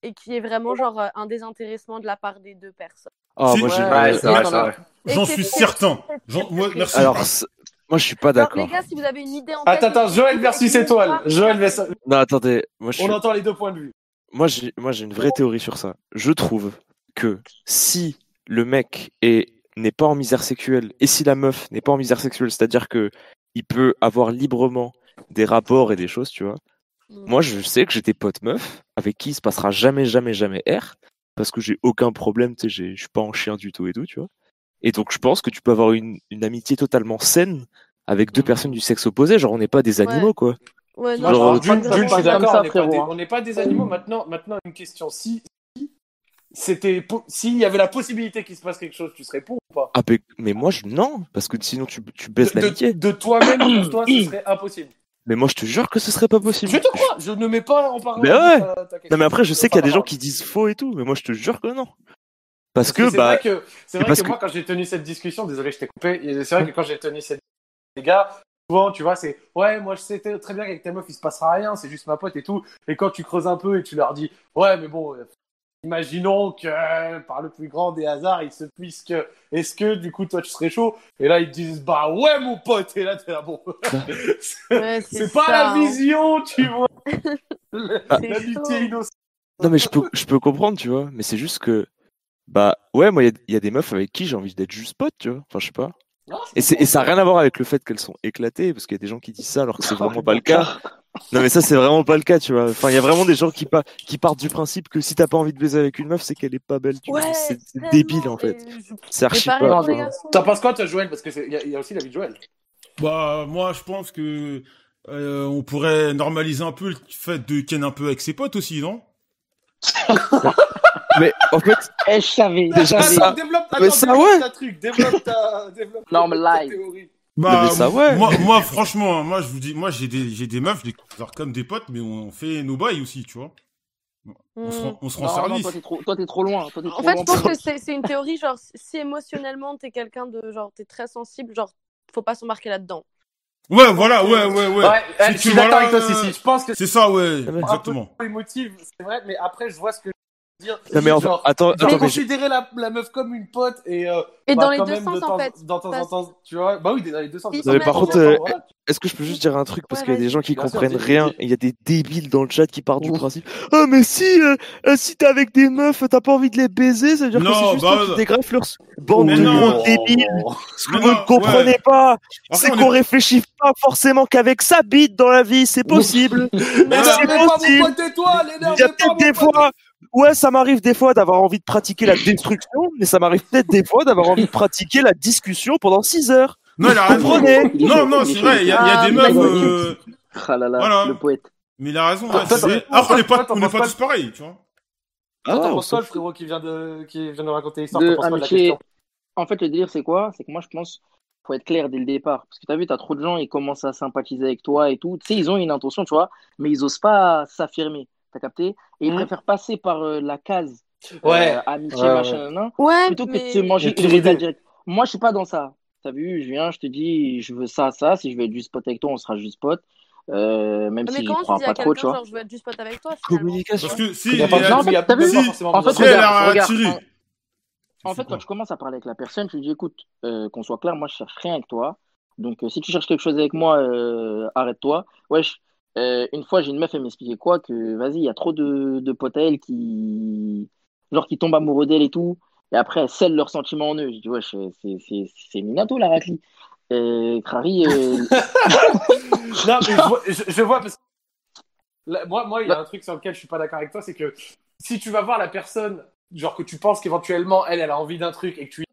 et qui est vraiment genre euh, un désintéressement de la part des deux personnes. Ah, Si. moi, j'ai- Ouais, c'est vrai, c'est vrai. Et J'en c'est- suis c'est- certain. c'est- J'en- c'est- ouais, c'est- merci. Alors, c'est- moi, je suis pas Alors, d'accord. les gars, si vous avez une idée en tête. Attends, attends, Joël versus étoile. Joël versus- Non, attendez, moi, je suis... On entend les deux points de vue. Moi, j'ai, moi, j'ai une vraie théorie sur ça. Je trouve que si le mec est, n'est pas en misère sexuelle et si la meuf n'est pas en misère sexuelle, c'est-à-dire que il peut avoir librement des rapports et des choses, tu vois. Mm. Moi, je sais que j'ai des potes meufs avec qui il se passera jamais, jamais, jamais R parce que j'ai aucun problème, tu sais, j'ai- je suis pas en chien du tout et tout, tu vois. Et donc, je pense que tu peux avoir une, une amitié totalement saine avec deux personnes du sexe opposé, genre on n'est pas des Mm. Ouais. animaux, quoi. Ouais, Moi, non, je Genre, parle pas Jules, de ça, je Jules, je parle suis comme d'accord, ça, on n'est pas des- frérot. hein. on n'est pas des animaux. Maintenant, maintenant une question. Si si c'était po- s'il y avait la possibilité qu'il se passe quelque chose, tu serais pour ou pas Ah, mais, mais moi, je, non, parce que sinon tu, tu De, baisses l'amitié. de- de toi-même, pour toi, ce serait impossible. Mais moi, je te jure que ce serait pas possible. Je te crois, je ne mets pas en parole. Mais Ben ouais. ta- ta question. Non mais après je sais Enfin, qu'il y a des gens pardon. qui disent faux et tout, mais moi je te jure que non. Parce que c'est bah vrai que, c'est vrai parce que moi quand j'ai tenu cette discussion, désolé je t'ai coupé, et c'est vrai que quand j'ai tenu cette les gars, souvent tu vois c'est ouais moi je sais très bien qu'avec ta meuf il se passera rien, c'est juste ma pote et tout, et quand tu creuses un peu et tu leur dis ouais mais bon euh, imaginons que euh, par le plus grand des hasards ils se puissent que est-ce que du coup toi tu serais chaud et là ils te disent bah ouais mon pote et là t'es là bon ouais, hein. c'est hein. pas ça, la vision tu vois Ah. L'amitié innocente. Non, mais je peux, je peux comprendre, tu vois. Mais c'est juste que, bah, ouais, moi, il y, a- il y a des meufs avec qui j'ai envie d'être juste pote, tu vois. Enfin, je sais pas. Non, je Et, c'est- et ça n'a rien à voir avec le fait qu'elles sont éclatées, parce qu'il y a des gens qui disent ça alors que c'est Oh, vraiment pas le cas. Non, mais ça, c'est vraiment pas le cas, tu vois. Enfin, il y a vraiment des gens qui, pa- qui partent du principe que si t'as pas envie de baiser avec une meuf, c'est qu'elle est pas belle, tu vois. Ouais, C'est c'est vraiment, débile, en fait. et je- C'est et archi pareil pas, hein. pour tu les vois. garçons. T'en penses quoi, toi, Joël Parce qu'il y, a- il y a aussi la vie de Joël. Bah, moi, je pense que euh, on pourrait normaliser un peu le fait de ken un peu avec ses potes aussi, non Mais en fait, Eh, je savais. je Déjà, savais. ça- développe, mais ça, développe ouais. ta truc, développe ta, développe Non, mais ta live. théorie. Bah, Mais ça, ouais. moi, moi, franchement, hein, moi, je vous dis, moi, j'ai des, j'ai des meufs, des- genre comme des potes, mais on fait nos bails aussi, tu vois. On se rend, on se rend Non, non, service. toi, t'es trop, toi, t'es trop loin. Toi, t'es En trop fait, loin je pense pour- que c'est c'est une théorie, genre, si émotionnellement t'es quelqu'un de, genre, t'es très sensible, genre, faut pas s'embarquer là-dedans. Ouais, voilà, ouais, ouais, ouais. Ouais, Si eh, je tu suis vois d'accord là, avec toi, Sissi. Je pense que C'est ça, ouais, Ah ouais. exactement. peu émotive, c'est vrai, mais après, je vois ce que je veux dire. Non, mais en- Genre, attends, genre, attends, mais je- considérer la, la meuf comme une pote et. euh, Et bah, dans les quand deux même, de sens, temps- en fait. Dans temps en Parce- temps, tu vois. Bah oui, dans les deux sens. Il de temps Non, mais en par temps, contre, voilà. euh, est-ce que je peux juste dire un truc Parce Ouais, qu'il y a des vas-y. gens qui Bien sûr, comprennent vas-y, rien. vas-y. Il y a des débiles dans le chat qui partent du principe Ah, mais si, euh, euh, si t'es avec des meufs, t'as pas envie de les baiser, ça veut dire Non, que c'est juste bah, toi qui bah. dégreffes leur Oh, bande Mais de non. gros débiles. Ce que Mais vous non, ne comprenez ouais. pas, Après, c'est on est- qu'on réfléchit pas forcément qu'avec sa bite dans la vie, c'est possible. Mais non, c'est mais pas possible. mon pote et toi, les nerfs, Il y a mais pas peut-être des mon pote. fois, ouais, ça m'arrive des fois d'avoir envie de pratiquer la destruction, mais ça m'arrive peut-être des fois d'avoir envie de pratiquer la discussion pendant 6 heures. Non, il a raison. Comprenez. Non, non, c'est vrai, il y, a- il y a Ah, des mais meufs, d'accord. euh, Ah là là, Voilà. le poète. mais il a raison. Toi, ouais, toi, c'est- t'en- Alors qu'on n'est toi, Oh. pas, t'en on n'est penses pas pas tous pareils, tu vois. Toi, Ah, T'en on penses s'en quoi, le frérot qui vient de, qui vient de raconter l'histoire T'en de penses quoi de la amitié. question En fait, le délire, c'est quoi? C'est que moi, je pense, faut être clair dès le départ. Parce que t'as vu, t'as trop de gens, ils commencent à sympathiser avec toi et tout. Tu sais, ils ont une intention, tu vois, mais ils osent pas s'affirmer. T'as capté? Et ils Mhm. préfèrent passer par euh, la case euh, Ouais. amitié, Ouais, ouais. machin, nan, nan, Ouais, plutôt que de mais... se manger Et une puis les rosade deux. direct. Moi, je suis pas dans ça. T'as vu, je viens, je te dis, je veux ça, ça. Si je veux être juste pote avec toi, on sera juste pote. Euh, même Ah, Mais si j'y comment tu crois dis à pas trop, tu quelqu'un, vois. genre, je veux être juste pote avec toi, finalement Communication. Parce que si, Il il y y a pas- a- non, mais il y a t'as vu, pas si, forcément en fait, si besoin de- elle regarde, a regarde, attiré. en- En fait, quand tu commences à parler avec la personne, tu lui dis, écoute, euh, qu'on soit clair, moi je cherche rien avec toi. Donc euh, si tu cherches quelque chose avec moi, euh, arrête-toi. Wesh, euh, une fois j'ai une meuf, elle m'expliquait quoi? Que vas-y, il y a trop de, de potes à elle qui... Genre qui tombent amoureux d'elle et tout. Et après, elles scellent leurs sentiments en eux. Je dis, wesh, euh, c'est c'est- c'est Minato la raclie. Et Crary, euh, Non, mais je vois, je, je vois parce que Là, moi, moi, il y a un truc sur lequel je suis pas d'accord avec toi, c'est que si tu vas voir la personne, genre que tu penses qu'éventuellement elle, elle a envie d'un truc et que tu,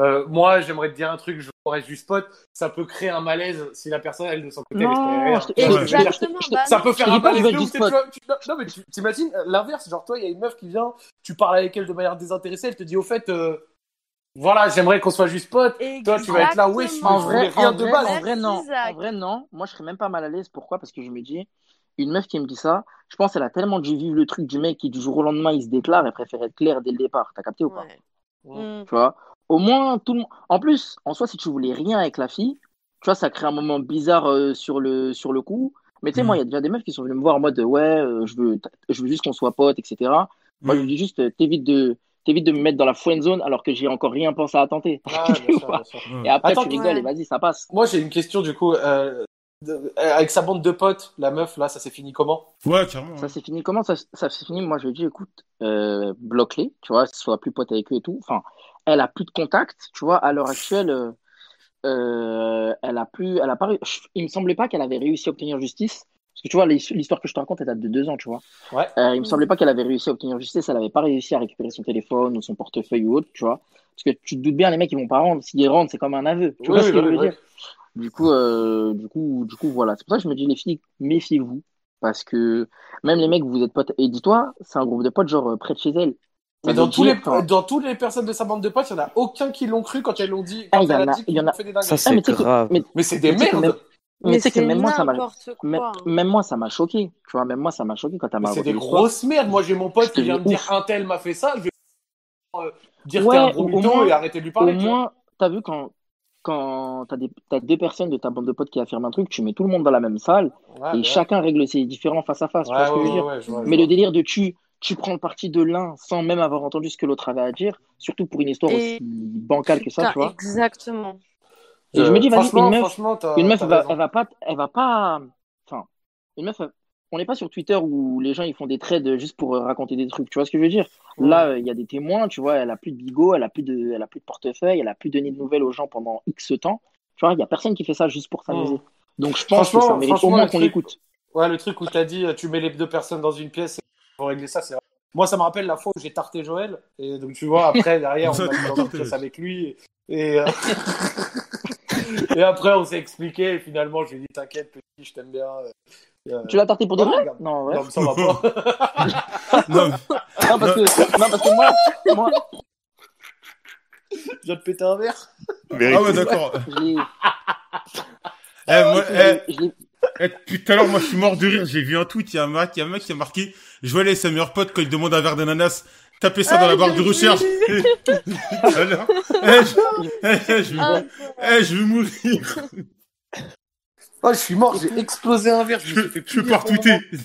Euh, moi, j'aimerais te dire un truc, je pourrais juste pote, ça peut créer un malaise si la personne, elle de son côté, Non, elle espérait rien. je te- Tu vois ce que je veux dire Exactement, je te- bah ça non. peut faire Je un dis pas que je malaise vais de ouf, être juste tu- tu- non, mais tu- t'imagines euh, l'inverse, genre toi, il y a une meuf qui vient, tu parles avec elle de manière désintéressée, elle te dit au fait, euh, voilà, j'aimerais qu'on soit juste pote. Toi, tu vas être là, ouais, je Exactement. m'en En je vrai, voulais rien en de vrai, base. en vrai, non. Merci, Zach. En vrai, non. Moi, je serais même pas mal à l'aise. Pourquoi? Parce que je me dis, une meuf qui me dit ça, je pense qu'elle a tellement dû vivre le truc du mec qui, du jour au lendemain, il se déclare. Elle préfère être claire dès le départ. T'as capté ou pas? Ouais. Ouais. Mm. Tu vois? Au moins, tout le monde. En plus, en soi, si tu voulais rien avec la fille, tu vois, ça crée un moment bizarre euh, sur le, sur le coup. Mais tu sais, Mm. Mhm. moi, il y a déjà des meufs qui sont venues me voir en mode, ouais, euh, je veux, je veux juste qu'on soit potes, etc. Moi, je Mhm. lui dis juste, euh, t'évites de, t'évites de me mettre dans la friend zone alors que j'ai encore rien pensé à tenter. Ah, bien sûr, bien sûr. Ouais. Et après, Attends, tu rigoles ouais. et vas-y, ça passe. Moi, j'ai une question du coup. euh, de- euh, avec sa bande de potes, la meuf, là, ça s'est fini comment Ouais, carrément. Ça c'est fini. Comment ça, ça c'est fini? Moi je lui dis, écoute, euh, bloque-les, tu vois, sois plus pote avec eux et tout. Enfin, elle a plus de contact, tu vois, à l'heure actuelle, euh, euh, elle a plus, elle a pas, ré- Chut, il me semblait pas qu'elle avait réussi à obtenir justice. Parce que tu vois, l'histo- l'histoire que je te raconte, elle date de deux ans, tu vois. Ouais. Euh, il me Mm. semblait pas qu'elle avait réussi à obtenir justice, elle avait pas réussi à récupérer son téléphone ou son portefeuille ou autre, tu vois. Parce que tu te doutes bien, les mecs, ils vont pas rendre. S'ils rendent, c'est comme un aveu. Tu vois Oui, ce que je oui, veux oui. dire? Du coup, euh, du coup, du coup, voilà. C'est pour ça que je me dis, les filles, méfiez-vous. Parce que même les mecs, vous êtes potes. Et dis-toi, c'est un groupe de potes, genre, euh, près de chez elle. Ça Mais dans, veut tous les, dire, enfin, dans toutes les personnes de sa bande de potes, il n'y en a aucun qui l'ont cru quand elles l'ont dit. Quand Ah, il y elle en a a- dit il y qu'ils en a- ont fait des dingueries. Ça, Ah, c'est mais tu sais que- grave. mais- Mais c'est des mais tu sais que merdes Mais tu sais que c'est même moi, ça m'a. n'importe quoi. Même, hein. même moi, ça m'a choqué. Tu vois, même moi, ça m'a choqué quand elle Mais m'a C'est raconté des l'histoire. grosses merdes. Moi, j'ai mon pote C'est qui vient me dire ouf. un tel m'a fait ça. Je vais euh, dire Ouais, t'es un gros au- au mytho moins- et arrêter de lui Au parler. tu vois. moins, t'as vu quand, quand t'as des, t'as deux personnes de ta bande de potes qui affirment un truc, tu mets tout le monde dans la même salle Ouais, et ouais. chacun règle ses différends face à face. Tu vois Ouais, ce que je veux ouais, dire? ouais, ouais, je vois, je Mais vois. le délire de tu, tu prends le parti de l'un sans même avoir entendu ce que l'autre avait à dire, surtout pour une histoire Et- aussi bancale que ça, Putain, tu vois. Exactement. Et je me dis, vas-y, franchement, une meuf, franchement, t'as- une meuf, t'as elle va, raison. elle va pas, elle va pas, enfin, une meuf, elle- on n'est pas sur Twitter où les gens ils font des trades juste pour euh, raconter des trucs. Tu vois ce que je veux dire Là, euh, il y a des témoins. Tu vois, elle a plus de bigot, elle a plus de, elle a plus de portefeuille, elle a plus donné de nouvelles aux gens pendant X temps. Tu vois, il y a personne qui fait ça juste pour s'amuser. Mm. Donc je pense que Franchement- ça mérite au franchement, moins le qu'on truc- l'écoute. Ouais, le truc où t'as dit, euh, tu mets les deux personnes dans une pièce pour régler ça, c'est vrai. Moi, ça me rappelle la fois où j'ai tarté Joël. Et donc, tu vois, après, derrière, on Ça, a tu mis l'as dans une tarté, pièce oui. avec lui. Et, euh, et après, on s'est expliqué. Et finalement, je lui ai dit, t'inquiète, petit, je t'aime bien. euh, Tu l'as tarté pour de Ouais, vrai regarde. Non, ouais. Non, mais ça va pas. Non, Non, parce que, non, parce que moi, moi, Je viens de péter un verre. mais- ah ouais, d'accord. je l'ai- Eh, moi, Oh, eh, je l'ai- Eh, Depuis tout à l'heure, moi, je suis mort de rire. J'ai vu un tweet. Il y a un mec, il y a un mec qui a marqué Joël et ses meilleurs potes quand ils demandent un verre d'ananas. Tapez Ah, ça dans la barre de recherche. Eh, tout à l'heure. Eh, je- eh, je Ah, vais- eh, je vais mourir. Ah, je suis mort, j'ai explosé un verre. Je Je me suis fait vais- je vais punir pas pour le moment. retweeter.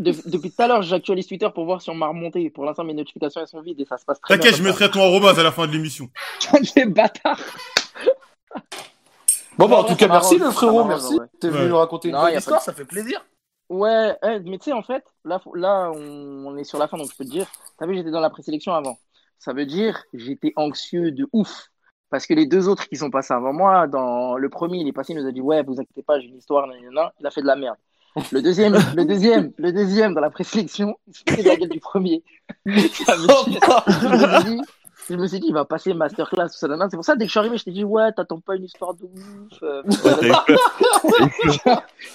de- depuis tout à l'heure, j'actualise Twitter pour voir si on m'a remonté. Pour l'instant, mes notifications elles sont vides et ça se passe très bien. T'inquiète, je mettrai ton arrobase à la fin de l'émission. T'es bâtard. Bon, bah, en Ouais, tout cas, ça merci, m'arrange, le frérot. ça m'arrange, Merci. ouais. T'es venu Ouais. nous raconter une Non, y bonne a pas histoire, de- ça fait plaisir. Ouais, eh, mais tu sais, en fait, là, faut- là on, on est sur la fin, donc je peux te dire. T'as vu, j'étais dans la présélection avant. Ça veut dire, j'étais anxieux de ouf. Parce que les deux autres qui sont passés avant moi, dans le premier, il est passé, il nous a dit, ouais, vous inquiétez pas, j'ai une histoire, nan, nan, nan. il a fait de la merde. Le deuxième, le deuxième, le deuxième dans la présélection, il se foutait de la gueule du premier. Ça veut dire- je me suis dit, je me suis dit, il va passer masterclass, tout ça, nan, nan. C'est pour ça, dès que je suis arrivé, je t'ai dit, ouais, t'attends pas une histoire de ouf. euh,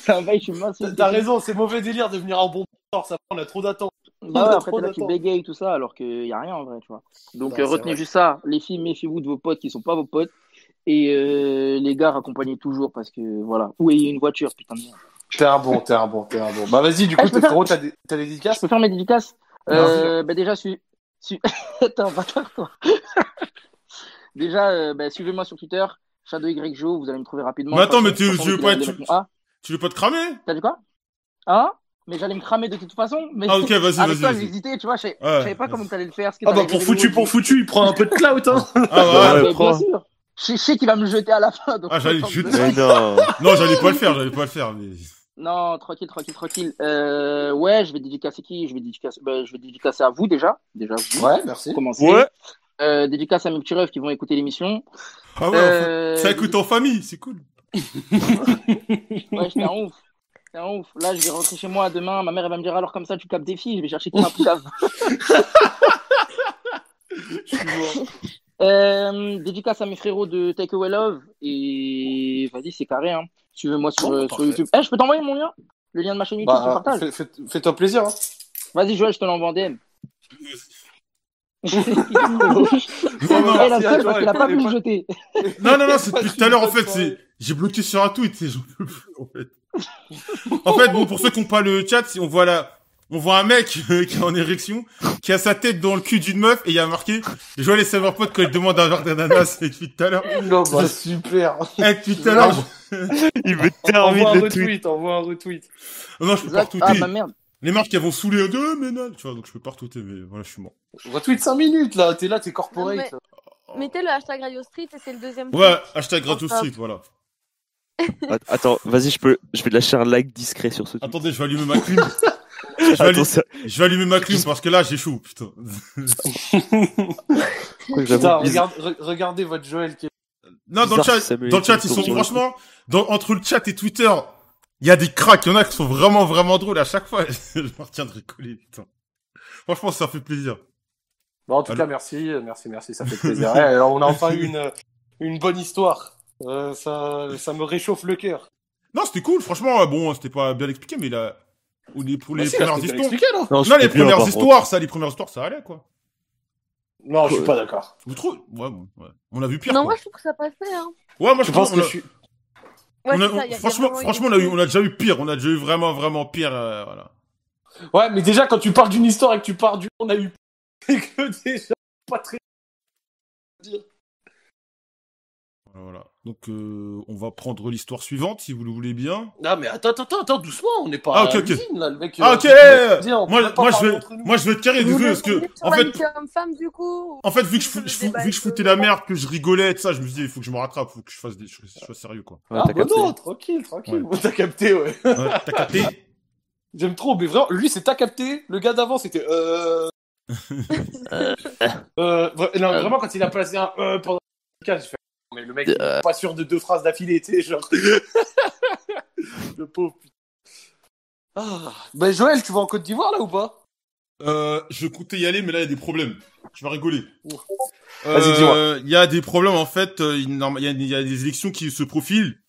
ça va, je suis mince. T'as raison, c'est mauvais délire de venir en bon port. Ça, on a trop d'attente. Bah ouais, après, Trop t'es là, tu d'attente. bégayes tout ça, alors qu'il y a rien en vrai, tu vois. Donc, Bah, euh, c'est retenez vrai. juste ça. Les filles, méfiez-vous de vos potes qui sont pas vos potes. Et euh, les gars, raccompagnez toujours parce que voilà. Où est une voiture, putain de merde. T'es un bon, t'es un bon, t'es un bon. Bah vas-y, du Eh, coup, je peux t'es faire- frérot, t'as des, t'as des Je dédicaces peux faire mes dédicaces Vas-y. euh, bah, Déjà, su... su... T'es un bâtard, toi. déjà, euh, bah, suivez-moi sur Twitter, Shadow YJO, vous allez me trouver rapidement. Mais attends, De mais toute tu- façon, tu veux vous pas allez être- mettre mon A. Tu veux pas te cramer T'as dit quoi Hein Mais j'allais me cramer de toute façon. Mais Ah ok, vas-y, avec vas-y. toi, vas-y. j'hésitais, tu vois, je sais- Ouais, je savais pas vas-y. comment t'allais le faire. ce que Ah bah t'allais pour révéler. foutu, pour foutu, il prend un peu de clout, hein Ah ouais. Ouais. Bah, prends. bien sûr. Je sais- je sais qu'il va me jeter à la fin. donc Ah, j'allais autant te jeter. que- Mais non. Non, j'allais pas le faire, j'allais pas le faire. Mais... Non, tranquille, tranquille, tranquille. Euh, ouais, je vais dédicacer qui Je vais dédicacer, bah, je vais dédicacer à vous déjà. Déjà, vous Ouais, merci. commencez. Ouais. Euh, dédicace à mes petits rêves qui vont écouter l'émission. Ah ouais, en Euh, fait, ça écoute en famille, c'est cool. Ouais, j'étais un ouf. J'étais un ouf. Là, je vais rentrer chez moi demain. Ma mère, elle va me dire alors comme ça, tu capes des filles. Je vais chercher qui m'a cave. Euh, dédicace à mes frérots de Take Away Love. Et vas-y, c'est carré. Hein. Suivez-moi sur, Bon, euh, sur parfait. YouTube. Eh, je peux t'envoyer mon lien Le lien de ma chaîne YouTube, je te Bah, partage. fais- fais- fais-toi plaisir. Hein. Vas-y, Joël, je te l'envoie en DM. Non, non, Eh, la merci à seule, toi, parce qu'il a et pas pas- pu et le pas- jeter. Non, non, non, c'est Pas depuis de tout à l'heure, en bonne fait, soirée. c'est, j'ai bloqué sur un tweet, c'est, j'en peux plus, en fait. En fait, bon, pour ceux qui n'ont pas le chat, si on voit là, on voit un mec euh, qui est en érection, qui a sa tête dans le cul d'une meuf, et il y a marqué, je vois les serveurs potes quand ils demandent un verre d'ananas, et depuis tout à l'heure, Non, bah super. et depuis tout à l'heure, je- Il me envoie un termine le tweet. retweet, envoie un retweet. oh non, je peux pas Zach- Ah, retweeter. bah merde. Les marques, elles vont saouler, oh, non, mais non, tu vois, donc je peux pas retweeter, mais voilà, je suis mort. Retweet 5 minutes là, t'es là, t'es Non, mais- corporate. Mettez le hashtag Radio Street et c'est le deuxième. Ouais, tweet. hashtag gratos Enfin. street, voilà. Att- Attends, vas-y, je peux, je vais lâcher un like discret sur ce tweet. Attendez, je vais allumer ma clim. je, vais allumer, Attends, ça- je vais allumer ma clim parce que là, j'ai chaud, putain. j'avoue, Putain, bizarre. regarde- re- regardez votre Joël qui est. Non, dans le Bizarre, chat, Samuel dans le chat, ils Eto'o. sont franchement, dans, entre le chat et Twitter, il y a des cracks, il y en a qui sont vraiment, vraiment drôles à chaque fois. je me retiendrai collé, putain. Franchement, ça fait plaisir. Bon, en tout Allô cas, merci, euh, merci, merci, ça fait plaisir. Ouais, alors, on a enfin eu une, une bonne histoire. Euh, ça, ça me réchauffe le cœur. Non, c'était cool, franchement, euh, bon, c'était pas bien expliqué, mais là, ou les- pour les Bah, si, là, premières je t'ai bien histoires. expliqué, non je Non, peux les plus encore, premières gros. histoires, ça, les premières histoires, ça allait, quoi. Non, je suis pas d'accord. Vous trouvez? Ouais, bon, ouais. On a vu pire, Non, quoi. moi je trouve que ça passait. Hein. Ouais, moi, je Je pense pense que je suis. Ouais, on c'est a- ça, y a- y a franchement, vraiment eu franchement, on des a eu, trucs. on a déjà eu pire, on a déjà eu vraiment, vraiment pire, euh, voilà. Ouais, mais déjà, quand tu parles d'une histoire et que tu parles du. On a eu. Et que déjà, pas très. Voilà. Donc, euh, on va prendre l'histoire suivante, si vous le voulez bien. Non, mais attends, attends, attends, doucement, on n'est pas Ah, ah, ok, à ok. l'usine, là, le mec. Ah, euh, ok on peut dire, on peut Moi, pas moi, je parler vais, entre nous. moi, je vais te carrer, Vous désolé, voulez parce que, revenir sur en la fait, lutte homme-femme du coup En fait, vu que je, fous- Le je fous- débat vu que je est foutais clos. la merde, que je rigolais, tout ça, je me suis dit, il faut que je me rattrape, faut que je fasse des choses, je sois sérieux, quoi. Ouais, Ah, t'as bah capté. non, tranquille, tranquille. T'as capté, ouais. Ouais, T'as capté J'aime trop, mais vraiment, lui, c'est t'as capté. Le gars d'avant, c'était. Euh... euh, vra- non, vraiment, quand il a placé un euh pendant le podcast, j'ai fait. Mais le mec, il est pas sûr de deux phrases d'affilée, tu sais, genre. le pauvre, putain. Ah. Ben, Joël, tu vas en Côte d'Ivoire, là, ou pas Euh, je comptais y aller, mais là, il y a des problèmes. Tu vas rigoler. Vas-y, dis-moi. Euh, Il y a des problèmes, en fait. euh, Il norm- il y, a- il y a des élections qui se profilent.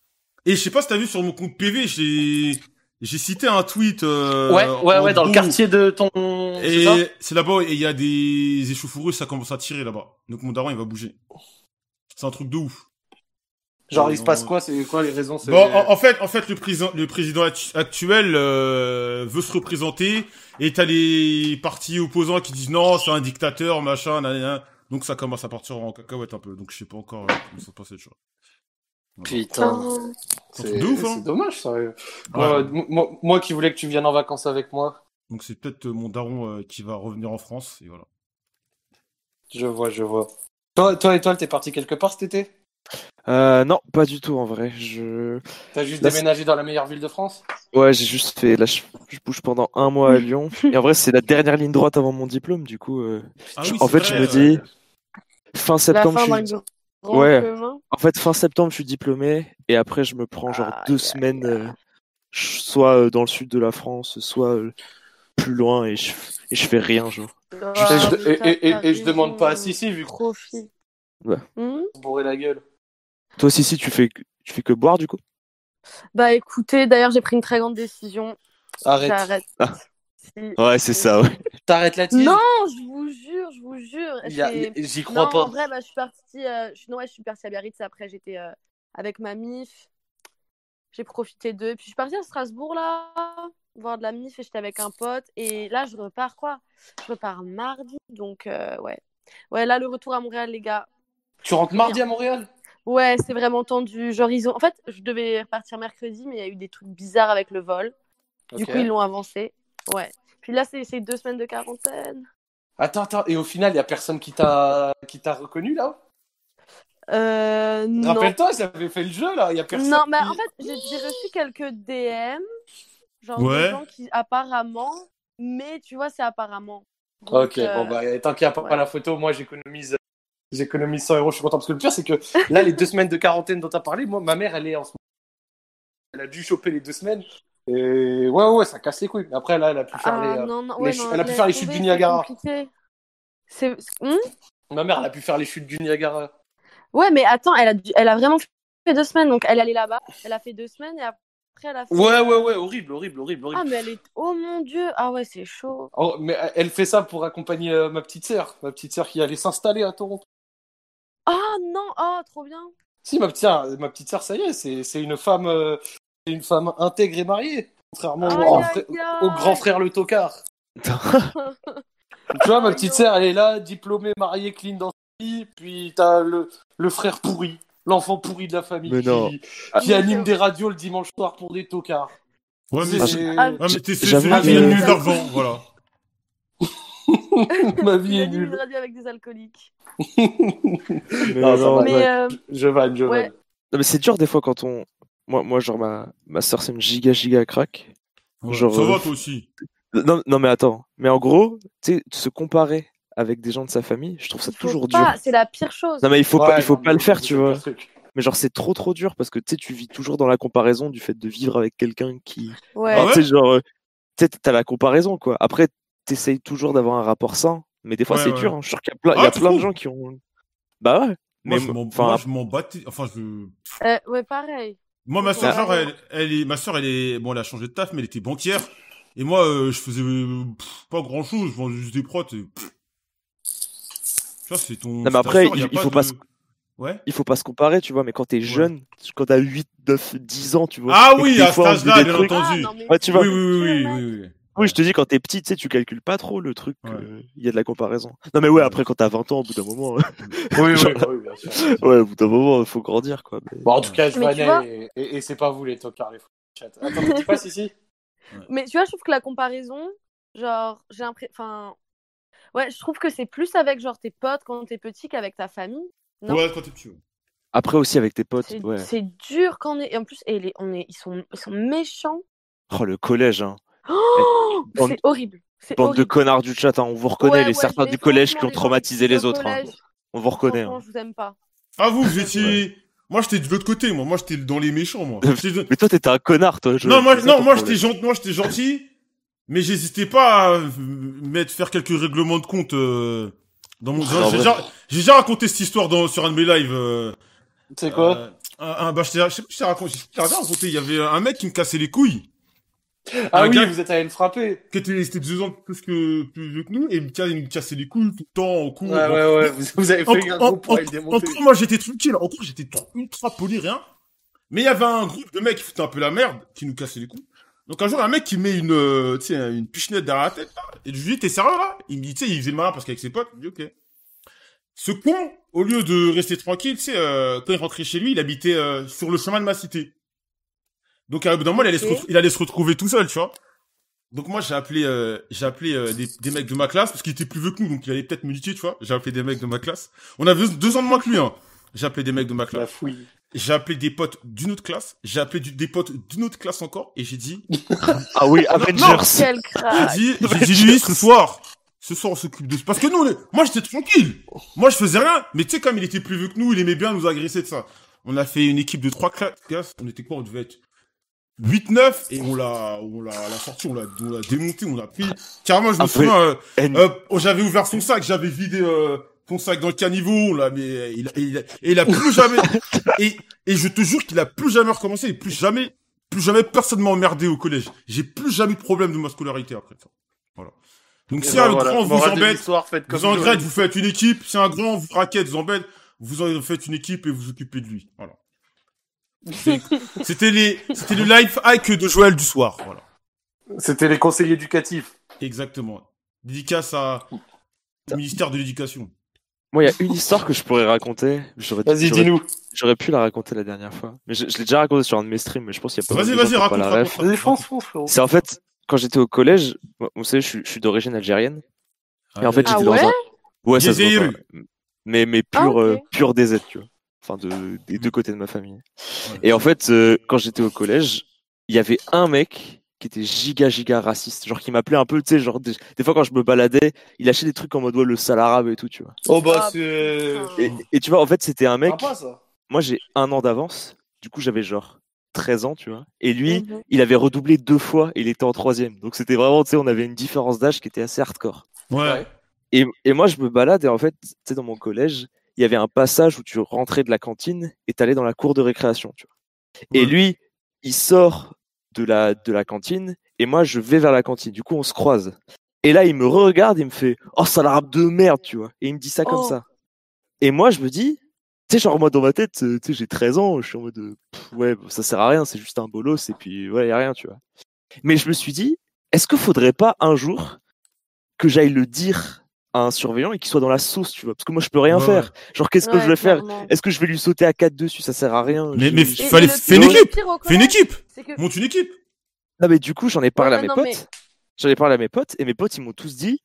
Et je sais pas si t'as vu sur mon compte PV, j'ai... J'ai cité un tweet. euh, Ouais, ouais, en ouais, dans le gros. quartier de ton. c'est ça Et c'est là-bas, et il y a des échauffourées, ça commence à tirer là-bas. Donc mon daron, il va bouger. C'est un truc de ouf. Genre, il Euh, se passe quoi C'est quoi les raisons c'est- Bon, en, en fait, en fait, le président, le président actu- actuel euh, veut se représenter, et t'as les partis opposants qui disent non, c'est un dictateur, machin, nan, nan, nan. donc ça commence à partir en cacahuète un peu. Donc je sais pas encore euh, comment ça se passe, tu vois. Putain. C'est un truc de ouf, hein. c'est dommage, sérieux. Ouais. Ouais, m- moi, moi qui voulais que tu viennes en vacances avec moi, Donc c'est peut-être euh, mon daron euh, qui va revenir en France, et voilà. je vois, je vois. Toi, toi Étoile, t'es parti quelque part cet été Euh, non, pas du tout en vrai. Je... T'as juste Là, déménagé dans la meilleure ville de France Ouais, j'ai juste fait. Là, je, je bouge pendant un mois à Lyon. Et en vrai, c'est la dernière ligne droite avant mon diplôme. Du coup, euh, Ah je- oui, en c'est fait, je vrai, me euh, dis fin septembre. la fin je d'un suis... grand Ouais. chemin. En fait, fin septembre, je suis diplômé et après, je me prends genre deux semaines, euh, ch- soit euh, dans le sud de la France, soit euh, plus loin et je, et je fais rien, genre. Et Ah, je- et, et- et- et je t'as demande pas à raison. Sissi vu qu'on Profite. Ouais. Hmm se bourrait la gueule. Toi aussi, si tu fais, que- tu fais que boire, du coup? Bah écoutez, d'ailleurs j'ai pris une très grande décision. Arrête. J'arrête. Ah. Si. Ouais, c'est ça, ouais. T'arrêtes la tige Non, je vous jure, je vous jure. Il y a- c'est- J'y crois non, pas. En vrai, bah, je suis partie. euh, je, non, ouais, je suis partie à Biarritz. Après, j'étais euh, avec ma mif. J'ai profité d'eux. Puis je suis partie à Strasbourg là, voir de la mif et j'étais avec un pote. Et là, je repars quoi Je repars mardi. Donc euh, ouais, ouais. Là, le retour à Montréal, les gars. Tu rentres mardi à Montréal Ouais, c'est vraiment tendu. Genre ils ont. En fait, je devais repartir mercredi, mais il y a eu des trucs bizarres avec le vol. Du Ok. coup, ils l'ont avancé. Ouais. Puis là, c'est c'est deux semaines de quarantaine. Attends, attends, et au final, y a personne qui t'a qui t'a reconnu là Euh, non. Rappelle-toi, ils avaient fait le jeu là, y a personne. Non, mais qui- en fait, j'ai j'ai reçu quelques DM, genre Ouais. des gens qui apparemment, mais tu vois, c'est apparemment. Donc, Ok, euh, bon, bah, tant qu'il n'y a pas ouais. la photo, moi j'économise. J'économise 100 euros, je suis content. Parce que le pire, c'est que là, les deux semaines de quarantaine dont tu as parlé, moi, ma mère, elle est en ce moment. Elle a dû choper les deux semaines. Et ouais, ouais, ça casse les couilles. Mais Après, là, elle a pu faire ah, les. euh, non, non, les ouais, ch- non, elle a pu laisse faire les chutes tomber, du Niagara. C'est compliqué. C'est- c'est- hmm Ma mère, elle a pu faire les chutes du Niagara. ouais, mais attends, elle a, dû- elle a vraiment fait deux semaines. Donc, elle est allée là-bas, elle a fait deux semaines et après, elle a fait. Ouais, ouais, ouais, horrible, horrible, horrible, horrible. Ah, mais elle est. Oh mon dieu! Ah ouais, c'est chaud. Oh, mais elle fait ça pour accompagner euh, ma petite sœur. Ma petite sœur qui allait s'installer à Toronto. Ah non! Ah, trop bien! Si, ma petite sœur, ma petite sœur ça y est, c'est c'est une femme. euh, c'est une femme intègre et mariée. Contrairement au, Aïe, grand aïe, frère, aïe. au grand frère le tocard. Tu vois, ma petite sœur, elle est là, diplômée, mariée, clean dans sa vie. Puis t'as le, le frère pourri, l'enfant pourri de la famille Mais qui, non. qui Ah. anime des radios le dimanche soir pour des tocards. Ouais, mais C'est- c'est- Ah, ouais, mais t'es- c'est J'avoue celui qui que- a le plus d'argent, voilà. ma vie Il a est dit une nulle. radio avec des alcooliques. Non, ça va, Mais ouais. euh, Je vanne, je ouais. vanne. Non, mais c'est dur des fois quand on. Moi, moi genre, ma, ma soeur, c'est une giga giga crack. Ouais, Genre, ça va euh, toi aussi. Non, non, mais attends. Mais en gros, tu sais, se comparer avec des gens de sa famille, je trouve ça il faut toujours pas, dur. C'est la pire chose. Non, mais il faut Ouais, pas, il faut non, pas mais le faire, c'est tu pas vois. le truc. Mais genre, c'est trop trop dur parce que tu sais, tu vis toujours dans la comparaison du fait de vivre avec quelqu'un qui. Ouais. Ah ouais Tu sais, genre, euh, tu sais, t'as la comparaison, quoi. Après, t'essayes toujours d'avoir un rapport sain, mais des fois, Ouais, c'est ouais. dur. hein. Je suis sûr qu'il y a plein, il y Ah, a tu plein de trouves gens qui ont. Bah ouais. Moi, Mais je m'en, enfin, moi, je m'en battais. Enfin, je. Euh, ouais, pareil. Moi, ma soeur, Ah. genre, elle, elle est, ma soeur, elle est, bon, elle a changé de taf, mais elle était banquière. Et moi, euh, je faisais euh, pff, pas grand chose, je vendais juste des protes. Et... pff. Tu vois, c'est ton. mais c'est ta après, sœur, y a il- il faut pas se- Ouais. il faut pas se comparer, tu vois. Mais quand t'es jeune, quand t'as 8, 9, 10 ans, tu vois. Ah et que oui, des à fois, on cet vit des âge-là, bien trucs- entendu. Ah, non, mais Ouais, tu Oui, vois. oui, oui, oui, Mec. oui, oui. Oui, je te dis, quand t'es petit, tu sais, tu calcules pas trop le truc. Ouais. euh, Il y a de la comparaison. Non, mais ouais, après, quand t'as 20 ans, au bout d'un moment, ouais, Oui, Genre- oui, bah oui, bien sûr. au bout d'un moment, faut grandir, quoi. mais- Bon, en tout cas, je Mais tu vois- vannais et, et- et c'est pas vous les tocards, les fous de chat. Attends, mais dis pas si, si. Mais tu vois, je trouve que la comparaison, genre, j'ai l'impression. Enfin. Ouais, je trouve que c'est plus avec genre tes potes quand t'es petit qu'avec ta famille. Non. Ouais, quand t'es petit. ouais. Après aussi, avec tes potes, C'est ouais. c'est dur quand on est. Et en plus, et les- on est, ils, sont, ils sont méchants. Oh, le collège, hein. Oh, Bande- c'est horrible. C'est Bande de horrible. connards du chat, hein, on vous reconnaît, Ouais, les ouais, certains je du l'ai collège qui franchement, ont les traumatisé les au autres. hein. collège, On vous reconnat. franchement, hein. je vous aime pas. Ah, vous, vous étiez. Moi, j'étais de l'autre côté, moi. Moi, j'étais dans les méchants, moi. J'étais de- Euh, Mais toi, t'étais un connard, toi. je- Non, moi, c'est ça non, ton moi, j'étais problème. gentil, moi, j'étais gentil, mais j'hésitais pas à euh, mettre, faire quelques règlements de compte euh, dans mon. Ah, J'ai ouais. déjà, j'ai déjà raconté cette histoire dans, sur un de mes lives. euh, C'est quoi euh, un, un- bah, je t'ai- je sais plus, je t'ai raconté. je t'ai raconté, Il y avait un mec qui me cassait les couilles. Ah un oui, gars- vous êtes allé le frapper. qui était, c'était deux ans de plus que, plus vieux que nous, et il me, ca- il me cassait les couilles tout le temps, en cours. Ouais, ouais, ouais, vous, vous avez En, fait un en- groupe pour aller le en- en démonter. cours, moi, j'étais tranquille, en cours, j'étais trop- ultra poli, rien. Mais il y avait un groupe de mecs qui foutaient un peu la merde, qui nous cassaient les couilles. Donc un jour, un mec qui met une, euh, tu sais, une pichenette derrière la tête, là, et je lui dis, t'es sérieux, là? Il me dit, tu sais, il faisait le malin parce qu'avec ses potes, il me dit, ok. Ce con, au lieu de rester tranquille, tu sais, euh, quand il rentrait chez lui, il habitait euh, sur le chemin de ma cité. Donc à un bout d'un moment, il allait, se Ok. retrou- il allait se retrouver tout seul, tu vois. Donc moi, j'ai appelé, euh, j'ai appelé euh, des, des mecs de ma classe, parce qu'il était plus vieux que nous, donc il allait peut-être me litier, tu vois. J'ai appelé des mecs de ma classe. On avait deux ans de moins que lui, hein. J'ai appelé des mecs de ma classe. La fouille. J'ai appelé des potes d'une autre classe, j'ai appelé du- des potes d'une autre classe encore, et j'ai dit, Ah oui, Avengers. Quel crack. j'ai dit, j'ai dit, lui, ce soir, ce soir, on s'occupe de Parce que nous, on est- moi, j'étais tranquille. Moi, je faisais rien. Mais tu sais, comme il était plus vieux que nous, il aimait bien nous agresser de ça. On a fait une équipe de trois cla- classes. On était quoi? On devait être 8-9, et on l'a, on l'a, on l'a sorti, on l'a, on l'a démonté, on l'a pris. Carrément, je me Après- souviens, euh, N- euh, oh, j'avais ouvert son sac, j'avais vidé euh, son sac dans le caniveau, là, mais euh, il, il, et il a plus jamais. et, et je te jure qu'il a plus jamais recommencé, et plus jamais, plus jamais personne m'a emmerdé au collège. J'ai plus jamais eu de problème de ma scolarité après ça. Voilà. Donc si bah un grand vous embête, vous engraîne, vous faites une équipe. Si un grand vous raquette, vous embête, vous en faites une équipe et vous vous occupez de lui. Voilà. C'est- C'était les, c'était le life hack de Joël du soir. Voilà. C'était les conseillers éducatifs. Exactement. Dédicace à au ministère de l'éducation. Moi, il y a une histoire que je pourrais raconter. J'aurais Vas-y, j'aurais- dis-nous. J'aurais pu la raconter la dernière fois. Mais je, je l'ai déjà raconté sur un de mes streams, mais je pense qu'il y a pas mal Vas-y, de gens qui vas-y, ont pas raconte, la raconte, ref. raconte. fonce, frérot. C'est en fait, quand j'étais au collège, moi, vous savez, je, suis- je suis d'origine algérienne. Et en fait, Ah j'étais ouais dans un. Ouais, ça se voit Jazéru. pas. Mais, mais pur, Ah, ok. euh, pur DZ, tu vois. Enfin, de, des Mm. deux côtés de ma famille. Et en fait, euh, quand j'étais au collège, il y avait un mec qui était giga giga raciste, genre qui m'appelait un peu, tu sais, genre des, des fois quand je me baladais, il achetait des trucs en mode ouais, le sale arabe et tout, tu vois. Oh bah, Ah, c'est. Ah, Et, et tu vois, en fait, c'était un mec. Sympa, ça. Moi, j'ai un an d'avance. Du coup, j'avais genre 13 ans, tu vois. Et lui, Mhm. il avait redoublé deux fois et il était en troisième. Donc, c'était vraiment, tu sais, on avait une différence d'âge qui était assez hardcore. Ouais. Et, et moi, je me balade et en fait, tu sais, dans mon collège, il y avait un passage où tu rentrais de la cantine et t'allais dans la cour de récréation. Tu vois. Et Ouais. lui, il sort de la, de la cantine et moi, je vais vers la cantine. Du coup, on se croise. Et là, il me regarde, il me fait Oh, sale arabe de merde, tu vois. Et il me dit ça comme Oh. ça. Et moi, je me dis, tu sais, genre, moi, dans ma tête, euh, tu sais, j'ai 13 ans, je suis en mode euh, Pff, Ouais, bon, ça sert à rien, c'est juste un bolos et puis, ouais, y a rien, tu vois. Mais je me suis dit, est-ce que faudrait pas un jour que j'aille le dire à un surveillant et qu'il soit dans la sauce, tu vois Parce que moi, je peux rien Ouais, faire. Genre, qu'est-ce que Ouais, je vais faire clairement. Est-ce que je vais lui sauter à quatre dessus Ça sert à rien. Mais- je- mais je- Et- Fallait- et le fais une pire- le équipe. pire au Fais une collège, équipe, c'est que- monte une équipe. Non, Ah, mais du coup, j'en ai parlé Ouais, à mes non, potes. mais- J'en ai parlé à mes potes et mes potes, ils m'ont tous dit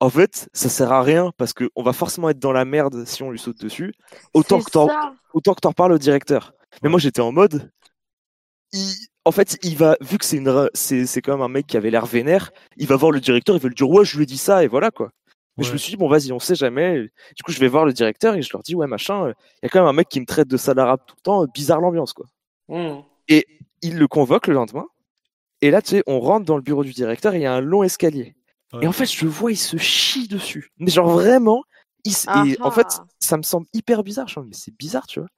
en fait, ça sert à rien parce que on va forcément être dans la merde si on lui saute dessus. Autant c'est que t'en ça. autant que t'en parles au directeur. Mais moi, j'étais en mode. Il... En fait, il va, vu que c'est une, re- c'est, c'est quand même un mec qui avait l'air vénère, il va voir le directeur, il va lui dire, ouais, je lui ai dit ça, et voilà, quoi. Mais je Ouais. me suis dit, bon, vas-y, on sait jamais. Du coup, je vais voir le directeur et je leur dis, ouais, machin, euh, il y a quand même un mec qui me traite de sale arabe tout le temps, euh, bizarre l'ambiance, quoi. Mmh. Et il le convoque le lendemain. Et là, tu sais, on rentre dans le bureau du directeur et il y a un long escalier. Ouais. Et en fait, je vois, il se chie dessus. Mais genre vraiment, il se- et Ah en fait, ah. ça me semble hyper bizarre. Je me dis, mais c'est bizarre, tu vois.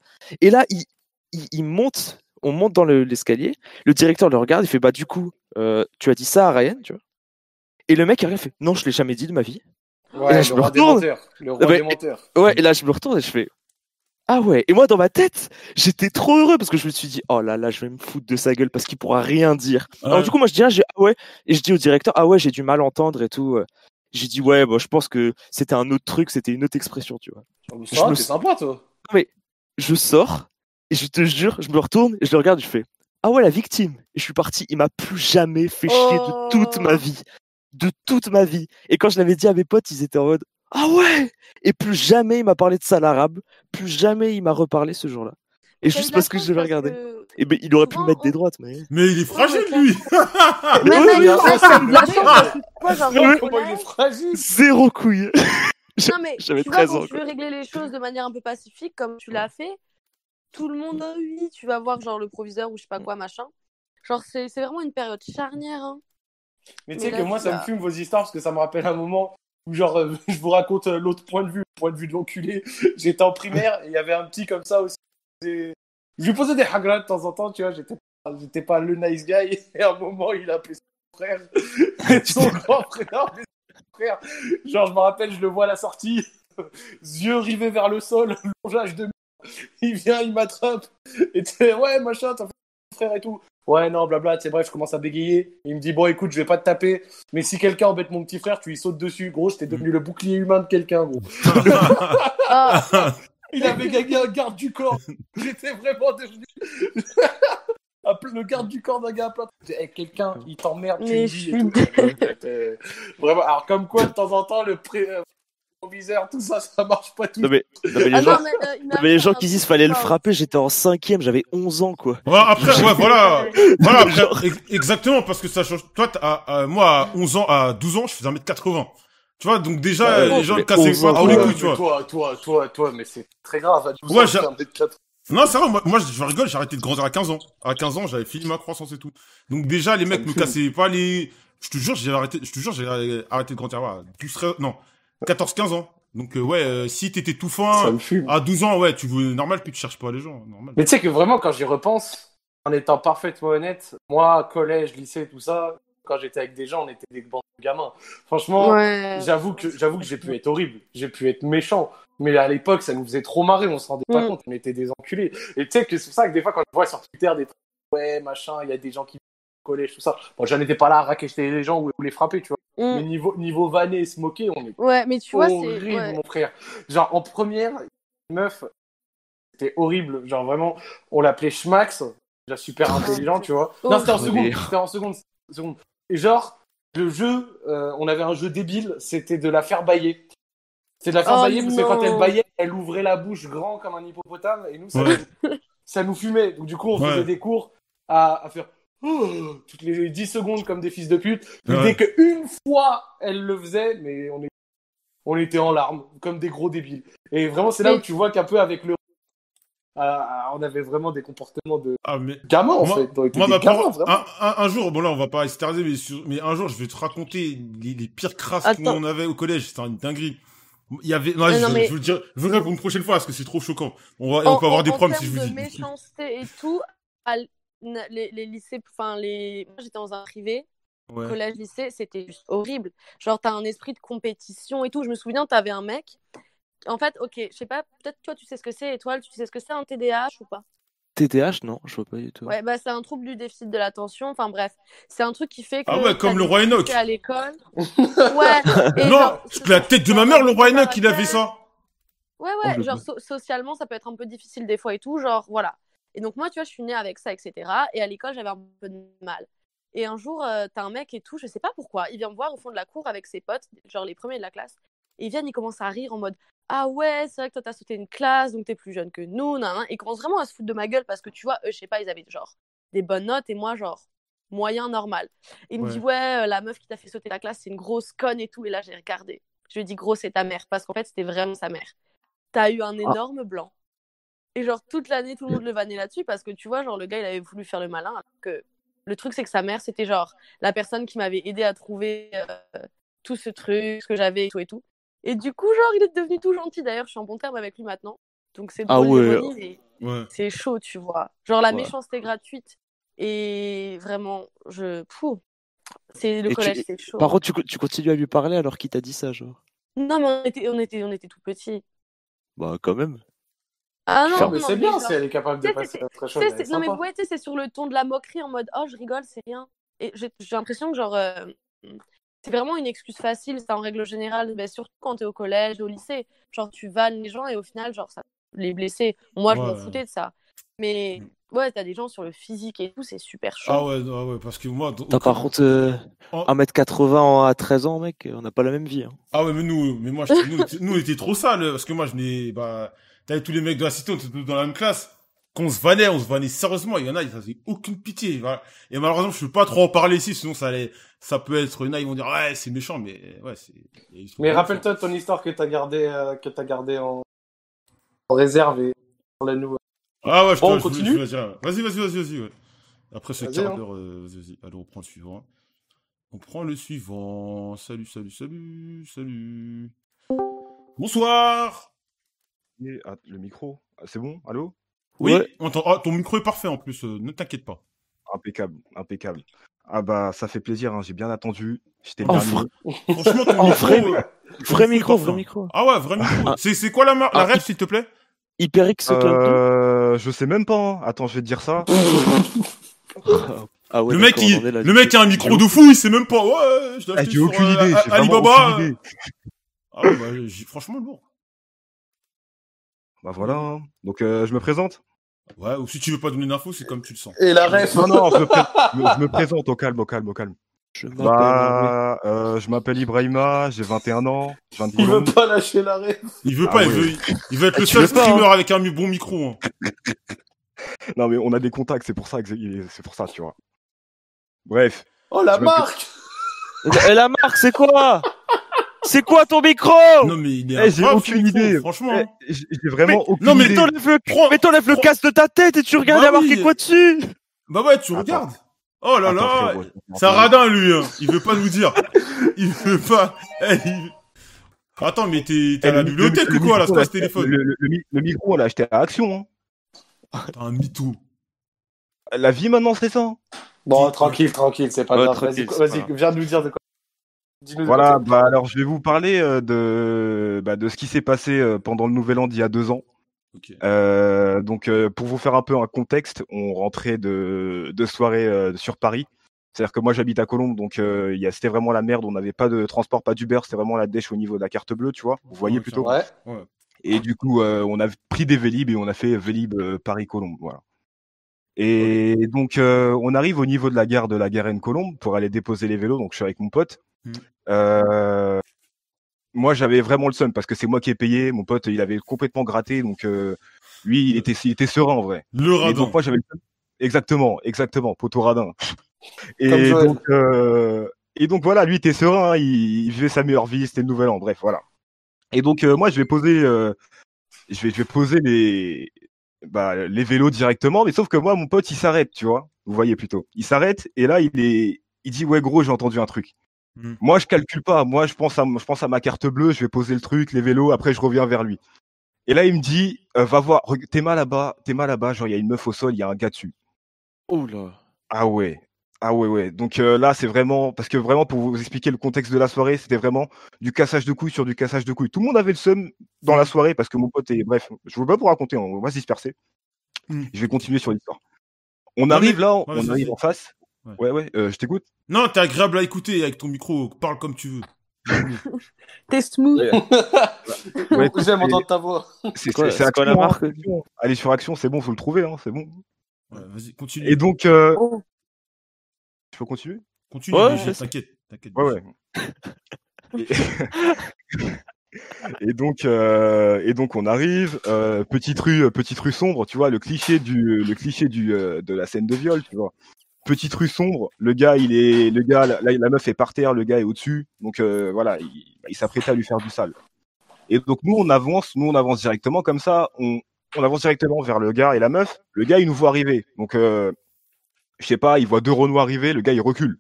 Et là, il, il, il monte, on monte dans le- l'escalier. Le directeur le regarde, il fait, bah du coup, euh, tu as dit ça à Ryan, tu vois. Et le mec, il regarde, il fait, non, je l'ai jamais dit de ma vie. Ouais, je le me roi des retourne. menteurs. Le roi Ah bah, des menteurs. Ouais, et là, je me retourne et je fais. Ah ouais, et moi dans ma tête, j'étais trop heureux parce que je me suis dit, oh là là, je vais me foutre de sa gueule parce qu'il pourra rien dire. Alors du coup, moi je dis, ah, j'ai- ah ouais, et je dis au directeur, ah ouais, j'ai du mal à entendre et tout. J'ai dit, ouais, bah, je pense que c'était un autre truc, c'était une autre expression, tu vois. Oh, mais eh, je Ça, me va, t'es suis- sympa, toi. Je sors, et je te jure, je me retourne et je le regarde, je fais, ah ouais, la victime. Et je suis parti, il m'a plus jamais fait chier de toute ma Oh. vie. De toute ma vie. Et quand je l'avais dit à mes potes, ils étaient en mode, ah ouais! Et plus jamais il m'a parlé de sale arabe, plus jamais il m'a reparlé ce jour-là. Et juste parce que je vais hein, regarder. Eh ben, il aurait pu me mettre des droites, mais. Mais il est fragile, lui Ouais, Ah, mais oui, non, mais mais après, c'est c'est- de la chance, parce que moi, genre, Oui. au collège- fragile Zéro couille. Je- Non, mais J'avais tu vois, 13 quand ans. tu veux régler les choses de manière un peu pacifique, comme tu l'as fait, tout le monde, ah oui, tu vas voir genre le proviseur ou je sais pas quoi, machin. Genre, c'est c'est vraiment une période charnière. hein. Mais tu Mais sais là, que moi, tu ça vas- me fume vos histoires parce que ça me rappelle un moment où, genre, euh, je vous raconte euh, l'autre point de vue, le point de vue de l'enculé. J'étais en primaire et il y avait un petit comme ça aussi. Et Je lui posais des hagras de temps en temps, tu vois. J'étais pas, j'étais pas le nice guy. Et à un moment, il a appelé son frère. Et son grand frère, mais son frère. Genre, je me rappelle, je le vois à la sortie, yeux rivés vers le sol, longeage de mur. Il vient, il m'attrape. Et tu sais, ouais, machin, t'as fait mon frère et tout. Ouais, non, blabla, tu sais, bref, je commence à bégayer. Il me dit, bon, écoute, je vais pas te taper, mais si quelqu'un embête mon petit frère, tu lui sautes dessus. Gros, j'étais devenu le bouclier humain de quelqu'un, gros. Ah, Il avait gagné un garde du corps. J'étais vraiment devenu. un pl- le garde du corps d'un gars à plein. Eh, quelqu'un, il t'emmerde, tu Mais me je dis. suis et tout. Euh, Vraiment, alors, comme quoi, de temps en temps, le pré. euh, proviseur, tout ça, ça marche pas tout. Non, mais, non, mais les ah gens. non, mais, euh, il m'a non, mais les fait gens un Ah, qui truc disent fallait le fort. frapper, j'étais en cinquième, j'avais 11 ans quoi. Ouais, après, ouais, voilà. Voilà, Genre- ex- exactement, parce que ça change. Toi, t'as- à, à- moi, à 11 ans, à 12 ans, je faisais 1m80. Tu vois, donc déjà, Bah ouais, les gens mais te cassaient 11 ans, pas par les ouais, couilles, tu vois. toi, toi, toi, toi, mais c'est très grave. à 12 Ouais, ans, j'ai- c'est un mec de 80. Non, c'est vrai, moi, moi, je rigole, j'ai arrêté de grandir à 15 ans. À 15 ans, j'avais fini ma croissance et tout. Donc déjà, les mecs me cassaient pas les... Je te jure, j'ai arrêté, je te jure, j'ai arrêté de grandir. Voilà, 12, 13 non, 14-15 ans. Donc euh, ouais, euh, si t'étais tout Ça fin, me fume. à 12 ans, ouais, tu veux normal, puis tu cherches pas les gens, normal. Mais tu sais que vraiment, quand j'y repense, en étant parfaitement honnête, moi, collège, lycée, tout ça, quand j'étais avec des gens, on était des bandes de gamins. Franchement, Ouais. j'avoue que j'avoue que j'ai pu être horrible, j'ai pu être méchant. Mais à l'époque, ça nous faisait trop marrer, on se rendait pas Mm. compte, on était des enculés. Et tu sais que c'est pour ça que des fois, quand je vois sur Twitter des trucs, ouais, machin, il y a des gens qui au collège, tout ça. Bon, j'en étais pas là à raqueter les gens ou, ou les frapper, tu vois. Mm. Mais niveau, niveau vanner et se moquer, on est Ouais, mais tu vois, c'est. horrible, ouais. mon frère. Genre, en première, une meuf, c'était horrible. Genre, vraiment, on l'appelait Schmax. Déjà super intelligent, tu vois. Non, c'était en Oh, seconde. mais- C'était en seconde, seconde. Et genre, le jeu, euh, on avait un jeu débile, c'était de la faire bailler. C'était de la faire Oh, bailler parce que quand non. elle baillait, elle ouvrait la bouche grand comme un hippopotame et nous, ça, Ouais. nous, ça nous fumait. Donc, du coup, on faisait Ouais. des cours à, à faire Oh toutes les 10 secondes comme des fils de pute. Puis Ouais. Dès qu'une fois elle le faisait, mais on, est- on était en larmes, comme des gros débiles. Et vraiment, c'est là Mais- où tu vois qu'un peu avec le. Euh, on avait vraiment des comportements de Ah, mais gamin en Moi- fait. On était Moi, des ma ah. gamins, parole- vraiment. un, un- un jour, bon là, on va pas s'éterniser, mais, sur- mais un jour, je vais te raconter les, les pires crasses Attends. qu'on avait au collège. C'était une dinguerie. Il y avait, non, Mais je, non, mais- je vous le dirai, je vous le dirai pour une prochaine fois parce que c'est trop choquant. On va, En- on peut avoir en- des en problèmes si je termes vous de dis. méchanceté et tout, à l- na- les, les lycées, enfin, les... moi j'étais dans un privé, Ouais. collège, lycée, c'était juste horrible. Genre, t'as un esprit de compétition et tout. Je me souviens, t'avais un mec. En fait, ok, je sais pas, peut-être toi tu sais ce que c'est, Étoile, tu sais ce que c'est un TDAH ou pas TDAH non, je vois pas du tout. Ouais, bah c'est un trouble du déficit de l'attention, enfin bref, c'est un truc qui fait que. Ah ouais, t'as comme le des roi Enoch. difficultés à l'école. Ouais, et Non, genre, c'est la tête de ma mère, le roi Enoch, il a fait ça. Ouais, Oh, je ouais, le genre so- socialement, ça peut être un peu difficile des fois et tout, genre voilà. Et donc moi, tu vois, je suis née avec ça, etc. Et à l'école, j'avais un peu de mal. Et un jour, euh, t'as un mec et tout, je sais pas pourquoi, il vient me voir au fond de la cour avec ses potes, genre les premiers de la classe. Et ils viennent, ils commencent à rire en mode Ah ouais, c'est vrai que toi, t'as sauté une classe, donc t'es plus jeune que nous, nan, nan. Et ils commencent vraiment à se foutre de ma gueule parce que tu vois, eux, je sais pas, ils avaient genre des bonnes notes et moi, genre moyen normal. Et il me Ouais. dit Ouais, euh, la meuf qui t'a fait sauter la classe, c'est une grosse conne et tout. Et là, j'ai regardé. Je lui ai dit Gros, c'est ta mère parce qu'en fait, c'était vraiment sa mère t'as eu Ah. un énorme blanc. Et genre, toute l'année, tout le monde le vannait là-dessus parce que tu vois, genre, le gars, il avait voulu faire le malin. Alors que le truc, c'est que sa mère, c'était genre la personne qui m'avait aidé à trouver euh, tout ce truc, ce que j'avais et tout et tout. Et du coup, genre, il est devenu tout gentil. D'ailleurs, je suis en bon terme avec lui maintenant. Donc, c'est Ah drôle, ouais. l'ironie, mais Ouais. c'est chaud, tu vois. Genre, la Ouais. méchanceté gratuite. Et vraiment, je. Pouh. C'est Et le tu- collège, c'est chaud. hein. Par contre, tu, co- tu continues à lui parler alors qu'il t'a dit ça, genre. Non, mais on était, on était, on était tout petits. Bah quand même. Ah non, Non, mais non, c'est bien genre- si elle est capable de c'est- passer à Tu autre chose. sais, elle c'est- est non mais sympa. ouais, tu sais, c'est sur le ton de la moquerie en mode oh je rigole, c'est rien. Et j'ai j'ai l'impression que genre euh, c'est vraiment une excuse facile, ça en règle générale, mais surtout quand t'es au collège, au lycée, genre tu vannes les gens et au final genre ça les blessés. Moi je m'en Ouais. Mm. foutais de ça. Mais ouais, t'as des gens sur le physique et tout, c'est super chaud. Ah ouais, ah ouais, parce que moi, Putain, par contre, euh, 1m80 en- à 13 ans, mec, on n'a pas la même vie. Hein. Ah ouais, mais nous, mais moi, je- nous, nous, on était trop sales, parce que moi, je n'ai, bah, t'avais tous les mecs de la cité, on était tous dans la même classe. qu'on se vannait, on se vannait sérieusement. Il y en a, ils faisaient aucune pitié. voilà. Et malheureusement, je peux pas trop en parler ici, sinon ça allait, ça peut être, il y en a, ils vont dire, ouais, c'est méchant, mais ouais, c'est. ils sont Mais pas rappelle-toi ton histoire que t'as gardée euh, que t'as gardée en... en réserve et la nous. Ah ouais, je Bon, te on je voulais- continue je voulais dire- Vas-y, vas-y, vas-y, vas-y. ouais. Après ce Vas-y, quart hein. d'heure, euh, vas-y, vas-y. Allez, on prend le suivant. On prend le suivant. Salut, salut, salut, salut. Bonsoir. Et, ah, le micro, Ah, c'est bon Allô Oui, Ouais. on t'en- ah, ton micro est parfait en plus, euh, ne t'inquiète pas. Impeccable, impeccable. Ah bah, ça fait plaisir, hein, j'ai bien attendu. J'étais En le dernier. Franchement, ton En micro. vrai, euh, ton Vrai est micro, parfait, vrai hein. micro. Ah ouais, vrai micro. C'est c'est quoi la, mar- la Ah, ref, s'il te plaît HyperX Auto. Euh, je sais même pas. hein. Attends, je vais te dire ça. Ah ouais, Le mec, d'accord, il, on en est là, le mec du il a un micro de fou, il sait même pas. Ouais, je l'ai Ah, acheté j'ai sur, aucune euh, idée. j'ai A- vraiment Alibaba. aucune euh. idée. Ah ouais, bah, j'ai- franchement lourd. Bah voilà. hein. Donc euh, je me présente. Ouais, ou si tu veux pas donner d'infos, c'est comme tu le sens. Et la Non, ref non, je me, pré- je me- je me présente au calme, au calme, au calme. Je m'appelle. Hervé. Bah, euh, je m'appelle Ibrahima, j'ai 21 ans, je viens de il veut Boulogne. pas lâcher la ref. Il veut Ah pas, il, ouais. veut, il veut être le tu seul veux pas, streamer hein. avec un mi- bon micro. hein. Non mais on a des contacts, c'est pour ça que c'est c'est pour ça, tu vois. Bref, Oh la Je me- marque Eh, la marque, c'est quoi C'est quoi ton micro Non mais il est Eh, j'ai incroyable, aucune ce micro, idée. Franchement. eh, hein. j'ai j'ai vraiment aucune Non mais idée. t'enlèves le, Prends- mais t'enlèves le prends- casque de ta tête et tu regardes Bah il y a marqué oui. quoi dessus Bah ouais, tu Attends. regardes. Oh là Attends, là, frérot, je- c'est un radin lui. hein. Il veut pas nous dire. Il veut pas. Eh, il- Attends, mais t'es Eh, t'es à la le- le- bibliothèque le ou quoi là, micro, c'est on l'a pas ce acheté- téléphone Le, le- le mi- le micro, on l'a acheté à Action. T'as un mytho. hein. La vie maintenant, c'est ça. Bon tranquille tranquille c'est pas Ouais, grave tranquille, vas-y c'est pas vas-y, grave. viens nous dire de quoi. Dis-nous de Voilà, quoi bah alors je vais vous parler euh, de, bah, de ce qui s'est passé euh, pendant le Nouvel An d'il y a deux ans. Ok. Euh, donc euh, pour vous faire un peu un contexte, on rentrait de, de soirée euh, sur Paris. C'est-à-dire que moi j'habite à Colombes, donc euh, il y a- c'était vraiment la merde. On n'avait pas de transport, pas d'Uber, c'était vraiment la dèche au niveau de la carte bleue, tu vois. Vous voyez Ouais, plutôt. ça Ouais. Et du coup, euh, on a pris des Vélib et on a fait Vélib euh, Paris-Colombes, voilà. Et donc, euh, on arrive au niveau de la gare de la Garenne-Colombes pour aller déposer les vélos. Donc, je suis avec mon pote. Mm. Euh, moi, j'avais vraiment le seum parce que c'est moi qui ai payé. Mon pote, il avait complètement gratté. Donc, euh, lui, il était, il était serein en vrai. Le Et radin. donc moi j'avais exactement, exactement, poteau radin. Comme Et Joël. donc euh, et donc voilà, lui était serein, hein, il, il vivait sa meilleure vie, c'était le nouvel an, bref voilà. Et donc euh, moi je vais poser, euh, je vais je vais poser les bah, les vélos directement, mais sauf que moi mon pote il s'arrête, tu vois, vous voyez plutôt, il s'arrête et là il est il dit ouais gros j'ai entendu un truc. Mm. Moi je calcule pas, moi je pense à je pense à ma carte bleue, je vais poser le truc, les vélos, après je reviens vers lui. Et là, il me dit, euh, va voir, reg- t'es mal là-bas, t'es mal là-bas, genre, il y a une meuf au sol, il y a un gars dessus. Oula. Ah ouais. Ah ouais, ouais. Donc euh, là, c'est vraiment, parce que vraiment, pour vous expliquer le contexte de la soirée, c'était vraiment du cassage de couilles sur du cassage de couilles. Tout le monde avait le seum dans la soirée, parce que mon pote est, bref, je veux pas vous raconter, on va se disperser. Mm. Je vais continuer sur l'histoire. On Non, arrive mais- là, on, Ouais, vas-y, arrive vas-y. en face. Ouais. Ouais, ouais, euh, je t'écoute. Non, t'es agréable à écouter avec ton micro. Parle comme tu veux. T'es smooth. Ouais. Ouais, écoute, J'aime c'est- entendre ta voix. C'est quoi- c'est- c'est c'est quoi la Action, hein, marque Action. Allez sur Action, c'est bon, faut le trouver, hein, c'est bon. Ouais, Vas-y, continue. Et donc, euh, Oh. je peux continuer Continue, Ouais, BG, ouais, t'inquiète. t'inquiète, Ouais, BG. ouais. Et donc, euh, et donc on arrive, euh, petite rue, euh, petite rue sombre, tu vois, le cliché du, le cliché du, euh, de la scène de viol, tu vois. Petite rue sombre, le gars, il est, le gars, la, la meuf est par terre, le gars est au-dessus, donc euh, voilà, il, il s'apprêtait à lui faire du sale. Et donc nous, on avance, nous on avance directement comme ça, on, on avance directement vers le gars et la meuf. Le gars, il nous voit arriver, donc euh, je sais pas, il voit deux Renault arriver, le gars, il recule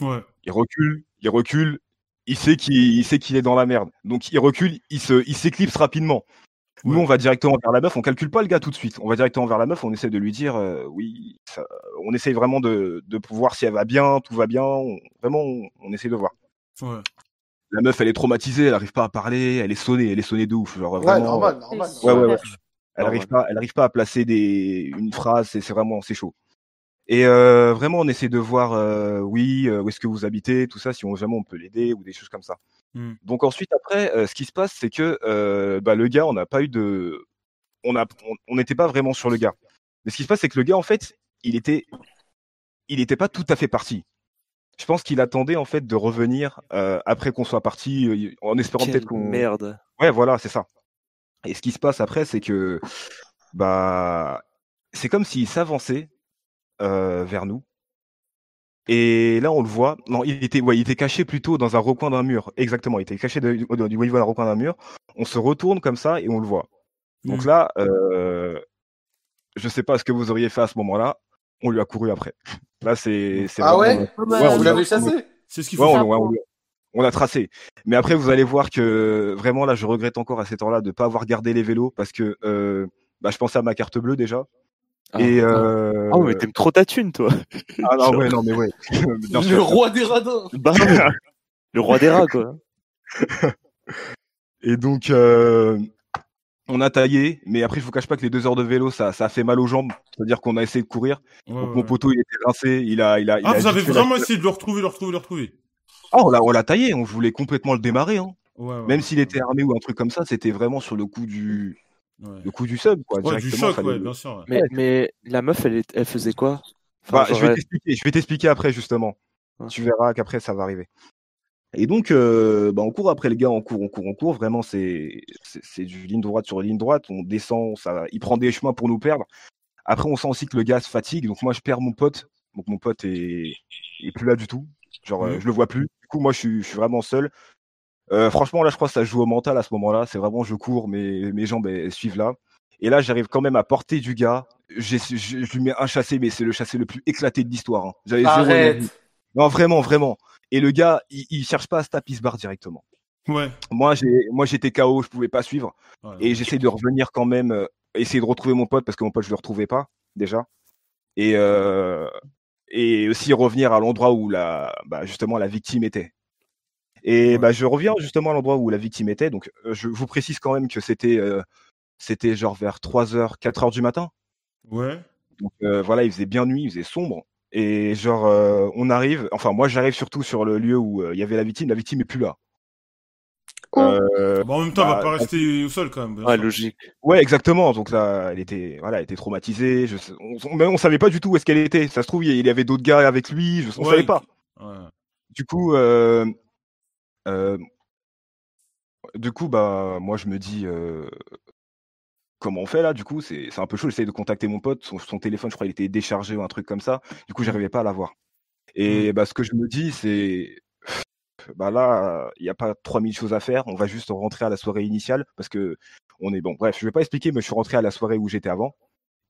Ouais. il recule, il recule, il sait qu'il il sait qu'il est dans la merde. Donc il recule, il se il s'éclipse rapidement. Nous Ouais. on va directement vers la meuf, on calcule pas le gars tout de suite. On va directement vers la meuf, on essaie de lui dire euh, oui, ça- on essaie vraiment de de voir si elle va bien, tout va bien, on- vraiment on, on essaie de voir. Ouais. La meuf elle est traumatisée, elle arrive pas à parler, elle est sonnée, elle est sonnée de ouf, genre Ouais vraiment. euh, normal normal. C'est Ouais, ouais, ouais. super. Elle arrive pas, elle arrive pas à placer des, une phrase, c'est c'est vraiment, c'est chaud. Et euh, vraiment, on essaie de voir, euh, oui, euh, où est-ce que vous habitez, tout ça, si on, jamais on peut l'aider ou des choses comme ça. mm. Hmm. Mmh. Donc ensuite, après, euh, ce qui se passe, c'est que euh, bah, le gars, on n'a pas eu de, on a, on- on n'était pas vraiment sur le gars. Mais ce qui se passe, c'est que le gars, en fait, il était, il n'était pas tout à fait parti. Je pense qu'il attendait en fait de revenir euh, après qu'on soit parti, euh, en espérant Quelle peut-être qu'on merde. Ouais, voilà, c'est ça. Et ce qui se passe après, c'est que bah c'est comme s'il s'avançait euh, vers nous. Et là, on le voit. Non, il était, ouais, il était caché plutôt dans un recoin d'un mur. Exactement, il était caché de- au- du niveau d'un recoin d'un mur. On se retourne comme ça et on le voit. Donc là, euh, je sais pas ce que vous auriez fait à ce moment-là. On lui a couru après. Là, c'est. c'est Ah vraiment- ouais Vous on l'avez l'a- chassé C'est ce Ouais, on, ouais, on l'a- on l'a tracé. Mais après, vous allez voir que vraiment là, je regrette encore à cet temps-là de ne pas avoir gardé les vélos parce que euh, bah, je pensais à ma carte bleue déjà. Ah, et putain. euh... Ah ouais, mais t'aimes trop ta thune, toi. ah non, ouais, non, mais ouais. Bien Le sûr. roi des radins Bah oui. le roi des rats, quoi. Et donc, euh, on a taillé, mais après, je vous cache pas que les deux heures de vélo, ça, ça a fait mal aux jambes. C'est-à-dire qu'on a essayé de courir. Ouais, Donc, ouais. mon poteau, il était rincé. Il a, il a, il Ah, a vous avez giclé la- vraiment essayé de le retrouver, le retrouver, le retrouver. Ah, on l'a, on l'a taillé. On voulait complètement le démarrer. Hein. Ouais, ouais. Même s'il était armé ou un truc comme ça, c'était vraiment sur le coup du, Ouais, le coup du sub, quoi. Ouais, du directement, choc, fallait ouais, le- bien sûr. ouais. Mais, mais la meuf, elle, est- elle faisait quoi Enfin, Bah, je genre, vais elle- Hein. t'expliquer, je vais t'expliquer après justement. Ouais. Tu verras qu'après ça va arriver. Et donc, euh, bah, on court après le gars, on court, on court, on court. Vraiment, c'est c'est c'est du ligne droite sur ligne droite. On descend, ça, il prend des chemins pour nous perdre. Après, on sent aussi que le gars se fatigue. Donc moi, je perds mon pote. Donc mon pote est, est plus là du tout. Genre, euh, Mhm. je le vois plus. Du coup, moi, je suis, je suis vraiment seul. Euh, franchement, là, je crois que ça joue au mental à ce moment-là. C'est vraiment, je cours, mais mes jambes elles suivent là. Et là, j'arrive quand même à porter du gars. J'ai- Je, je lui mets un chassé, mais c'est le chassé le plus éclaté de l'histoire. hein. J'avais zéro Arrête énergie. Non, vraiment, vraiment. Et le gars, il, il cherche pas à se taper, il se barre directement. Ouais. Moi, j'ai, moi, j'étais KO, je pouvais pas suivre. Ouais, Et j'essaie de revenir quand même, euh, essayer de retrouver mon pote parce que mon pote, je le retrouvais pas déjà. Et euh, et aussi revenir à l'endroit où la, bah, justement, la victime était. Et Ouais. bah, je reviens justement à l'endroit où la victime était. Donc, euh, je vous précise quand même que c'était, euh, c'était genre vers 3h, 4h du matin. Ouais. Donc euh, voilà, il faisait bien nuit, il faisait sombre. Et genre, euh, on arrive, enfin, moi j'arrive surtout sur le lieu où euh, il y avait la victime, la victime est plus là. Oh. Euh, Bah, en même temps, elle va bah, pas rester au sol quand même. bien Ouais, sûr. logique. ouais, exactement. Donc là, elle était, voilà, elle était traumatisée. Je, sais- on, on, mais on savait pas du tout où est-ce qu'elle était. Ça se trouve, il y avait d'autres gars avec lui. Je, on Ouais. savait pas. Ouais. Du coup, euh, euh, du coup, bah, moi je me dis, euh, comment on fait là Du coup, c'est c'est un peu chaud. J'essaye de contacter mon pote. Son, son téléphone, je crois, il était déchargé ou un truc comme ça. Du coup, j'arrivais pas à l'avoir. Mmh. Et bah, ce que je me dis, c'est bah là, il n'y a pas 3000 choses à faire. On va juste rentrer à la soirée initiale parce que on est bon. Bref, je vais pas expliquer, mais je suis rentré à la soirée où j'étais avant.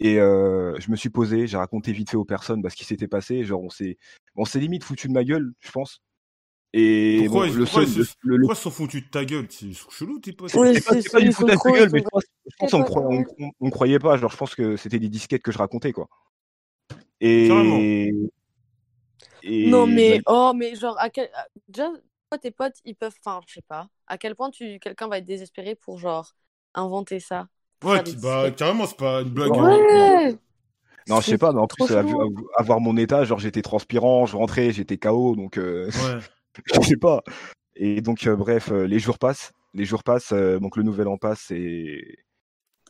Et euh, je me suis posé, j'ai raconté vite fait aux personnes bah, ce qui s'était passé. Genre, on s'est, on s'est limite foutu de ma gueule, je pense. Et Pourquoi bon, ils- le pourquoi seul, ils se- le, le- le- Pourquoi ils se sont foutus de ta gueule C'est chelou, tes potes. Oui, c'est pas, c'est- c'est pas du ils tout sont de trop- gueule, ils mais sont je pense, je pense on, Ouais, croyait, ouais. on- on- on croyait pas. Genre, je pense que c'était des disquettes que je racontais, quoi. Carrément. Et, et Non, bah, mais oh, mais genre, à quel... à- déjà, toi, tes potes, ils peuvent. Enfin, je sais pas. À quel point tu... quelqu'un va être désespéré pour, genre, inventer ça pour Ouais, faire des qui- bah, disquettes. carrément, c'est pas une blague. hein. Ouais! Non, je sais C'est pas, mais en trop plus, à- chelou. à- avoir mon état, genre j'étais transpirant, je rentrais, j'étais KO, donc euh, Ouais. je sais pas. Et donc, euh, bref, euh, les jours passent, les jours passent, euh, donc le nouvel an passe, et,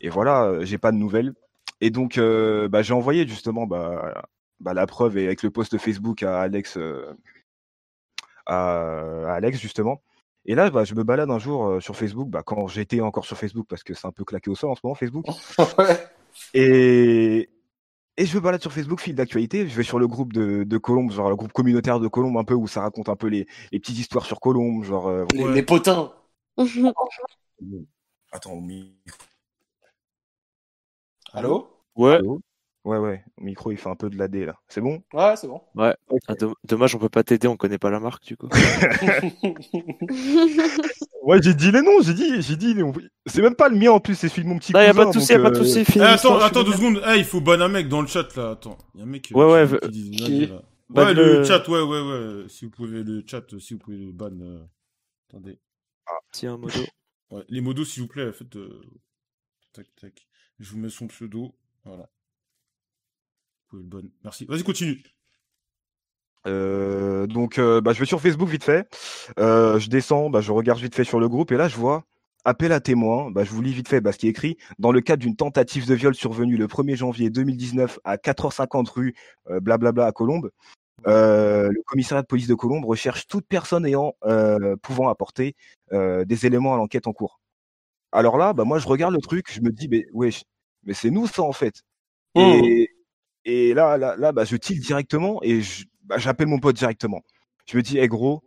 et voilà, euh, j'ai pas de nouvelles. Et donc, euh, bah, j'ai envoyé justement bah, bah, la preuve et avec le post Facebook à Alex, euh, à, à Alex justement. Et là, bah, je me balade un jour euh, sur Facebook, bah, quand j'étais encore sur Facebook, parce que c'est un peu claqué au sol en ce moment, Facebook. Ouais. Et, et je me balade sur Facebook, fil d'actualité. Je vais sur le groupe de, de Colombe, genre le groupe communautaire de Colombe, un peu où ça raconte un peu les, les petites histoires sur Colombe. Genre, euh, Les, Ouais. les potins attends, au micro. Allô Ouais. Ouais, ouais, au micro, il fait un peu de l'AD là. C'est bon Ouais, c'est bon. Ah, dom- dommage, on peut pas t'aider, on connaît pas la marque, du coup. Ouais, j'ai dit les noms, j'ai dit, j'ai dit les noms. C'est même pas le mien en plus, c'est celui de mon petit Non, y a cousin, pas de donc, souci, y a pas de euh, souci. Eh, finis attends, l'histoire, je attends suis deux bien. secondes. Eh, il faut ban un mec dans le chat là. Attends, il y a un mec euh, Ouais, ouais, qui, v- qui dit qui Nadia, là. ban Ouais, le... le- chat, ouais, ouais, ouais. Si vous pouvez le chat, euh, si vous pouvez le ban. euh, Attendez. Tiens, modo. Ouais, les modos, s'il vous plaît, faites. euh, Tac, tac. Je vous mets son pseudo. Voilà. Vous pouvez le ban. Merci. Vas-y, continue. Euh, donc, euh, bah, je vais sur Facebook vite fait. Euh, je descends, bah, je regarde vite fait sur le groupe et là, je vois appel à témoins. Bah, je vous lis vite fait bah, ce qui est écrit. Dans le cadre d'une tentative de viol survenue le 1er janvier 2019 à 4h50 rue euh, blablabla à Colombes, euh, le commissariat de police de Colombes recherche toute personne ayant euh, pouvant apporter euh, des éléments à l'enquête en cours. Alors là, bah, moi, je regarde le truc, je me dis, mais wesh, mais c'est nous ça en fait. Et, et là, là, là, bah, je tilt directement et je- bah, j'appelle mon pote directement. Je me dis, hey gros,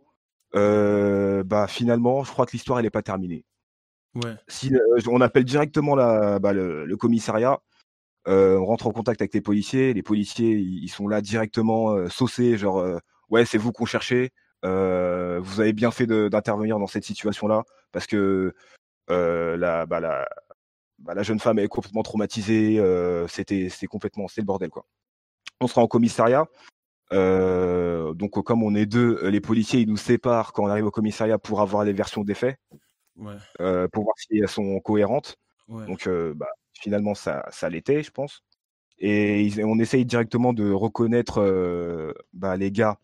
euh, bah finalement, je crois que l'histoire elle est pas terminée. Ouais. Si euh, on appelle directement la, bah, le, le commissariat, euh, on rentre en contact avec les policiers. Les policiers, ils ils sont là directement euh, saucés, genre euh, ouais, c'est vous qu'on cherchait. Euh, vous avez bien fait de- d'intervenir dans cette situation-là parce que euh, la, bah, la, bah, la jeune femme est complètement traumatisée. euh, c'était, c'était complètement, c'est le bordel quoi. On sera en commissariat. euh, donc euh, comme on est deux, euh, les policiers ils nous séparent quand on arrive au commissariat pour avoir les versions des faits Ouais. euh, pour voir si elles sont cohérentes. Ouais. Donc euh, bah, finalement, ça, ça l'était, je pense. Et ils- on essaye directement de reconnaître euh, bah, les gars.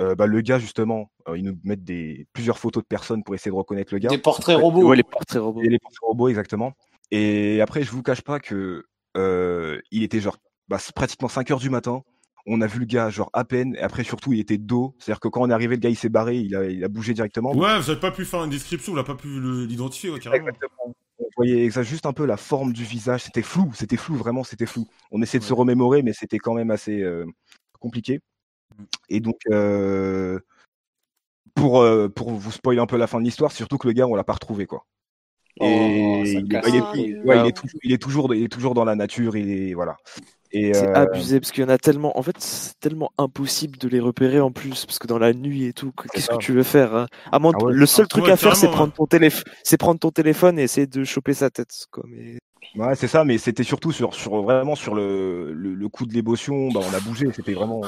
Euh, bah, le gars, justement, euh, ils nous mettent des, plusieurs photos de personnes pour essayer de reconnaître le gars. Des portraits robots. Ouais, les portraits robots. Et les portraits robots, exactement. Et après, je vous cache pas que euh, il était genre bah, c'est pratiquement 5 heures du matin. On a vu le gars genre à peine. Et après, surtout, il était dos. C'est-à-dire que quand on est arrivé, le gars, il s'est barré, il a, il a bougé directement. Ouais, vous avez pas pu faire une description, vous n'avez pas pu le- l'identifier, ouais, carrément. Exactement. On voyait exa- juste un peu la forme du visage. C'était flou, c'était flou, vraiment, c'était flou. On essayait de se remémorer, mais c'était quand même assez euh, compliqué. Mmh. Et donc, euh, pour, euh, pour vous spoiler un peu la fin de l'histoire, c'est surtout que le gars, on l'a pas retrouvé, quoi. Oh, Et il ça me est- casse il est les plus- couilles. ouais, il Ah. est toujours- il est toujours, il est toujours dans la nature. Il est voilà. Et C'est euh, abusé parce qu'il y en a tellement. En fait, c'est tellement impossible de les repérer en plus parce que dans la nuit et tout, que- qu'est-ce que grave. tu veux faire hein À moins de- Ah ouais. le seul truc Ouais, à faire, c'est carrément, prendre ton téléphone, c'est prendre ton téléphone et essayer de choper sa tête. Quoi. Mais ouais, c'est ça. Mais c'était surtout sur, sur vraiment sur le, le, le coup de l'émotion. Bah, on a bougé. C'était vraiment.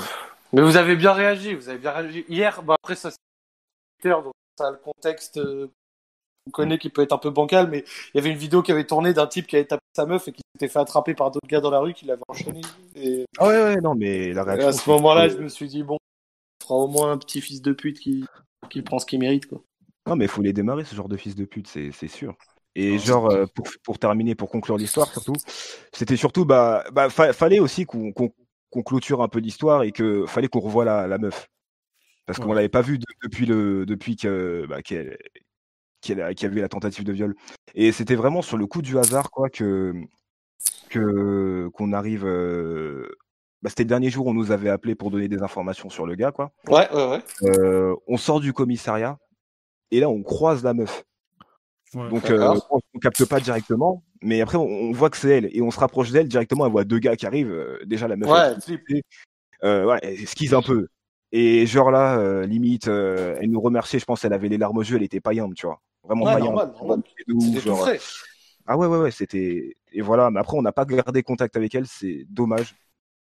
Mais vous avez bien réagi, vous avez bien réagi. Hier, bah après ça c'est Twitter, donc ça a le contexte euh, qu'on connaît qui peut être un peu bancal, mais il y avait une vidéo qui avait tourné d'un type qui avait tapé sa meuf et qui s'était fait attraper par d'autres gars dans la rue qui l'avaient enchaîné. Et, Ah ouais, ouais, non, mais la et réaction. à ce c'est- moment-là, je me suis dit bon, on fera au moins un petit fils de pute qui, qui prend ce qu'il mérite quoi. Non, mais il faut les démarrer, ce genre de fils de pute, c'est c'est sûr. Et genre, euh, pour, pour terminer, pour conclure l'histoire, surtout, c'était surtout, bah, bah fa- fallait aussi qu'on qu'on- qu'on clôture un peu l'histoire et que fallait qu'on revoie la, la meuf. Parce qu'on Ouais. l'avait pas vue de- depuis, le, depuis que, bah, qu'elle qu'elle a- qu'il y avait eu la tentative de viol. Et c'était vraiment sur le coup du hasard, quoi, que que- qu'on arrive. euh, Bah, c'était le dernier jour, on nous avait appelé pour donner des informations sur le gars, quoi. Ouais, ouais, ouais. Euh, on sort du commissariat et là, on croise la meuf. Ouais. Donc euh, D'accord. on ne capte pas directement, mais après on, on voit que c'est elle et on se rapproche d'elle directement. Elle voit deux gars qui arrivent. euh, déjà la meuf, Ouais, elle, flip. euh, ouais, elle esquisse un peu. Et genre là, euh, limite, euh, elle nous remerciait. Je pense elle avait les larmes aux yeux. Elle était païenne, tu vois, vraiment Ouais, païenne. normal, normal. De ouf, C'était tout genre, frais. ah ouais, ouais, ouais, c'était. Et voilà, mais après, on n'a pas gardé contact avec elle, c'est dommage.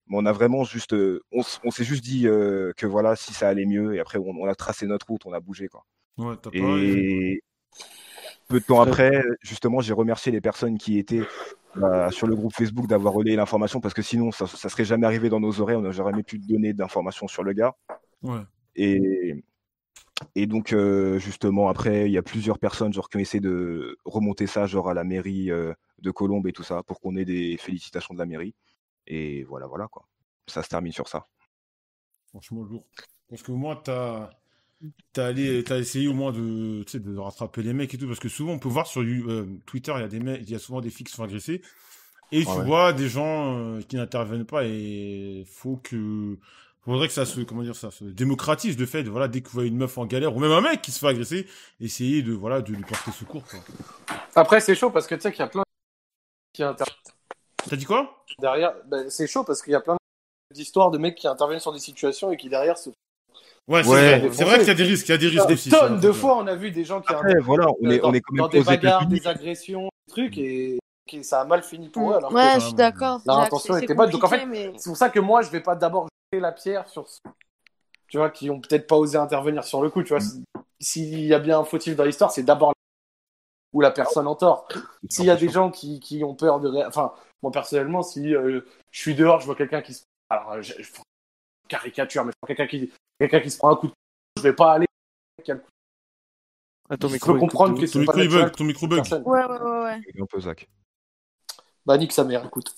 Mais on a vraiment juste. euh, on s- on s'est juste dit euh, que voilà, si ça allait mieux, et après, on, on a tracé notre route, on a bougé, quoi. Ouais, t'as pas raison. Et peu de temps après, justement, j'ai remercié les personnes qui étaient bah, sur le groupe Facebook d'avoir relayé l'information, parce que sinon, ça, ça serait jamais arrivé dans nos oreilles, on n'aurait jamais pu donner d'informations sur le gars. Ouais. Et, et donc, euh, justement, après, il y a plusieurs personnes genre, qui ont essayé de remonter ça genre, à la mairie euh, de Colombe et tout ça pour qu'on ait des félicitations de la mairie. Et voilà, voilà quoi. Ça se termine sur ça. Franchement, lourd. Parce que moi, t'as. T'as allé, t'as essayé au moins de, tu sais, de rattraper les mecs et tout, parce que souvent on peut voir sur You- euh, Twitter, il y a des mecs, il y a souvent des filles qui se font agresser, et tu Ouais, ouais. vois des gens euh, qui n'interviennent pas, et faut que, faudrait que ça se, comment dire ça, se démocratise de fait, de, voilà, dès que vous voyez une meuf en galère, ou même un mec qui se fait agresser, essayez de, voilà, de lui porter secours, euh, quoi. Après c'est chaud parce que tu sais qu'il y a plein qui inter- T'as dit quoi? derrière. ben, c'est chaud parce qu'il y a plein d'histoires de mecs qui interviennent sur des situations et qui derrière se Ouais, c'est Ouais. vrai, c'est vrai qu'il y a des risques, il y a des risques des aussi. ça, tonnes de ça. fois, on a vu des gens qui Après, voilà, on euh, est, dans, on est quand même dans des aux États-Unis. bagarres, des agressions, des trucs, et, et ça a mal fini pour eux. Alors que Mm. Ouais, que- je suis d'accord. Non, Jacques, attention, c'est- elle c'est était bonne. Donc, en fait, compliqué, mais- c'est pour ça que moi, je vais pas d'abord jeter la pierre sur ceux, tu vois, qui ont peut-être pas osé intervenir sur le coup. Tu vois, Si- Mm. s'il y a bien un fautif dans l'histoire, c'est d'abord la- ou la personne en tort. S'il y a des gens qui, qui ont peur de, ré- enfin, moi personnellement, si euh, je suis dehors, je vois quelqu'un qui se, alors euh, je, je- caricature, mais je vois quelqu'un qui, quelqu'un qui se prend un coup de, je vais pas aller. attends, Je micro, peux comprendre écoute, que Ton c'est pas micro il naturel bug, pour ton micro bug. personne. Ouais, ouais, ouais, ouais. Un peu Zach. Bah nique sa mère, écoute.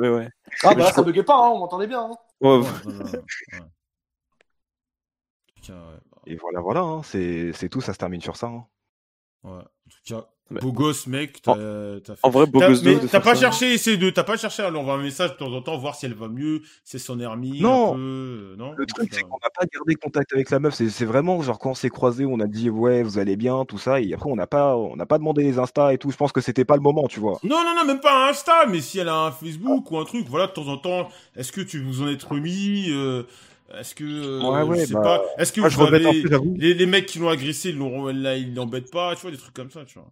ouais, ouais. Ah Mais bah je ça buguait pas, hein, on m'entendait bien. hein. Ouais, Ouais, ouais, ouais, ouais. bah. Putain, ouais. Et voilà, voilà, hein, c'est c'est tout, ça se termine sur ça. hein. Ouais. En tout cas, beau gosse, mec. t'as- t'as fait- Bah, En vrai, beau T'as- gosse mais de- de T'as faire pas ça. cherché ces deux, t'as pas cherché à lui envoyer un message de temps en temps, voir si elle va mieux, c'est son hermie. Non. un peu, euh, non Le truc, c'est qu'on n'a pas gardé contact avec la meuf. C'est c'est vraiment genre quand on s'est croisés, on a dit ouais, vous allez bien, tout ça. Et après, on n'a pas, on n'a pas demandé les Insta et tout. Je pense que c'était pas le moment, tu vois. Non, non, non, même pas un Insta, mais si elle a un Facebook ou un truc, voilà, de temps en temps, est-ce que tu vous en êtes remis euh, Est-ce que. euh, Ouais, ouais, je sais bah, pas. Est-ce que moi, vous je regrette un avez- peu, j'avoue. les, les mecs qui l'ont agressé, ils l'ont- là, ils l'embêtent pas, tu vois, des trucs comme ça, tu vois.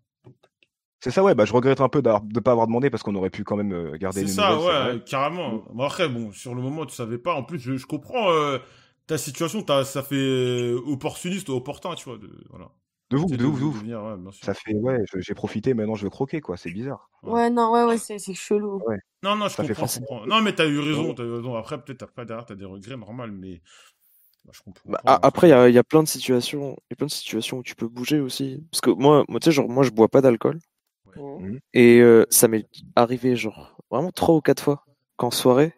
C'est ça, ouais. Bah, je regrette un peu d'avoir- de pas avoir demandé parce qu'on aurait pu quand même euh, garder. C'est nos ça, nouvelles, c'est ouais, vrai. Mm. carrément. Bon, après, bon, sur le moment, tu savais pas. En plus, je, je comprends euh, ta situation, t'as- ça fait euh, opportuniste, opportun, tu vois. De, voilà. De vous, C'est de vous, de vous. venir, ouais, bien sûr. Ça fait ouais, je- j'ai profité. Maintenant, je veux croquer, quoi. C'est bizarre. Ouais, non, ouais, ouais, c'est c'est chelou. Ouais. Non, non, Ça je fait comprends, je forcément- comprends. Non, mais t'as eu raison, Ouais. t'as eu raison. Après, peut-être après, derrière, t'as des regrets, normal, mais bah, je comprends. Bah, pas, a- hein. après, il y a, il y a plein de situations, il y a plein de situations où tu peux bouger aussi. Parce que moi, moi tu sais, genre, moi, je bois pas d'alcool. Mm. Mhm. Et euh, ça m'est arrivé, genre, vraiment trois ou quatre fois qu'en soirée,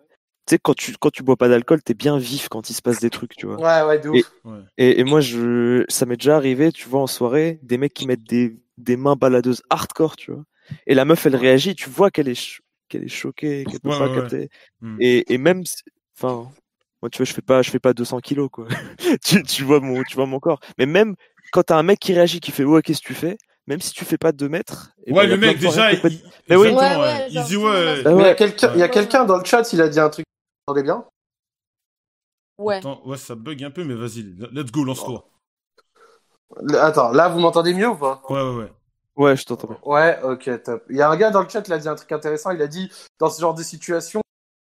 tu sais, quand tu, quand tu bois pas d'alcool, t'es bien vif quand il se passe des trucs, tu vois. Ouais, ouais, de Et- ouf. Ouais. Et, et moi, je, ça m'est déjà arrivé, tu vois, en soirée, des mecs qui mettent des, des mains baladeuses hardcore, tu vois. Et la meuf, elle réagit, tu vois qu'elle est, cho- qu'elle est choquée, qu'elle peut Ouais, pas ouais, ouais. capter. Hmm. Et, et même, si- enfin, moi, tu vois, je fais pas, je fais pas 200 kilos, quoi. tu, tu vois mon, tu vois mon corps. Mais même quand t'as un mec qui réagit, qui fait, ouais, qu'est-ce que tu fais? Même si tu fais pas 2 mètres. eh ben, Ouais, il y a le plein mec, de forêts déjà, qui il, peuvent- il- Mais oui. exactement, Ouais, ouais. ouais, il genre, dit, tu ouais. Bah Mais il y a ouais. quelqu'un il y a quelqu'un dans le chat, il a dit un truc. Vous entendez bien Ouais. Attends, ouais, ça bug un peu, mais vas-y, let's go, lance-toi. Le- Attends, là, vous m'entendez mieux ou pas Ouais, ouais, ouais. Ouais, je t'entends bien. Ouais, ok, top. Il y a un gars dans le chat, il a dit un truc intéressant. Il a dit, dans ce genre de situation,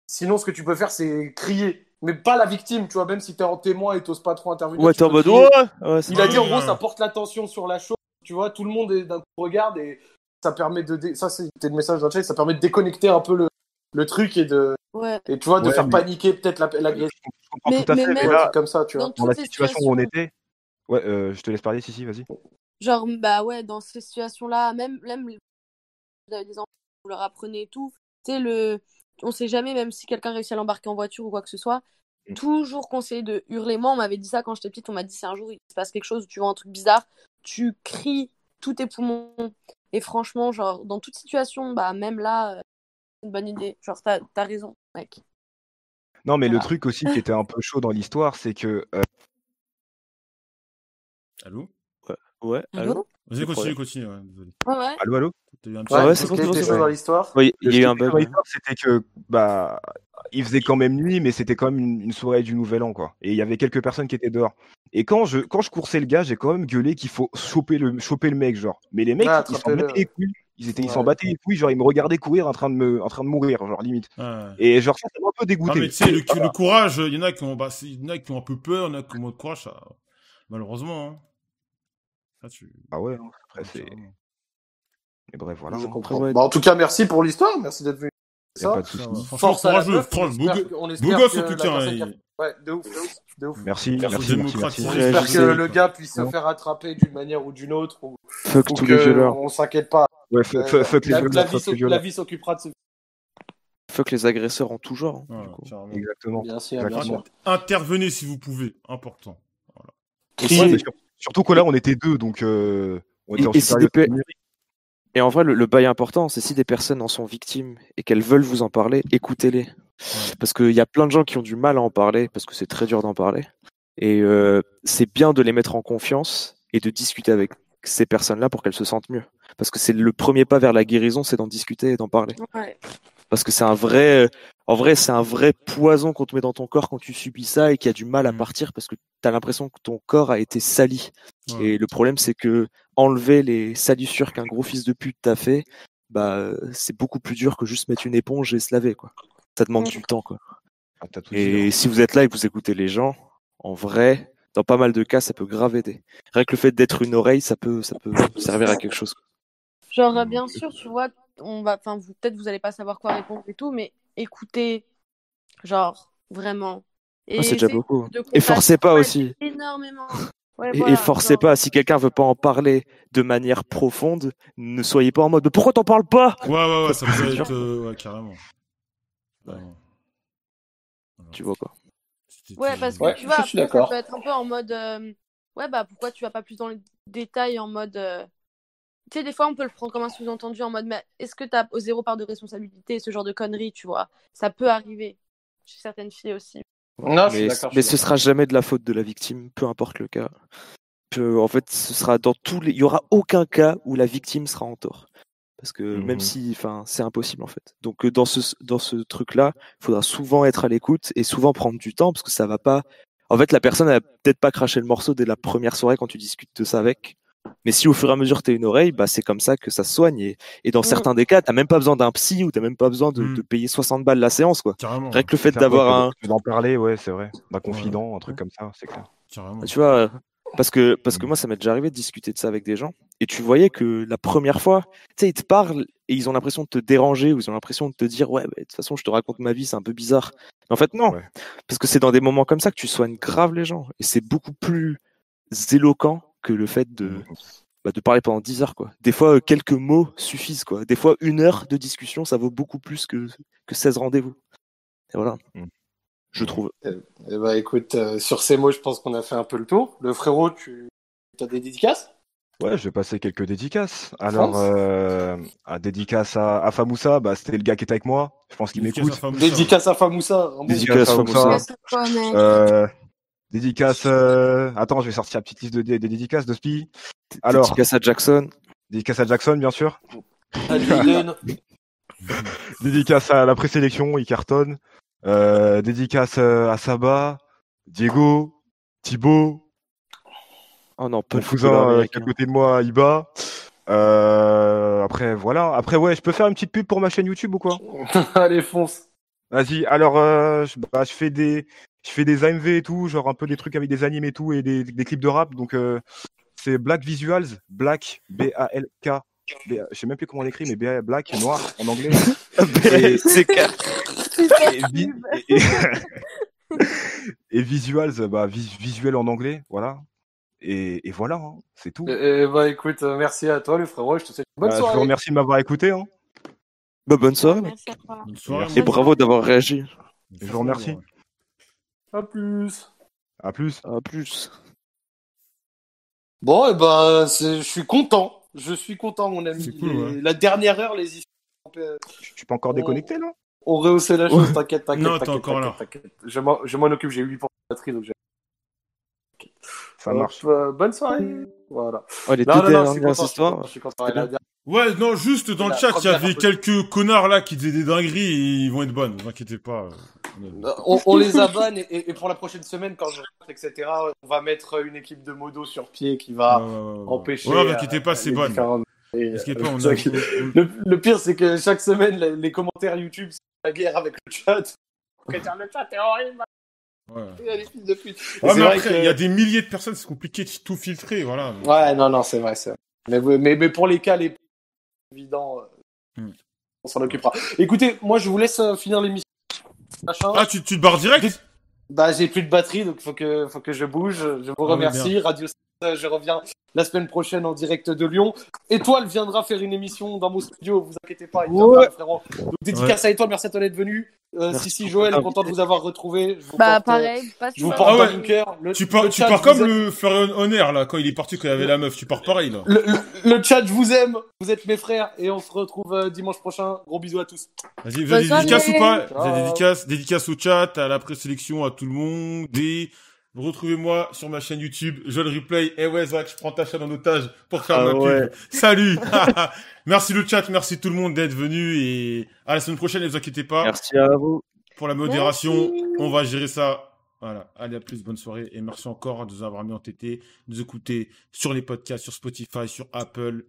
sinon, ce que tu peux faire, c'est crier. Mais pas la victime, tu vois, même si t'es en témoin et t'oses pas trop intervenir. Ouais, tu t'es en peux mode, crier. ouais, ouais, c'est Il a dit, en Ouais. gros, ça porte l'attention sur la chose. Tu vois, tout le monde est- d'un coup regarde et ça permet de. dé- Ça, c'était le message dans le chat, ça permet de déconnecter un peu le, le truc et de. Ouais. Et tu vois, de Ouais, faire mais- paniquer peut-être la- Je l'agresseur comprends Mais- tout à mais fait. Mais même- un là, truc comme ça, tu vois. Dans dans toutes la les situation où on situations, était. Ouais, euh, je te laisse parler, Sissi, vas-y. genre, bah ouais, dans ces situations-là, même, même les- vous avez des enfants, vous leur apprenez et tout, tu sais, le... on sait jamais, même si quelqu'un réussit à l'embarquer en voiture ou quoi que ce soit, Mm. toujours conseillé de hurler. Moi, on m'avait dit ça quand j'étais petite, on m'a dit si un jour il se passe quelque chose, tu vois un truc bizarre, tu cries tous tes poumons. Et franchement, genre, dans toute situation, bah même là, euh, c'est une bonne idée. Genre, t'as t'as raison, mec. Non, mais le Voilà. truc aussi qui était un peu chaud dans l'histoire, c'est que euh, Allô Ouais, allô? Allô Vas-y, Le continue, problème. continue. Ouais, désolé. Ouais, Bah, ouais. allô, allô. T'as eu un petit Ouais, Ouais, ouais, ce c'est bon, qui c'est bon, était c'est chaud bon. dans l'histoire. Ouais, Le il y a eu truc un dans bug. ouais. l'histoire, c'était que bah il faisait quand même nuit, mais c'était quand même une, une soirée du Nouvel An, quoi. Et il y avait quelques personnes qui étaient dehors. Et quand je quand je coursais le gars, j'ai quand même gueulé qu'il faut choper le choper le mec, genre. Mais les mecs, Ah, ils s'en attrapez-le. battaient les couilles. Ils étaient, ils s'en Ouais. battaient les couilles, genre ils me regardaient courir en train de me, en train de mourir, genre limite. peu. Ouais. Et genre ça, ça m'a un peu Ah, dégoûté. bah. mais tu sais, le, le courage, il y en a qui ont, bah, c'est- y en a qui ont un peu peur, il y en a qui ont moins de courage, ça- malheureusement. Hein. Ça, tu. Ah ouais. non, Après ouais, c'est. carrément. Mais bref, voilà. Je hein. comprends. ouais. Bah, en tout cas, merci pour l'histoire, merci d'être venu. Y a Ça. pas de Ça, souci. ouais. Franchement, Force à la courageux, meuf, on franchement, beau, espère go- que- on espère beau gosse que en la tout cas. hein, personne qui a- il- Ouais, de ouf, de ouf, de ouf. Merci, merci, Faut merci, merci. démocratiser. Ouais, J'espère je que sais. le gars puisse se faire rattraper d'une manière ou d'une autre, ou, Fuck ou tous les que violeurs. on s'inquiète pas. Ouais, fu- Euh, fu- fuck les la, la violeurs, vie fuck les s'oc- la violeurs. vie s'occupera de ce. Fuck les agresseurs en tout genre, hein, Ouais, du coup. carrément. Exactement. Bien sûr, bien Exactement. sûr. Intervenez si vous pouvez, important. Et Ouais, si- mais sur- surtout que là, on était deux, donc euh, on était Et- en et si supérieur des P- numérique. Et en vrai, le, le bail important, c'est si des personnes en sont victimes et qu'elles veulent vous en parler, écoutez-les. Parce qu'il y a plein de gens qui ont du mal à en parler, parce que c'est très dur d'en parler. Et euh, c'est bien de les mettre en confiance et de discuter avec ces personnes-là pour qu'elles se sentent mieux. Parce que c'est le premier pas vers la guérison, c'est d'en discuter et d'en parler. Ouais. Parce que c'est un vrai, euh, en vrai, c'est un vrai poison qu'on te met dans ton corps quand tu subis ça et qu'il y a du mal à Mm. partir parce que t'as l'impression que ton corps a été sali. Ouais. Et le problème, c'est que enlever les salissures qu'un gros fils de pute t'a fait, bah, euh, c'est beaucoup plus dur que juste mettre une éponge et se laver, quoi. Ça demande Mm. du temps, quoi. Ah, t'as tout dit, Et si vous êtes là et que vous écoutez les gens, en vrai, dans pas mal de cas, ça peut grave aider. Rien que le fait d'être une oreille, ça peut, ça peut servir à quelque chose. Genre, euh, Mm. bien sûr, tu vois, on va, enfin, vous, peut-être vous allez pas savoir quoi répondre et tout, mais écoutez, genre, vraiment. Et Ouais, Ah, c'est déjà essayez beaucoup. de Et contacter forcez pas ouais, aussi. énormément. Ouais, Et, et voilà, forcez genre, pas, si quelqu'un veut pas en parler de manière profonde, ne soyez pas en mode pourquoi t'en parles pas Ouais, ouais, ouais, ça peut dur. être. euh, ouais, carrément. Carrément. Voilà. Tu vois quoi. C'était- Ouais, parce que Ouais, tu vois, je suis après, ça d'accord. peut être un peu en mode euh, ouais, bah pourquoi tu vas pas plus dans les détails en mode euh, tu sais, des fois, on peut le prendre comme un sous-entendu en mode, mais est-ce que t'as au zéro part de responsabilité, ce genre de conneries, tu vois Ça peut arriver chez certaines filles aussi. Non, je suis mais, d'accord, je mais suis ce d'accord. sera jamais de la faute de la victime, peu importe le cas. Peu- en fait, ce sera dans tous les. Il y aura aucun cas où la victime sera en tort. Parce que même Mhm. si, enfin, c'est impossible en fait. Donc euh, dans ce dans ce truc-là, il faudra souvent être à l'écoute et souvent prendre du temps parce que ça va pas. En fait, la personne elle a peut-être pas craché le morceau dès la première soirée quand tu discutes de ça avec. Mais si au fur et à mesure t'es une oreille, bah c'est comme ça que ça se soigne. Et, et Mmh. dans Mhm. certains des cas, t'as même pas besoin d'un psy ou t'as même pas besoin de, de payer 60 balles la séance quoi. Rien que le fait C'est d'avoir un, important D'en parler, ouais, c'est vrai. D'un confident, un truc comme ça, c'est clair. tu vois, euh, parce que, parce que moi, ça m'est déjà arrivé de discuter de ça avec des gens. Et tu voyais que la première fois, tu sais, ils te parlent et ils ont l'impression de te déranger ou ils ont l'impression de te dire, ouais, bah, de toute façon, je te raconte ma vie, c'est un peu bizarre. Mais en fait, non. Parce que c'est dans des moments comme ça que tu soignes grave les gens. Et c'est beaucoup plus éloquent que le fait de, bah, de parler pendant 10 heures, quoi. Des fois, euh, quelques mots suffisent, quoi. Des fois, une heure de discussion, ça vaut beaucoup plus que, que 16 rendez-vous. Et voilà. Je trouve. Eh ben, écoute, euh, sur ces mots, je pense qu'on a fait un peu le tour. Le frérot, tu as des dédicaces Ouais, je vais passer quelques dédicaces. Alors, France euh, à dédicace à, à Famoussa, bah, c'était le gars qui était avec moi. Je pense qu'il m'écoute. Dédicace à Famoussa. un bon- Dédicace à Famoussa. Euh, dédicace. euh, Attends, je vais sortir la petite liste de, dé- des dédicaces de Spi. Alors. dédicace à Jackson. Dédicace à Jackson, bien sûr. À Jaden. Dédicace à la présélection, il cartonne. Euh, dédicace euh, à Saba, Diego, Thibaut, Oh non, mon pas le cousin footballeur euh, qui est américain. à côté de moi, Iba. Euh, après, voilà. Après, ouais, je peux faire une petite pub pour ma chaîne YouTube ou quoi Allez, fonce. Vas-y. Alors, euh, je, bah, je fais des, je fais des AMV et tout, genre un peu des trucs avec des animes et tout et des, des clips de rap. Donc, euh, c'est Black Visuals, Black B A L K. B- je sais même plus comment on écrit, mais B A- Black noir en anglais. Et- et, vi- et- et visuals, bah, vis- visuel en anglais, voilà. Et, et voilà, hein, c'est tout. Eh eh ben, écoute, euh, merci à toi, le frérot. Je te souhaite une bonne Bah, je soirée. vous remercie de m'avoir écouté. hein. Bah, bonne soirée, mec. Et bravo d'avoir réagi. Je vous remercie. À plus. À plus. À plus. Bon, et ben, c'est- je suis content. Je suis content, mon ami. cool, ouais. Les- La dernière heure, les histoires. Je suis pas encore déconnecté, non On rehaussait la chose, t'inquiète, t'inquiète. Non, t'inquiète, t'es encore t'inquiète, là. t'inquiète. Je m'en je m'en occupe, j'ai 8% de batterie, donc j'ai- Ça Hop, marche. euh, bonne soirée. Voilà. Oh, Ouais, les Non, deux non, hein, non, je suis dernières content, je suis histoires, content, Je suis content. La dernière- Ouais, non, juste dans le La chat, il y première avait fois. quelques connards là qui disaient des dingueries et ils vont être bonnes, vous inquiétez pas. Euh, On, on les abonne et- et, et pour la prochaine semaine, quand je rentre, etc., on va mettre une équipe de modos sur pied qui va empêcher. Ouais, vous inquiétez euh, pas, c'est les bonne. différentes- Vous et, inquiétez euh, pas, on ça a- qui- le, le pire, c'est que chaque semaine, les, les commentaires YouTube, c'est la guerre avec le chat. Quelqu'un, le chat est horrible. Ouais. Il y a des fils de Ouais, pute. C'est mais vrai après, il que- y a des milliers de personnes, c'est compliqué de tout filtrer, voilà. Ouais, non, non, c'est vrai, c'est vrai. Mais, vous- mais, mais pour les cas les plus évidents, euh, Hmm. on s'en occupera. Écoutez, moi, je vous laisse euh, finir l'émission. Ah, tu, tu te barres direct Bah, j'ai plus de batterie, donc faut que, faut que je bouge. Je vous Ah, oui, remercie. merde. Radio 7, euh, je reviens la semaine prochaine en direct de Lyon. Étoile viendra faire une émission dans mon studio, vous inquiétez pas. il viendra, Ouais. frérot. Donc, dédicace à Étoile, merci à toi d'être venu. Euh, Merci si, si, pour Joël, ton content de vous avoir retrouvé. Je vous Bah, porte, euh, pareil, passe je vous pas- porte Ah ouais. dans mon cœur. Le- Tu pars, le tu chat, pars je comme vous aime. le Furion Honor là, quand il est parti, quand il y avait la meuf, tu pars pareil là. Le, le- le chat, je vous aime. Vous êtes mes frères et on se retrouve euh, dimanche prochain. Gros bisous à tous. Vas-y, vous Bonne avez des dédicaces ou soirée. pas Vous avez Ciao. des dédicaces, dédicaces au chat, à la présélection, à tout le monde. Et retrouvez-moi sur ma chaîne YouTube, je le replay. Eh ouais, Zach, je prends ta chaîne en otage pour faire Ah ma pub. ouais. Salut Merci le chat, merci tout le monde d'être venu et à la semaine prochaine, ne vous inquiétez pas. Merci à vous. Pour la modération, Merci. on va gérer ça. Voilà, allez à plus, bonne soirée et merci encore de nous avoir mis en TT, de nous écouter sur les podcasts, sur Spotify, sur Apple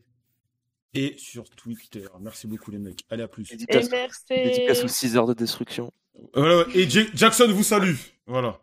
et sur Twitter. Merci beaucoup les mecs, allez à plus. Euh, Dédicace- merci. Dédicace aux 6 heures de destruction. Voilà, ouais. et Ja- Jackson vous salue. Voilà.